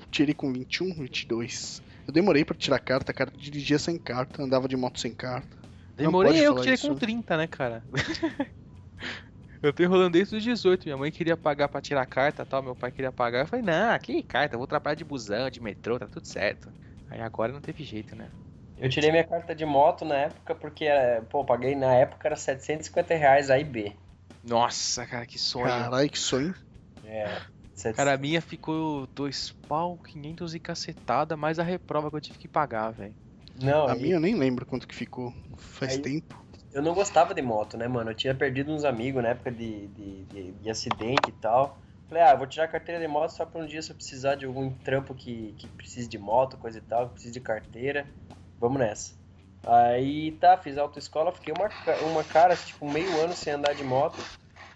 Speaker 3: tirei com 21, 22. Eu demorei pra tirar carta, cara. Dirigia sem carta, andava de moto sem carta.
Speaker 1: Demorei
Speaker 3: pode
Speaker 1: eu que
Speaker 3: falar
Speaker 1: tirei
Speaker 3: isso,
Speaker 1: com
Speaker 3: né?
Speaker 1: 30, né, cara? eu tô enrolando desde os 18. Minha mãe queria pagar pra tirar carta e tal, meu pai queria pagar. Eu falei, não, que carta, eu vou trabalhar de busão, de metrô, tá tudo certo. Aí agora não teve jeito, né?
Speaker 4: Eu tirei minha carta de moto na época porque, eh, pô, paguei na época era R$ 750 reais A e B.
Speaker 1: Nossa, cara, que sonho.
Speaker 3: Caralho, que sonho.
Speaker 4: É, Sete-
Speaker 1: Cara, a minha ficou dois pau, 500 e cacetada, mais a reprova que eu tive que pagar, velho.
Speaker 4: Não,
Speaker 3: A
Speaker 4: e-
Speaker 3: minha eu nem lembro quanto que ficou. Faz
Speaker 4: Aí-
Speaker 3: tempo.
Speaker 4: eu não gostava de moto, né, mano? Eu tinha perdido uns amigos na época de, de, de- de acidente e tal. Falei, ah, vou tirar a carteira de moto só pra um dia se eu precisar de algum trampo que, que precise de moto, coisa e tal, que precise de carteira. Vamos nessa. Aí tá, fiz autoescola, fiquei uma, ca- uma cara, tipo, meio ano sem andar de moto.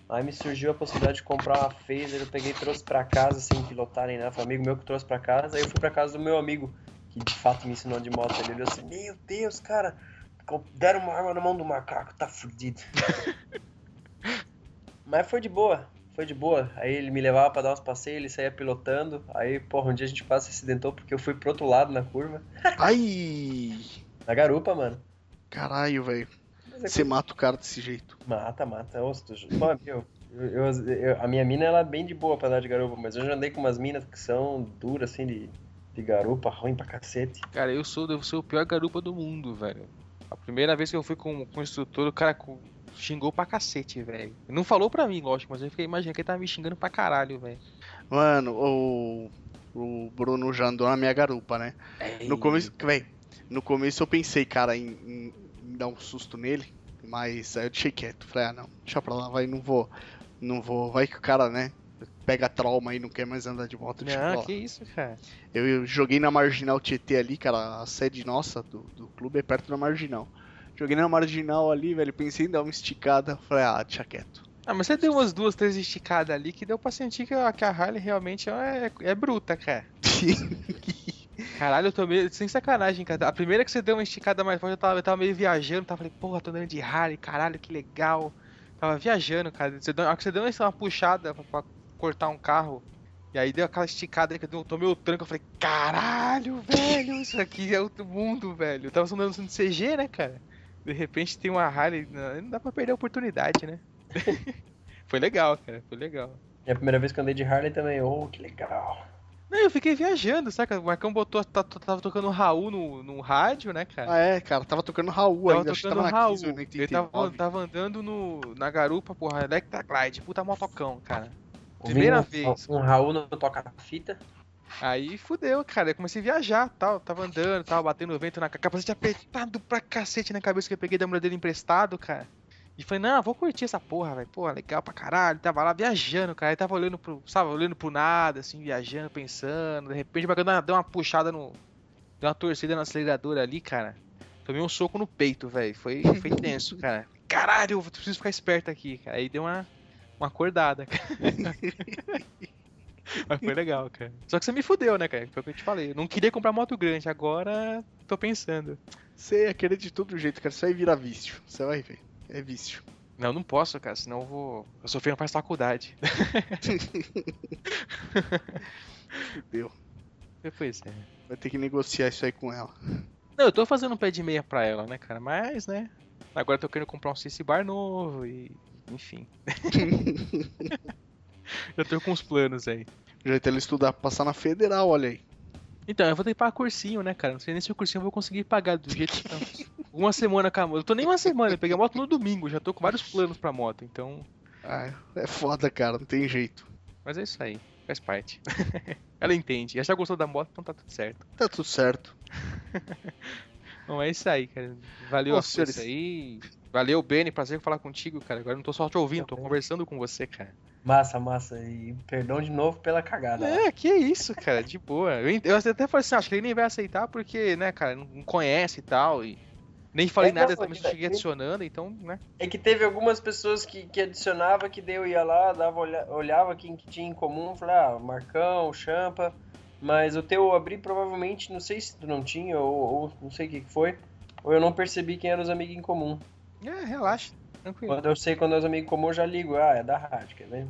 Speaker 4: Aí me surgiu a possibilidade de comprar uma phaser, eu peguei e trouxe pra casa sem pilotar nem nada. Foi um amigo meu que trouxe pra casa, aí eu fui pra casa do meu amigo, que de fato me ensinou de moto. Ele olhou assim, meu Deus, cara, deram uma arma na mão do macaco, tá fudido. Mas foi de boa, foi de boa. Aí ele me levava pra dar uns passeios, ele saía pilotando. Aí, porra, um dia a gente quase se acidentou porque eu fui pro outro lado na curva,
Speaker 3: Ai!
Speaker 4: na garupa, mano.
Speaker 3: Caralho, velho.
Speaker 4: Mas é
Speaker 3: Você mata o cara desse jeito.
Speaker 4: Mata, mata. Ô, se tu- Pô, meu, eu, eu- eu- a minha mina ela é bem de boa pra andar de garupa, mas eu já andei com umas minas que são duras assim de, de garupa, ruim pra cacete.
Speaker 1: Cara, eu sou, eu sou o pior garupa do mundo, velho. A primeira vez que eu fui com, com o instrutor, o cara co- xingou pra cacete, velho. Não falou pra mim, lógico, mas eu fiquei imaginando que ele tava me xingando pra caralho, velho.
Speaker 3: Mano, o, o Bruno já andou na minha garupa, né?
Speaker 1: É
Speaker 3: No começo, véi, no começo eu pensei, cara, em, em- em dar um susto nele, mas aí eu deixei quieto. Falei, ah, não, deixa pra lá, vai, não vou, não vou. Vai que o cara, né, pega trauma e não quer mais andar de moto. deixa pra
Speaker 1: Não,
Speaker 3: lá.
Speaker 1: que isso, cara.
Speaker 3: Eu, eu joguei na Marginal Tietê ali, cara, a sede nossa do, do clube é perto da Marginal. Joguei na Marginal ali, velho, pensei em dar uma esticada. Falei, ah, deixa quieto.
Speaker 1: Ah, mas você deu umas duas, três esticadas ali que deu pra sentir que a, que a Harley realmente é, é bruta, cara. Caralho, eu tô meio. Sem sacanagem, cara. A primeira que você deu uma esticada mais forte, eu tava, eu tava meio viajando. Tava falei, porra, tô andando de Harley, caralho, que legal. Tava viajando, cara. Você deu, a hora que você deu uma puxada pra, pra cortar um carro. E aí deu aquela esticada que eu dei- eu tomei o tranco. Eu falei, caralho, velho, isso aqui é outro mundo, velho. Eu tava só andando no CG, né, cara? De repente tem uma Harley. Não não dá pra perder a oportunidade, né? foi legal, cara. Foi legal.
Speaker 4: É a primeira vez que eu andei de Harley também, oh, que legal.
Speaker 1: Não, eu fiquei viajando, saca? O Marcão botou, tá- tá- tava tocando o Raul no, no rádio, né, cara?
Speaker 3: Ah, é, cara, tava tocando Raul
Speaker 1: tava
Speaker 3: ainda, acho que
Speaker 1: tocando
Speaker 3: tava
Speaker 1: o
Speaker 3: na né,
Speaker 1: Raul.
Speaker 3: 15 ou na
Speaker 1: Ele tava,
Speaker 3: 89.
Speaker 1: tava andando no, na garupa, porra, Electra Glide, puta motocão, cara. Primeira
Speaker 4: Ouvindo um-
Speaker 1: vez.
Speaker 4: Um Raul no toca-fita.
Speaker 1: Aí fudeu, cara. Eu comecei a viajar, tal. Tava andando, tava batendo vento na ca- capacete apertado pra cacete na cabeça que eu peguei da mulher dele emprestado, cara. E falei, não, vou curtir essa porra, velho. Pô, legal pra caralho. Tava lá viajando, cara. Aí tava olhando pro, sabe, olhando pro nada, assim, viajando, pensando. De repente, o bagulho deu uma puxada no. Deu uma torcida no acelerador ali, cara. Tomei um soco no peito, velho. Foi, foi tenso, cara. Caralho, eu preciso ficar esperto aqui, cara. Aí deu uma, uma acordada, cara. Mas foi legal, cara. Só que você me fudeu, né, cara? Foi o que eu te falei. Eu não queria comprar moto grande, agora tô pensando.
Speaker 3: Você ia querer de todo jeito, cara, isso aí vira vício, você vai ver, é vício.
Speaker 1: Não, não posso, cara, senão eu vou. Eu sou feio pra faculdade.
Speaker 3: Fudeu.
Speaker 1: Depois, é.
Speaker 3: Vai ter que negociar isso aí com ela.
Speaker 1: Não, eu tô fazendo um pé de meia pra ela, né, cara? Mas, né? Agora eu tô querendo comprar um CC Bar novo e. Enfim. eu tô com uns planos aí.
Speaker 3: O jeito é ela estudar pra passar na federal, olha aí.
Speaker 1: Então, eu vou ter que pagar cursinho, né, cara? Não sei nem se o cursinho eu vou conseguir pagar do jeito que tá. Uma semana com a moto. Eu tô nem uma semana, eu peguei a moto no domingo, já tô com vários planos pra moto, então.
Speaker 3: Ah, é foda, cara, não tem jeito.
Speaker 1: Mas é isso aí, faz parte. Ela entende. Ela já gostou da moto, então tá tudo certo.
Speaker 3: Tá tudo certo.
Speaker 1: Bom, é isso aí, cara. Valeu
Speaker 3: Bom,
Speaker 1: a força
Speaker 3: senhores.
Speaker 1: aí. Valeu, Benny. Prazer falar contigo, cara. Agora eu não tô só te ouvindo, tô
Speaker 4: Também.
Speaker 1: conversando com você, cara.
Speaker 4: Massa, massa. E perdão de novo pela cagada.
Speaker 1: É, que isso, cara. De boa. Eu, en- eu até falei assim, acho que ele nem vai aceitar porque, né, cara, não não conhece e tal. E nem falei
Speaker 4: É,
Speaker 1: nada
Speaker 4: não,
Speaker 1: também, só cheguei adicionando, então, né.
Speaker 4: É que teve algumas pessoas que, que adicionava, que daí eu ia lá, dava, olha- olhava quem que tinha em comum, falava, ah, Marcão, Champa, mas o teu eu abri provavelmente, não sei se tu não tinha, ou, ou não sei o que que foi, ou eu não percebi quem eram os amigos em comum.
Speaker 1: É, relaxa. Tranquilo.
Speaker 4: Quando eu sei quando é os amigos em comum, eu já ligo, ah, é da rádio, quer ver?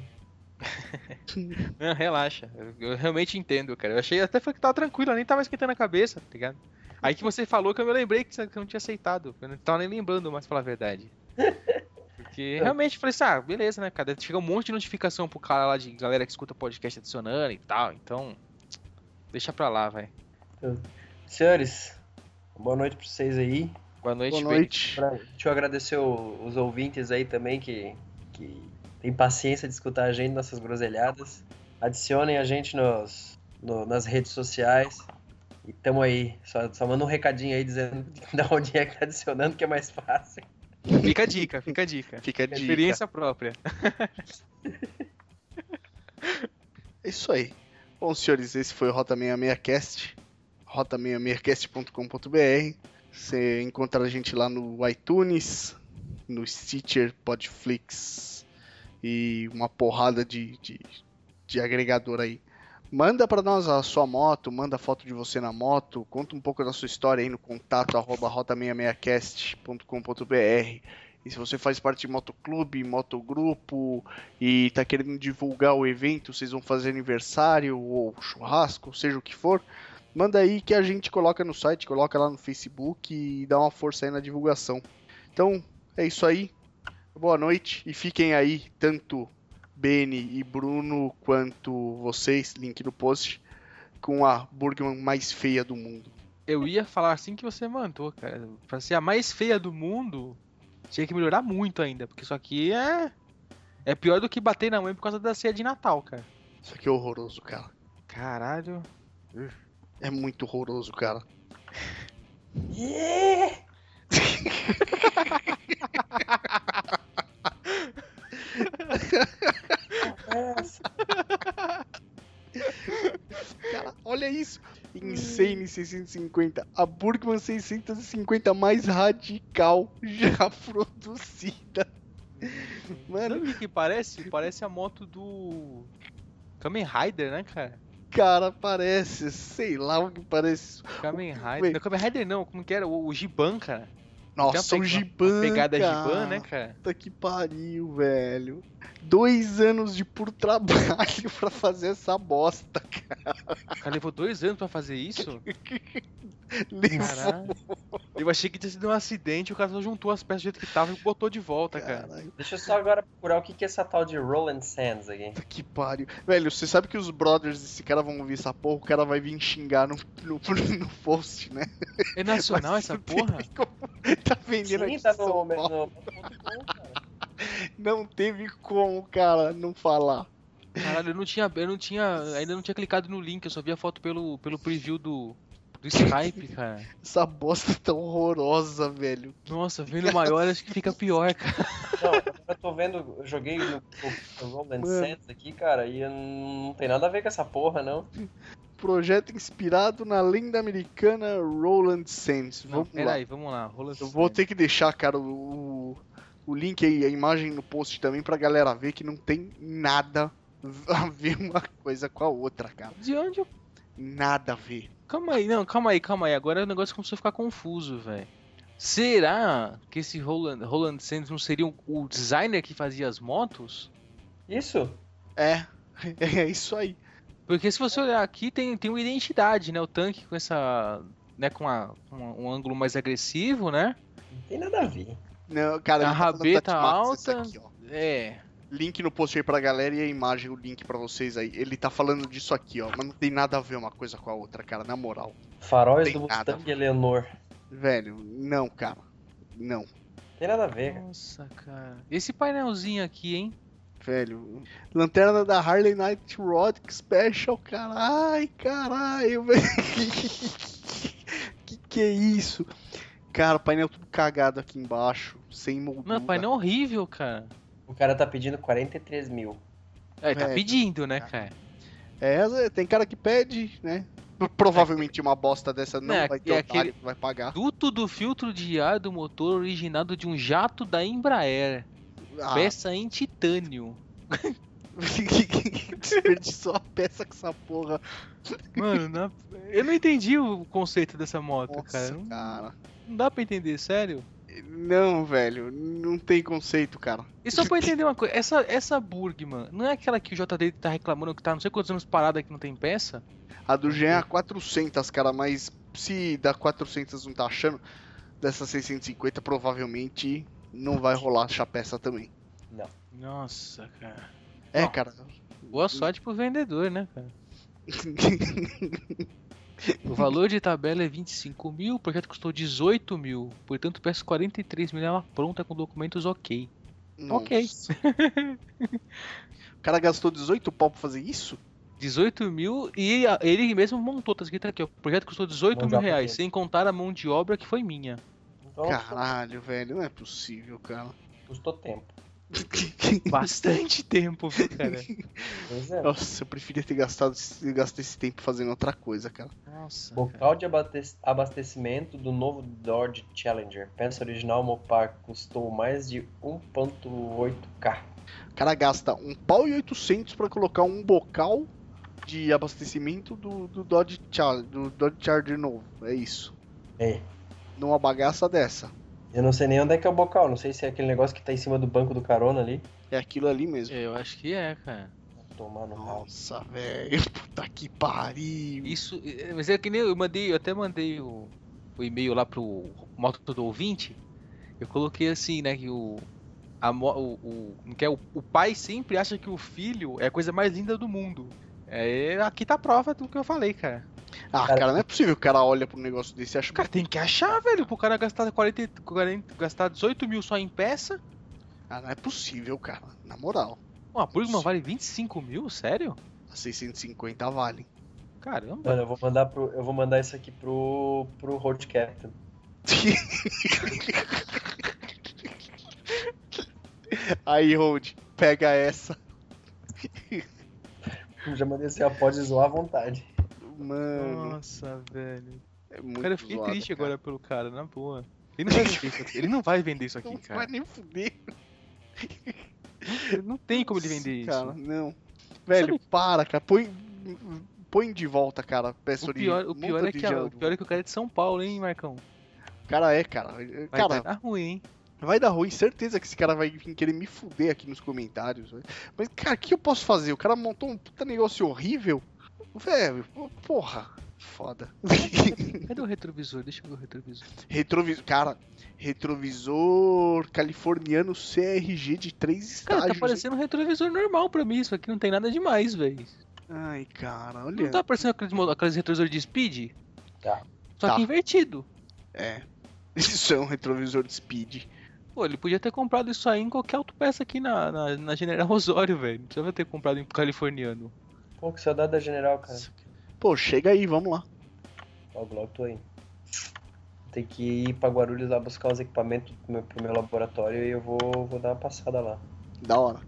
Speaker 1: Não, relaxa. Eu, eu realmente entendo, cara. Eu achei até foi que tava tranquilo, eu nem tava esquentando a cabeça, tá ligado? Aí que você falou que eu me lembrei que você que eu não tinha aceitado. Eu não tava nem lembrando mais, pra falar a verdade. Porque realmente eu falei assim, ah, beleza, né, cara? Chega um monte de notificação pro cara lá de galera que escuta podcast adicionando e tal, então. Deixa pra lá, vai.
Speaker 4: Senhores, boa noite pra vocês aí.
Speaker 1: Boa noite,
Speaker 3: Boa
Speaker 1: Felipe.
Speaker 3: noite.
Speaker 4: Pra- Deixa eu agradecer o- os ouvintes aí também que, que tem paciência de escutar a gente, nossas groselhadas. Adicionem a gente nos, no- nas redes sociais. E tamo aí. Só, só manda um recadinho aí dizendo da onde é que tá adicionando, que é mais fácil.
Speaker 1: Fica a dica, fica a dica.
Speaker 3: Fica a dica.
Speaker 1: Experiência própria.
Speaker 3: É isso aí. Bom, senhores, esse foi o Rota 66Cast, rota66cast.com.br. Você encontra a gente lá no iTunes, no Stitcher, Podflix e uma porrada de, de, de agregador aí. Manda para nós a sua moto, manda foto de você na moto, conta um pouco da sua história aí no contato arroba rota66cast.com.br. E se você faz parte de motoclube, motogrupo, e tá querendo divulgar o evento, vocês vão fazer aniversário ou churrasco, seja o que for, manda aí que a gente coloca no site, coloca lá no Facebook e dá uma força aí na divulgação. Então, é isso aí. Boa noite e fiquem aí, tanto Beni e Bruno quanto vocês, link no post, com a Burgman mais feia do mundo.
Speaker 1: Eu ia falar assim que você mandou, cara. Pra ser a mais feia do mundo, tinha que melhorar muito ainda, porque isso aqui é. É pior do que bater na mãe por causa da ceia de Natal, cara.
Speaker 3: Isso aqui é horroroso, cara.
Speaker 1: Caralho.
Speaker 3: É muito horroroso, cara. Cara, olha isso. Insane 650. A Burgman 650 mais radical já produzida.
Speaker 1: Sabe
Speaker 3: Mano,
Speaker 1: o que que parece? Parece a moto do. Kamen Rider, né, cara?
Speaker 3: cara, parece. Sei lá o que parece.
Speaker 1: Kamen Rider. Não, Kamen Rider não, como que era? O, o Giban, cara.
Speaker 3: Nossa,
Speaker 1: Tem
Speaker 3: o
Speaker 1: uma pe- uma
Speaker 3: Giban.
Speaker 1: Pegada
Speaker 3: Ah, cara.
Speaker 1: Giban, né, cara?
Speaker 3: Puta que pariu, velho. Dois anos de puro trabalho pra fazer essa bosta.
Speaker 1: O cara levou dois anos pra fazer isso?
Speaker 3: Levou,
Speaker 1: Caralho. Eu achei que tinha sido um acidente, o cara só juntou as peças do jeito que tava e botou de volta, cara.
Speaker 3: caralho.
Speaker 4: Deixa eu só agora procurar o que que é essa tal de Roland Sands aqui.
Speaker 3: Puta que pariu. Velho, você sabe que os brothers desse cara vão ouvir essa porra, o cara vai vir xingar no, no, no post, né?
Speaker 1: É nacional essa porra?
Speaker 3: Tá vendendo aqui
Speaker 4: Sim,
Speaker 3: em
Speaker 4: tá
Speaker 3: São
Speaker 4: no,
Speaker 3: Paulo.
Speaker 4: no, no-
Speaker 3: Não teve como, cara, não falar.
Speaker 1: Caralho, eu não tinha. Eu não tinha. Ainda não tinha clicado no link, eu só vi a foto pelo, pelo preview do. Do Skype, cara.
Speaker 3: Essa bosta tão horrorosa, velho.
Speaker 1: Nossa, vendo maior acho que fica pior, cara.
Speaker 4: Não, agora eu tô vendo, eu joguei no, no, no Roland
Speaker 3: Mano.
Speaker 4: Sands aqui, cara, e eu não não tem nada a ver com essa porra, não.
Speaker 3: Projeto inspirado na lenda americana Roland Sands.
Speaker 1: Não,
Speaker 3: Vamos lá.
Speaker 1: peraí, vamos lá. Rola assim.
Speaker 3: Eu vou ter que deixar, cara, o, o link aí, a imagem no post também pra galera ver que não tem nada a ver uma coisa com a outra, cara.
Speaker 1: De onde eu.
Speaker 3: Nada a ver.
Speaker 1: Calma aí, não, calma aí, calma aí. Agora o negócio começou a ficar confuso, velho. Será que esse Roland, Roland Sands não seria o- o designer que fazia as motos?
Speaker 4: Isso?
Speaker 3: É, é isso aí.
Speaker 1: Porque se você olhar aqui, tem, tem uma identidade, né? O tanque com essa. Né, com a- com um ângulo mais agressivo, né?
Speaker 4: Não tem nada a ver.
Speaker 3: Não, cara,
Speaker 1: A
Speaker 3: ele
Speaker 1: rabeta
Speaker 3: tá falando da Timax, essa
Speaker 1: alta.
Speaker 3: aqui, ó.
Speaker 1: É.
Speaker 3: Link no post aí pra galera e a imagem, o link pra vocês aí. Ele tá falando disso aqui, ó. Mas não tem nada a ver uma coisa com a outra, cara, na moral.
Speaker 4: Faróis
Speaker 3: Tem
Speaker 4: do
Speaker 3: nada.
Speaker 4: Mustang Eleanor.
Speaker 3: Velho, não, cara. Não,
Speaker 4: Não tem nada a ver, cara.
Speaker 1: Nossa, cara. Esse painelzinho aqui, hein?
Speaker 3: velho. Lanterna da Harley Night Rod Special, carai, caralho, velho. que que é isso? Cara, painel tudo cagado aqui embaixo, sem moldura.
Speaker 1: Mano, painel é horrível, cara.
Speaker 4: O cara tá pedindo 43 mil.
Speaker 1: É, tá
Speaker 3: É,
Speaker 1: pedindo, né, cara?
Speaker 3: É, tem cara que pede, né? Provavelmente uma bosta dessa não
Speaker 1: É,
Speaker 3: vai ter
Speaker 1: é
Speaker 3: otário
Speaker 1: aquele-
Speaker 3: que vai pagar.
Speaker 1: Duto do filtro de ar do motor originado de um jato da Embraer.
Speaker 3: Ah,
Speaker 1: Peça em titânio.
Speaker 3: Desperdiçou a peça com essa porra.
Speaker 1: Mano, na- eu não entendi o conceito dessa moto, cara.
Speaker 3: Nossa,
Speaker 1: Não,
Speaker 3: cara.
Speaker 1: não dá pra entender, sério.
Speaker 3: Não, velho. Não tem conceito, cara.
Speaker 1: E só pra entender uma coisa, essa, essa Burgman, não é aquela que o JD tá reclamando que tá não sei quantos anos parada que não tem peça?
Speaker 3: A do Jean é
Speaker 1: Uhum.
Speaker 3: a 400, cara. Mas se da 400 não tá achando, dessa 650 provavelmente não vai rolar achar peça também.
Speaker 1: Nossa, cara.
Speaker 3: É,
Speaker 1: Não.
Speaker 3: cara.
Speaker 1: Boa sorte pro vendedor, né, cara? O valor de tabela é 25 mil, o projeto custou 18 mil, portanto peço 43 mil ela pronta com documentos ok.
Speaker 3: Nossa.
Speaker 1: Ok.
Speaker 3: O cara gastou 18 pau pra fazer isso?
Speaker 1: 18 mil e a- ele mesmo montou, tá escrito aqui, ó. O projeto custou 18 mil
Speaker 4: Mandar pra
Speaker 1: reais,
Speaker 4: quem?
Speaker 1: sem contar a mão de obra que foi minha.
Speaker 4: Então,
Speaker 3: Caralho, velho, não é possível, cara.
Speaker 4: custou tempo.
Speaker 1: Bastante tempo, viu, cara?
Speaker 4: Pois é.
Speaker 3: Nossa, eu preferia ter gastado esse- gasto esse tempo fazendo outra coisa, cara.
Speaker 1: Nossa. cara.
Speaker 4: Bocal de abate- abastecimento do novo Dodge Challenger. Peça original Mopar custou mais de 1.8k.
Speaker 3: O cara gasta um pau e 800 pra colocar um bocal de abastecimento do, do, Dodge, Char do Dodge Charger novo. É isso.
Speaker 4: É.
Speaker 3: Numa bagaça dessa.
Speaker 4: Eu não sei nem onde é que é o bocal, não sei se é aquele negócio que tá em cima do banco do carona ali.
Speaker 3: É aquilo ali mesmo.
Speaker 1: Eu acho que é, cara.
Speaker 4: Tomar no ralo.
Speaker 3: Nossa, velho. Puta que pariu.
Speaker 1: Isso, é, mas é que nem eu mandei, eu até mandei o, o e-mail lá pro moto do ouvinte. Eu coloquei assim, né, que o a, mo- o, o, como que é, o, o pai sempre acha que o filho é a coisa mais linda do mundo. É, aqui tá a prova do que eu falei, cara.
Speaker 3: Ah, cara, não é possível que o cara olha pra um negócio desse e acha.
Speaker 1: O cara tem que achar, velho, pro cara gastar 40, e- 40 gastar 18 mil só em peça.
Speaker 3: Ah, não é possível, cara. Na moral.
Speaker 1: Uma Burgman vale 25 mil? Sério?
Speaker 3: A 650 vale.
Speaker 1: Caramba.
Speaker 4: Mano, eu vou mandar pro. Eu vou mandar isso aqui pro. pro Road Captain.
Speaker 3: Aí, Hold, pega essa.
Speaker 4: Já mandei assim, ó, pode zoar à vontade.
Speaker 3: Mano,
Speaker 1: Nossa, velho.
Speaker 3: é muito
Speaker 1: Cara, eu fiquei
Speaker 3: zoado,
Speaker 1: triste
Speaker 3: cara.
Speaker 1: agora pelo cara, na boa. Ele não vai vender isso aqui, ele não vai vender isso aqui,
Speaker 3: Não
Speaker 1: cara.
Speaker 3: vai nem fuder.
Speaker 1: Não tem como ele vender
Speaker 3: Cara,
Speaker 1: isso.
Speaker 3: não. Velho,
Speaker 1: Sabe-
Speaker 3: para, cara. Põe, põe de volta, cara. Peça
Speaker 1: O pior, o, pior é que a- o pior é que o cara é de São Paulo, hein, Marcão?
Speaker 3: O cara é, cara.
Speaker 1: Vai,
Speaker 3: cara,
Speaker 1: vai dar ruim, hein?
Speaker 3: vai dar ruim. Certeza que esse cara vai vir querer me fuder aqui nos comentários. velho. Mas, cara, o que eu posso fazer? O cara montou um puta negócio horrível. Velho, porra. Foda.
Speaker 1: Cadê o retrovisor? Deixa eu ver o retrovisor.
Speaker 3: retrovisor. Cara, retrovisor californiano CRG de três
Speaker 1: Cara,
Speaker 3: estágios.
Speaker 1: tá
Speaker 3: hein?
Speaker 1: parecendo um retrovisor normal pra mim. Isso aqui não tem nada demais, velho.
Speaker 3: Ai, cara, olha.
Speaker 1: Não tá parecendo aqueles, mo- aqueles retrovisores de speed?
Speaker 4: Tá.
Speaker 1: Só
Speaker 3: Tá.
Speaker 1: que invertido.
Speaker 3: É. Isso é um retrovisor de speed.
Speaker 1: Pô, ele podia ter comprado isso aí em qualquer autopeça aqui na, na, na General Osório, velho. Não precisava ter comprado em californiano.
Speaker 4: Pô, que saudade da general, cara.
Speaker 3: Pô, chega aí, vamos lá.
Speaker 4: Logo, logo tô aí. Tem que ir pra Guarulhos lá buscar os equipamentos pro meu, pro meu laboratório e eu vou, vou dar uma passada lá.
Speaker 3: Da hora.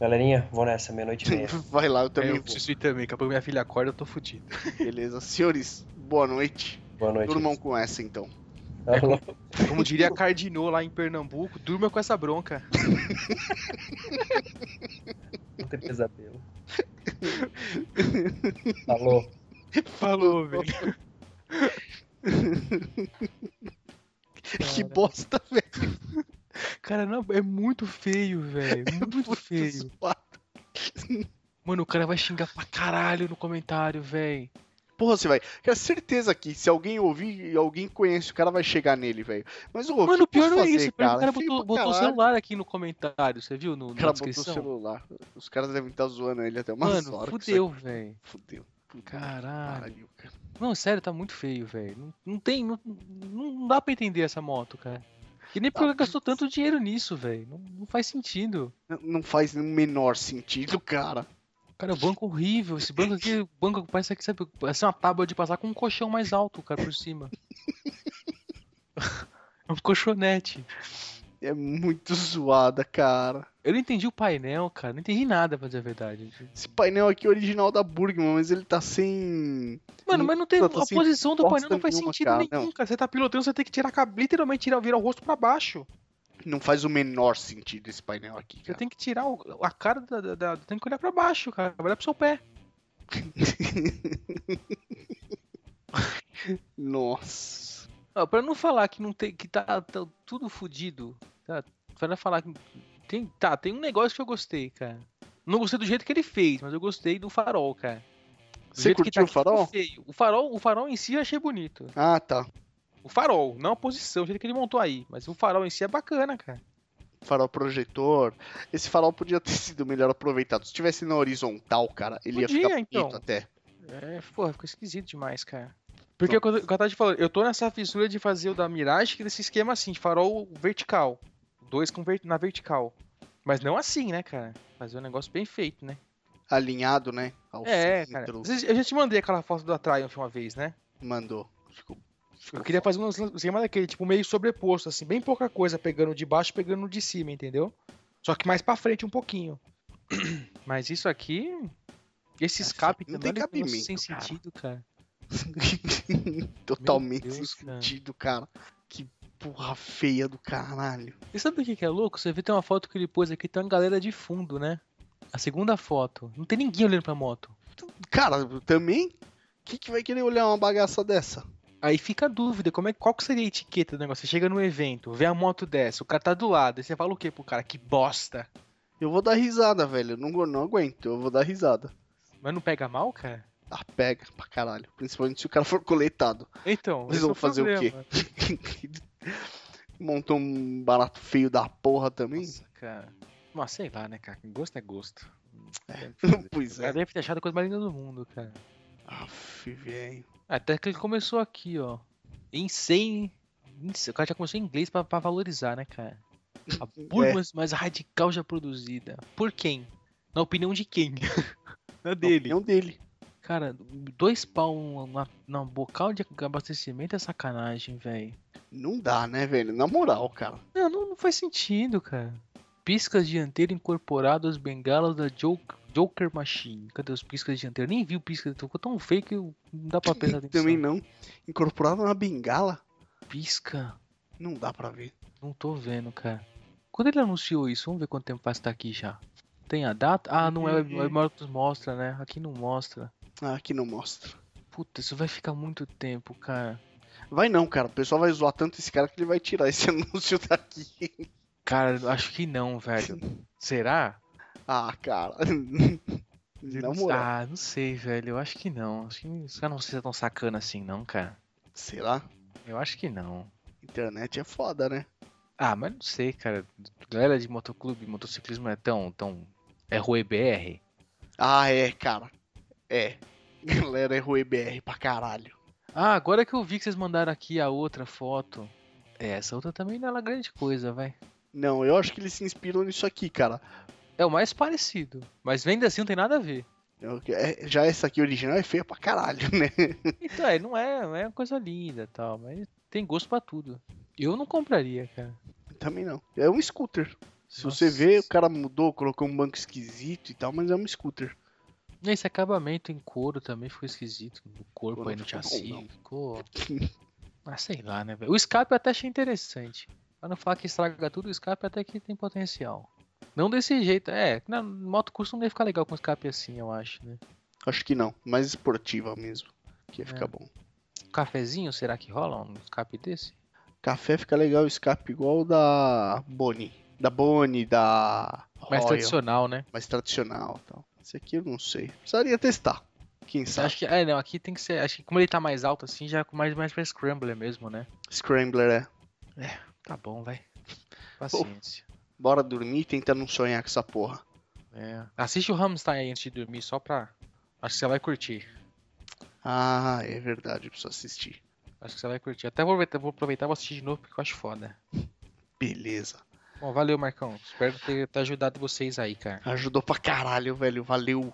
Speaker 4: Galerinha, vou nessa, meia-noite e meia.
Speaker 3: Vai lá, eu também
Speaker 1: É, eu
Speaker 3: vou.
Speaker 1: preciso ir também. Daqui a pouco minha filha acorda, eu tô fudido.
Speaker 3: Beleza, senhores, boa noite.
Speaker 4: Boa noite.
Speaker 3: Durmam com essa então.
Speaker 4: Alô.
Speaker 1: Como diria Cardinô lá em Pernambuco, durma com essa bronca.
Speaker 4: Vou ter pesadelo. Alô.
Speaker 1: Falou, velho.
Speaker 3: Que bosta, velho.
Speaker 1: Cara, não, é muito feio, velho. É Muito feio.
Speaker 3: zoado.
Speaker 1: Mano, o cara vai xingar pra caralho no comentário, velho.
Speaker 3: Porra, você vai. Cara, certeza que se alguém ouvir e alguém conhece, o cara vai chegar nele, velho. Mas ô,
Speaker 1: Mano, o
Speaker 3: que eu
Speaker 1: pior
Speaker 3: posso
Speaker 1: não é
Speaker 3: fazer,
Speaker 1: isso. O cara
Speaker 3: Feio
Speaker 1: botou,
Speaker 3: pra
Speaker 1: botou o
Speaker 3: caralho.
Speaker 1: celular aqui no comentário, você viu? No, na
Speaker 3: O cara botou o
Speaker 1: descrição.
Speaker 3: celular. Os caras devem estar zoando ele até uma
Speaker 1: Mano,
Speaker 3: hora. com isso
Speaker 1: fudeu, velho.
Speaker 3: aqui. Fudeu. Puta que
Speaker 1: Caralho.
Speaker 3: pariu, cara.
Speaker 1: Não, sério, tá muito feio, velho. Não, não tem. Não, não não dá pra entender essa moto, cara. E
Speaker 3: Tá
Speaker 1: nem porque gastou tanto dinheiro nisso, velho. Não, não faz sentido.
Speaker 3: Não- Não faz o menor sentido, cara.
Speaker 1: Cara, o banco horrível. Esse banco aqui, banco parece que sabe, parece uma tábua de passar com um colchão mais alto, cara, por cima. É um colchonete.
Speaker 3: É muito zoada, cara.
Speaker 1: Eu não entendi o painel, cara. Não entendi nada, pra dizer a verdade.
Speaker 3: Esse painel aqui é original da Burgman, mas ele tá sem.
Speaker 1: Mano, mas não tem.
Speaker 3: Tá,
Speaker 1: A
Speaker 3: tá sem
Speaker 1: posição do
Speaker 3: bosta
Speaker 1: painel não faz
Speaker 3: nenhuma,
Speaker 1: sentido
Speaker 3: cara,
Speaker 1: nenhum,
Speaker 3: não.
Speaker 1: cara. Você tá pilotando, você tem que tirar a cabeça. Literalmente tirar, virar o rosto pra baixo.
Speaker 3: Não faz o menor sentido esse painel aqui,
Speaker 1: Você
Speaker 3: cara.
Speaker 1: tem que tirar o- a cara da, da- da- Tem que olhar pra baixo, cara. Vai olhar pro seu pé.
Speaker 3: Nossa.
Speaker 1: Ó, pra não falar que não tem. que tá, tá tudo fudido. Tá, pra não falar que. Tem, tá, tem um negócio que eu gostei, cara. Não gostei do jeito que ele fez, mas eu gostei do farol, cara. Do
Speaker 3: Você
Speaker 1: jeito que
Speaker 3: curtiu o
Speaker 1: tá aqui,
Speaker 3: farol?
Speaker 1: ficou feio. O farol, o farol em si eu achei bonito.
Speaker 3: Ah, tá.
Speaker 1: O farol, não a posição, o jeito que ele montou aí. Mas o farol em si é bacana, cara.
Speaker 3: Farol projetor. Esse farol podia ter sido melhor aproveitado. Se tivesse na horizontal, cara, ele ia
Speaker 1: Podia,
Speaker 3: ficar bonito
Speaker 1: então.
Speaker 3: até.
Speaker 1: É, porra, ficou esquisito demais, cara. Porque o que eu- o que eu tava te falando, eu tô nessa fissura de fazer o da Mirage que nesse esquema assim, de farol vertical. Dois com ver- na vertical. Mas não assim, né, cara? Fazer um negócio bem feito, né?
Speaker 3: alinhado, né? Ao
Speaker 1: É, cara.
Speaker 3: centro.
Speaker 1: Eu já te mandei aquela foto da Triumph uma vez, né?
Speaker 3: Mandou. Ficou, ficou
Speaker 1: Eu queria fazer um esquema daquele, tipo, meio sobreposto, assim, bem pouca coisa, pegando de baixo e pegando de cima, entendeu? Só que mais pra frente um pouquinho. Mas isso aqui. Esse
Speaker 3: Essa-
Speaker 1: escape
Speaker 3: não
Speaker 1: também
Speaker 3: tem
Speaker 1: olha como
Speaker 3: cabimento,
Speaker 1: sem
Speaker 3: cara.
Speaker 1: sentido, cara.
Speaker 3: Totalmente
Speaker 1: Meu
Speaker 3: sem
Speaker 1: Deus, cara.
Speaker 3: sentido, cara. Que porra feia do caralho.
Speaker 1: E sabe o que que é louco? Você vê tem uma foto que ele pôs aqui, tem uma galera de fundo, né? A segunda foto. Não tem ninguém olhando pra moto.
Speaker 3: Cara, também? Quem que vai querer olhar uma bagaça dessa?
Speaker 1: Aí fica a dúvida, como é, qual que seria a etiqueta do negócio? Você chega num evento, vê a moto dessa, o cara tá do lado, aí você fala o quê pro cara? Que bosta!
Speaker 3: Eu vou dar risada, velho. Eu não, go- não aguento. Eu vou dar risada.
Speaker 1: Mas não pega mal, cara?
Speaker 3: Ah, pega pra caralho. Principalmente se o cara for coletado.
Speaker 1: Então,
Speaker 3: Mas
Speaker 1: esse é
Speaker 3: vão fazer o quê?
Speaker 1: problema.
Speaker 3: Montou um barato feio da porra também.
Speaker 1: Nossa, cara. Mas sei lá, né, cara? Gosto é gosto.
Speaker 3: pois
Speaker 1: O cara
Speaker 3: é.
Speaker 1: deve ter achado a coisa mais linda do mundo, cara.
Speaker 3: Aff, velho.
Speaker 1: Até que ele começou aqui, ó. Em 100. em 100, O cara já começou em inglês pra, pra valorizar, né, cara? A
Speaker 3: É.
Speaker 1: Burmas mais radical já produzida. Por quem? Na opinião de quem? Na dele.
Speaker 3: É um dele.
Speaker 1: Cara, dois pau na, na bocal de abastecimento é sacanagem, velho.
Speaker 3: Não dá, né, velho? Na moral, cara.
Speaker 1: Não, não, não faz sentido, cara. Piscas dianteira incorporado às bengalas da Joke- Joker Machine. Cadê os piscas dianteiras? Nem vi o pisca, então ficou tão feio que eu- não dá pra prestar atenção.
Speaker 3: Também não. Incorporado na bengala,
Speaker 1: Pisca?
Speaker 3: não dá pra ver.
Speaker 1: Não tô vendo, cara. Quando ele anunciou isso? Vamos ver quanto tempo faz que tá aqui já. Tem a data? Ah, não é, é Mortos mostra, né? Aqui não mostra.
Speaker 3: Ah, aqui não mostra.
Speaker 1: Puta, isso vai ficar muito tempo, cara.
Speaker 3: Vai não, cara. O pessoal vai zoar tanto esse cara que ele vai tirar esse anúncio daqui.
Speaker 1: Cara, eu acho que não, velho. Será?
Speaker 3: Ah, cara. Na moral.
Speaker 1: Ah, não sei, velho. Eu acho que não. Acho que os caras não sejam tão sacana assim, não, cara.
Speaker 3: Será?
Speaker 1: Eu acho que não.
Speaker 3: Internet é foda, né?
Speaker 1: Ah, mas não sei, cara. Galera de motoclube, motociclismo é tão. tão... É Rua EBR?
Speaker 3: Ah, é, cara. É. Galera, é RueBR pra caralho.
Speaker 1: Ah, agora que eu vi que vocês mandaram aqui a outra foto. É, essa outra também não é lá grande coisa, vai.
Speaker 3: Não, eu acho que eles se inspiram nisso aqui, cara.
Speaker 1: É o mais parecido. Mas ainda assim não tem nada a ver.
Speaker 3: Eu- é- já essa aqui original é feia pra caralho, né?
Speaker 1: Então, é, não é, não é uma coisa linda e tal, mas tem gosto pra tudo. Eu não compraria, cara.
Speaker 3: Também não. É um scooter. Se
Speaker 1: Nossa.
Speaker 3: você vê, o cara mudou, colocou um banco esquisito e tal, mas é um scooter.
Speaker 1: E Esse acabamento em couro também ficou esquisito. O corpo
Speaker 3: Couro
Speaker 1: aí no
Speaker 3: não ficou
Speaker 1: chassi
Speaker 3: bom, não.
Speaker 1: ficou. Ah, sei lá, né, velho? O escape eu até achei interessante. Pra não falar que estraga tudo, o escape até que tem potencial. Não desse jeito, é. Na moto custom não ia ficar legal com escape assim, eu acho, né?
Speaker 3: Acho que não, mais esportiva mesmo. Que ia
Speaker 1: É.
Speaker 3: ficar bom.
Speaker 1: Cafezinho, será que rola um escape desse?
Speaker 3: Café fica legal, o escape igual o da Boni. Da Boni, da
Speaker 1: Mais
Speaker 3: Royal,
Speaker 1: tradicional, né?
Speaker 3: mais tradicional e tal. Esse aqui eu não sei. Precisaria testar. Quem sabe?
Speaker 1: Acho que, é, não, aqui tem que ser. Acho que como ele tá mais alto assim, já é mais, mais pra Scrambler mesmo, né?
Speaker 3: Scrambler é.
Speaker 1: Tá bom, vai. Paciência.
Speaker 3: Bora dormir e tenta não sonhar com essa porra.
Speaker 1: É. Assiste o Hamstein aí antes de dormir, só pra. Acho que você vai curtir.
Speaker 3: Ah, é verdade, eu preciso assistir.
Speaker 1: Acho que você vai curtir. Até vou aproveitar, vou aproveitar e vou assistir de novo porque eu acho foda.
Speaker 3: Beleza.
Speaker 1: Bom, valeu, Marcão. Espero ter, ter ajudado vocês aí, cara.
Speaker 3: Ajudou pra caralho, velho. Valeu.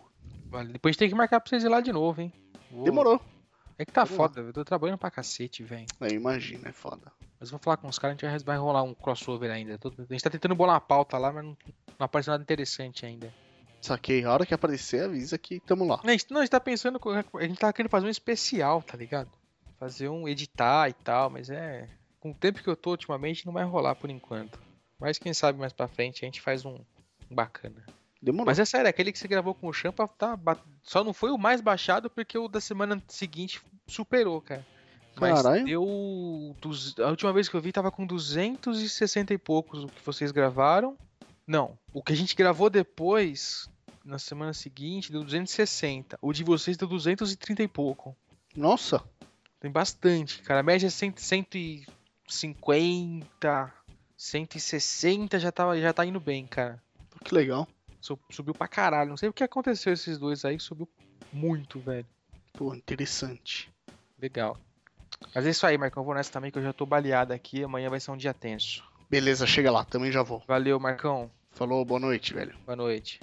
Speaker 1: Vale- Depois tem que marcar pra vocês ir lá de novo, hein? Vou-
Speaker 3: Demorou.
Speaker 1: É que tá
Speaker 3: Demorou.
Speaker 1: foda, eu tô trabalhando pra cacete, velho.
Speaker 3: É, imagina, é foda.
Speaker 1: Mas eu vou falar com os caras, a gente vai- vai rolar um crossover ainda. Tô- A gente tá tentando bolar uma pauta lá, mas não, não apareceu nada interessante ainda.
Speaker 3: Saquei. A hora que aparecer, avisa que tamo lá.
Speaker 1: Não, a gente- não, a gente tá pensando. co- A gente tá querendo fazer um especial, tá ligado? Fazer um editar e tal, mas é. Com o tempo que eu tô ultimamente, não vai rolar por enquanto. Mas quem sabe mais pra frente a gente faz um um bacana.
Speaker 3: Demorou.
Speaker 1: Mas é sério, aquele que você gravou com o Champa tá, ba- só não foi o mais baixado porque o da semana seguinte superou, cara. Mas
Speaker 3: Caralho.
Speaker 1: deu. duz- A última vez que eu vi tava com 260 e poucos o que vocês gravaram. Não, o que a gente gravou depois, na semana seguinte, deu 260. O de vocês deu 230 e pouco.
Speaker 3: Nossa,
Speaker 1: Tem bastante, cara. A média é 100, 150, 160 já, tava, já tá indo bem, cara.
Speaker 3: que legal.
Speaker 1: Su- Subiu pra caralho. Não sei o que aconteceu esses dois aí, que subiu muito, velho.
Speaker 3: Pô, interessante.
Speaker 1: Legal. Mas é isso aí, Marcão. Eu vou nessa também que eu já tô baleado aqui. Amanhã vai ser um dia tenso.
Speaker 3: Beleza, chega lá, também já vou.
Speaker 1: Valeu, Marcão.
Speaker 3: Falou, boa noite, velho.
Speaker 1: Boa noite.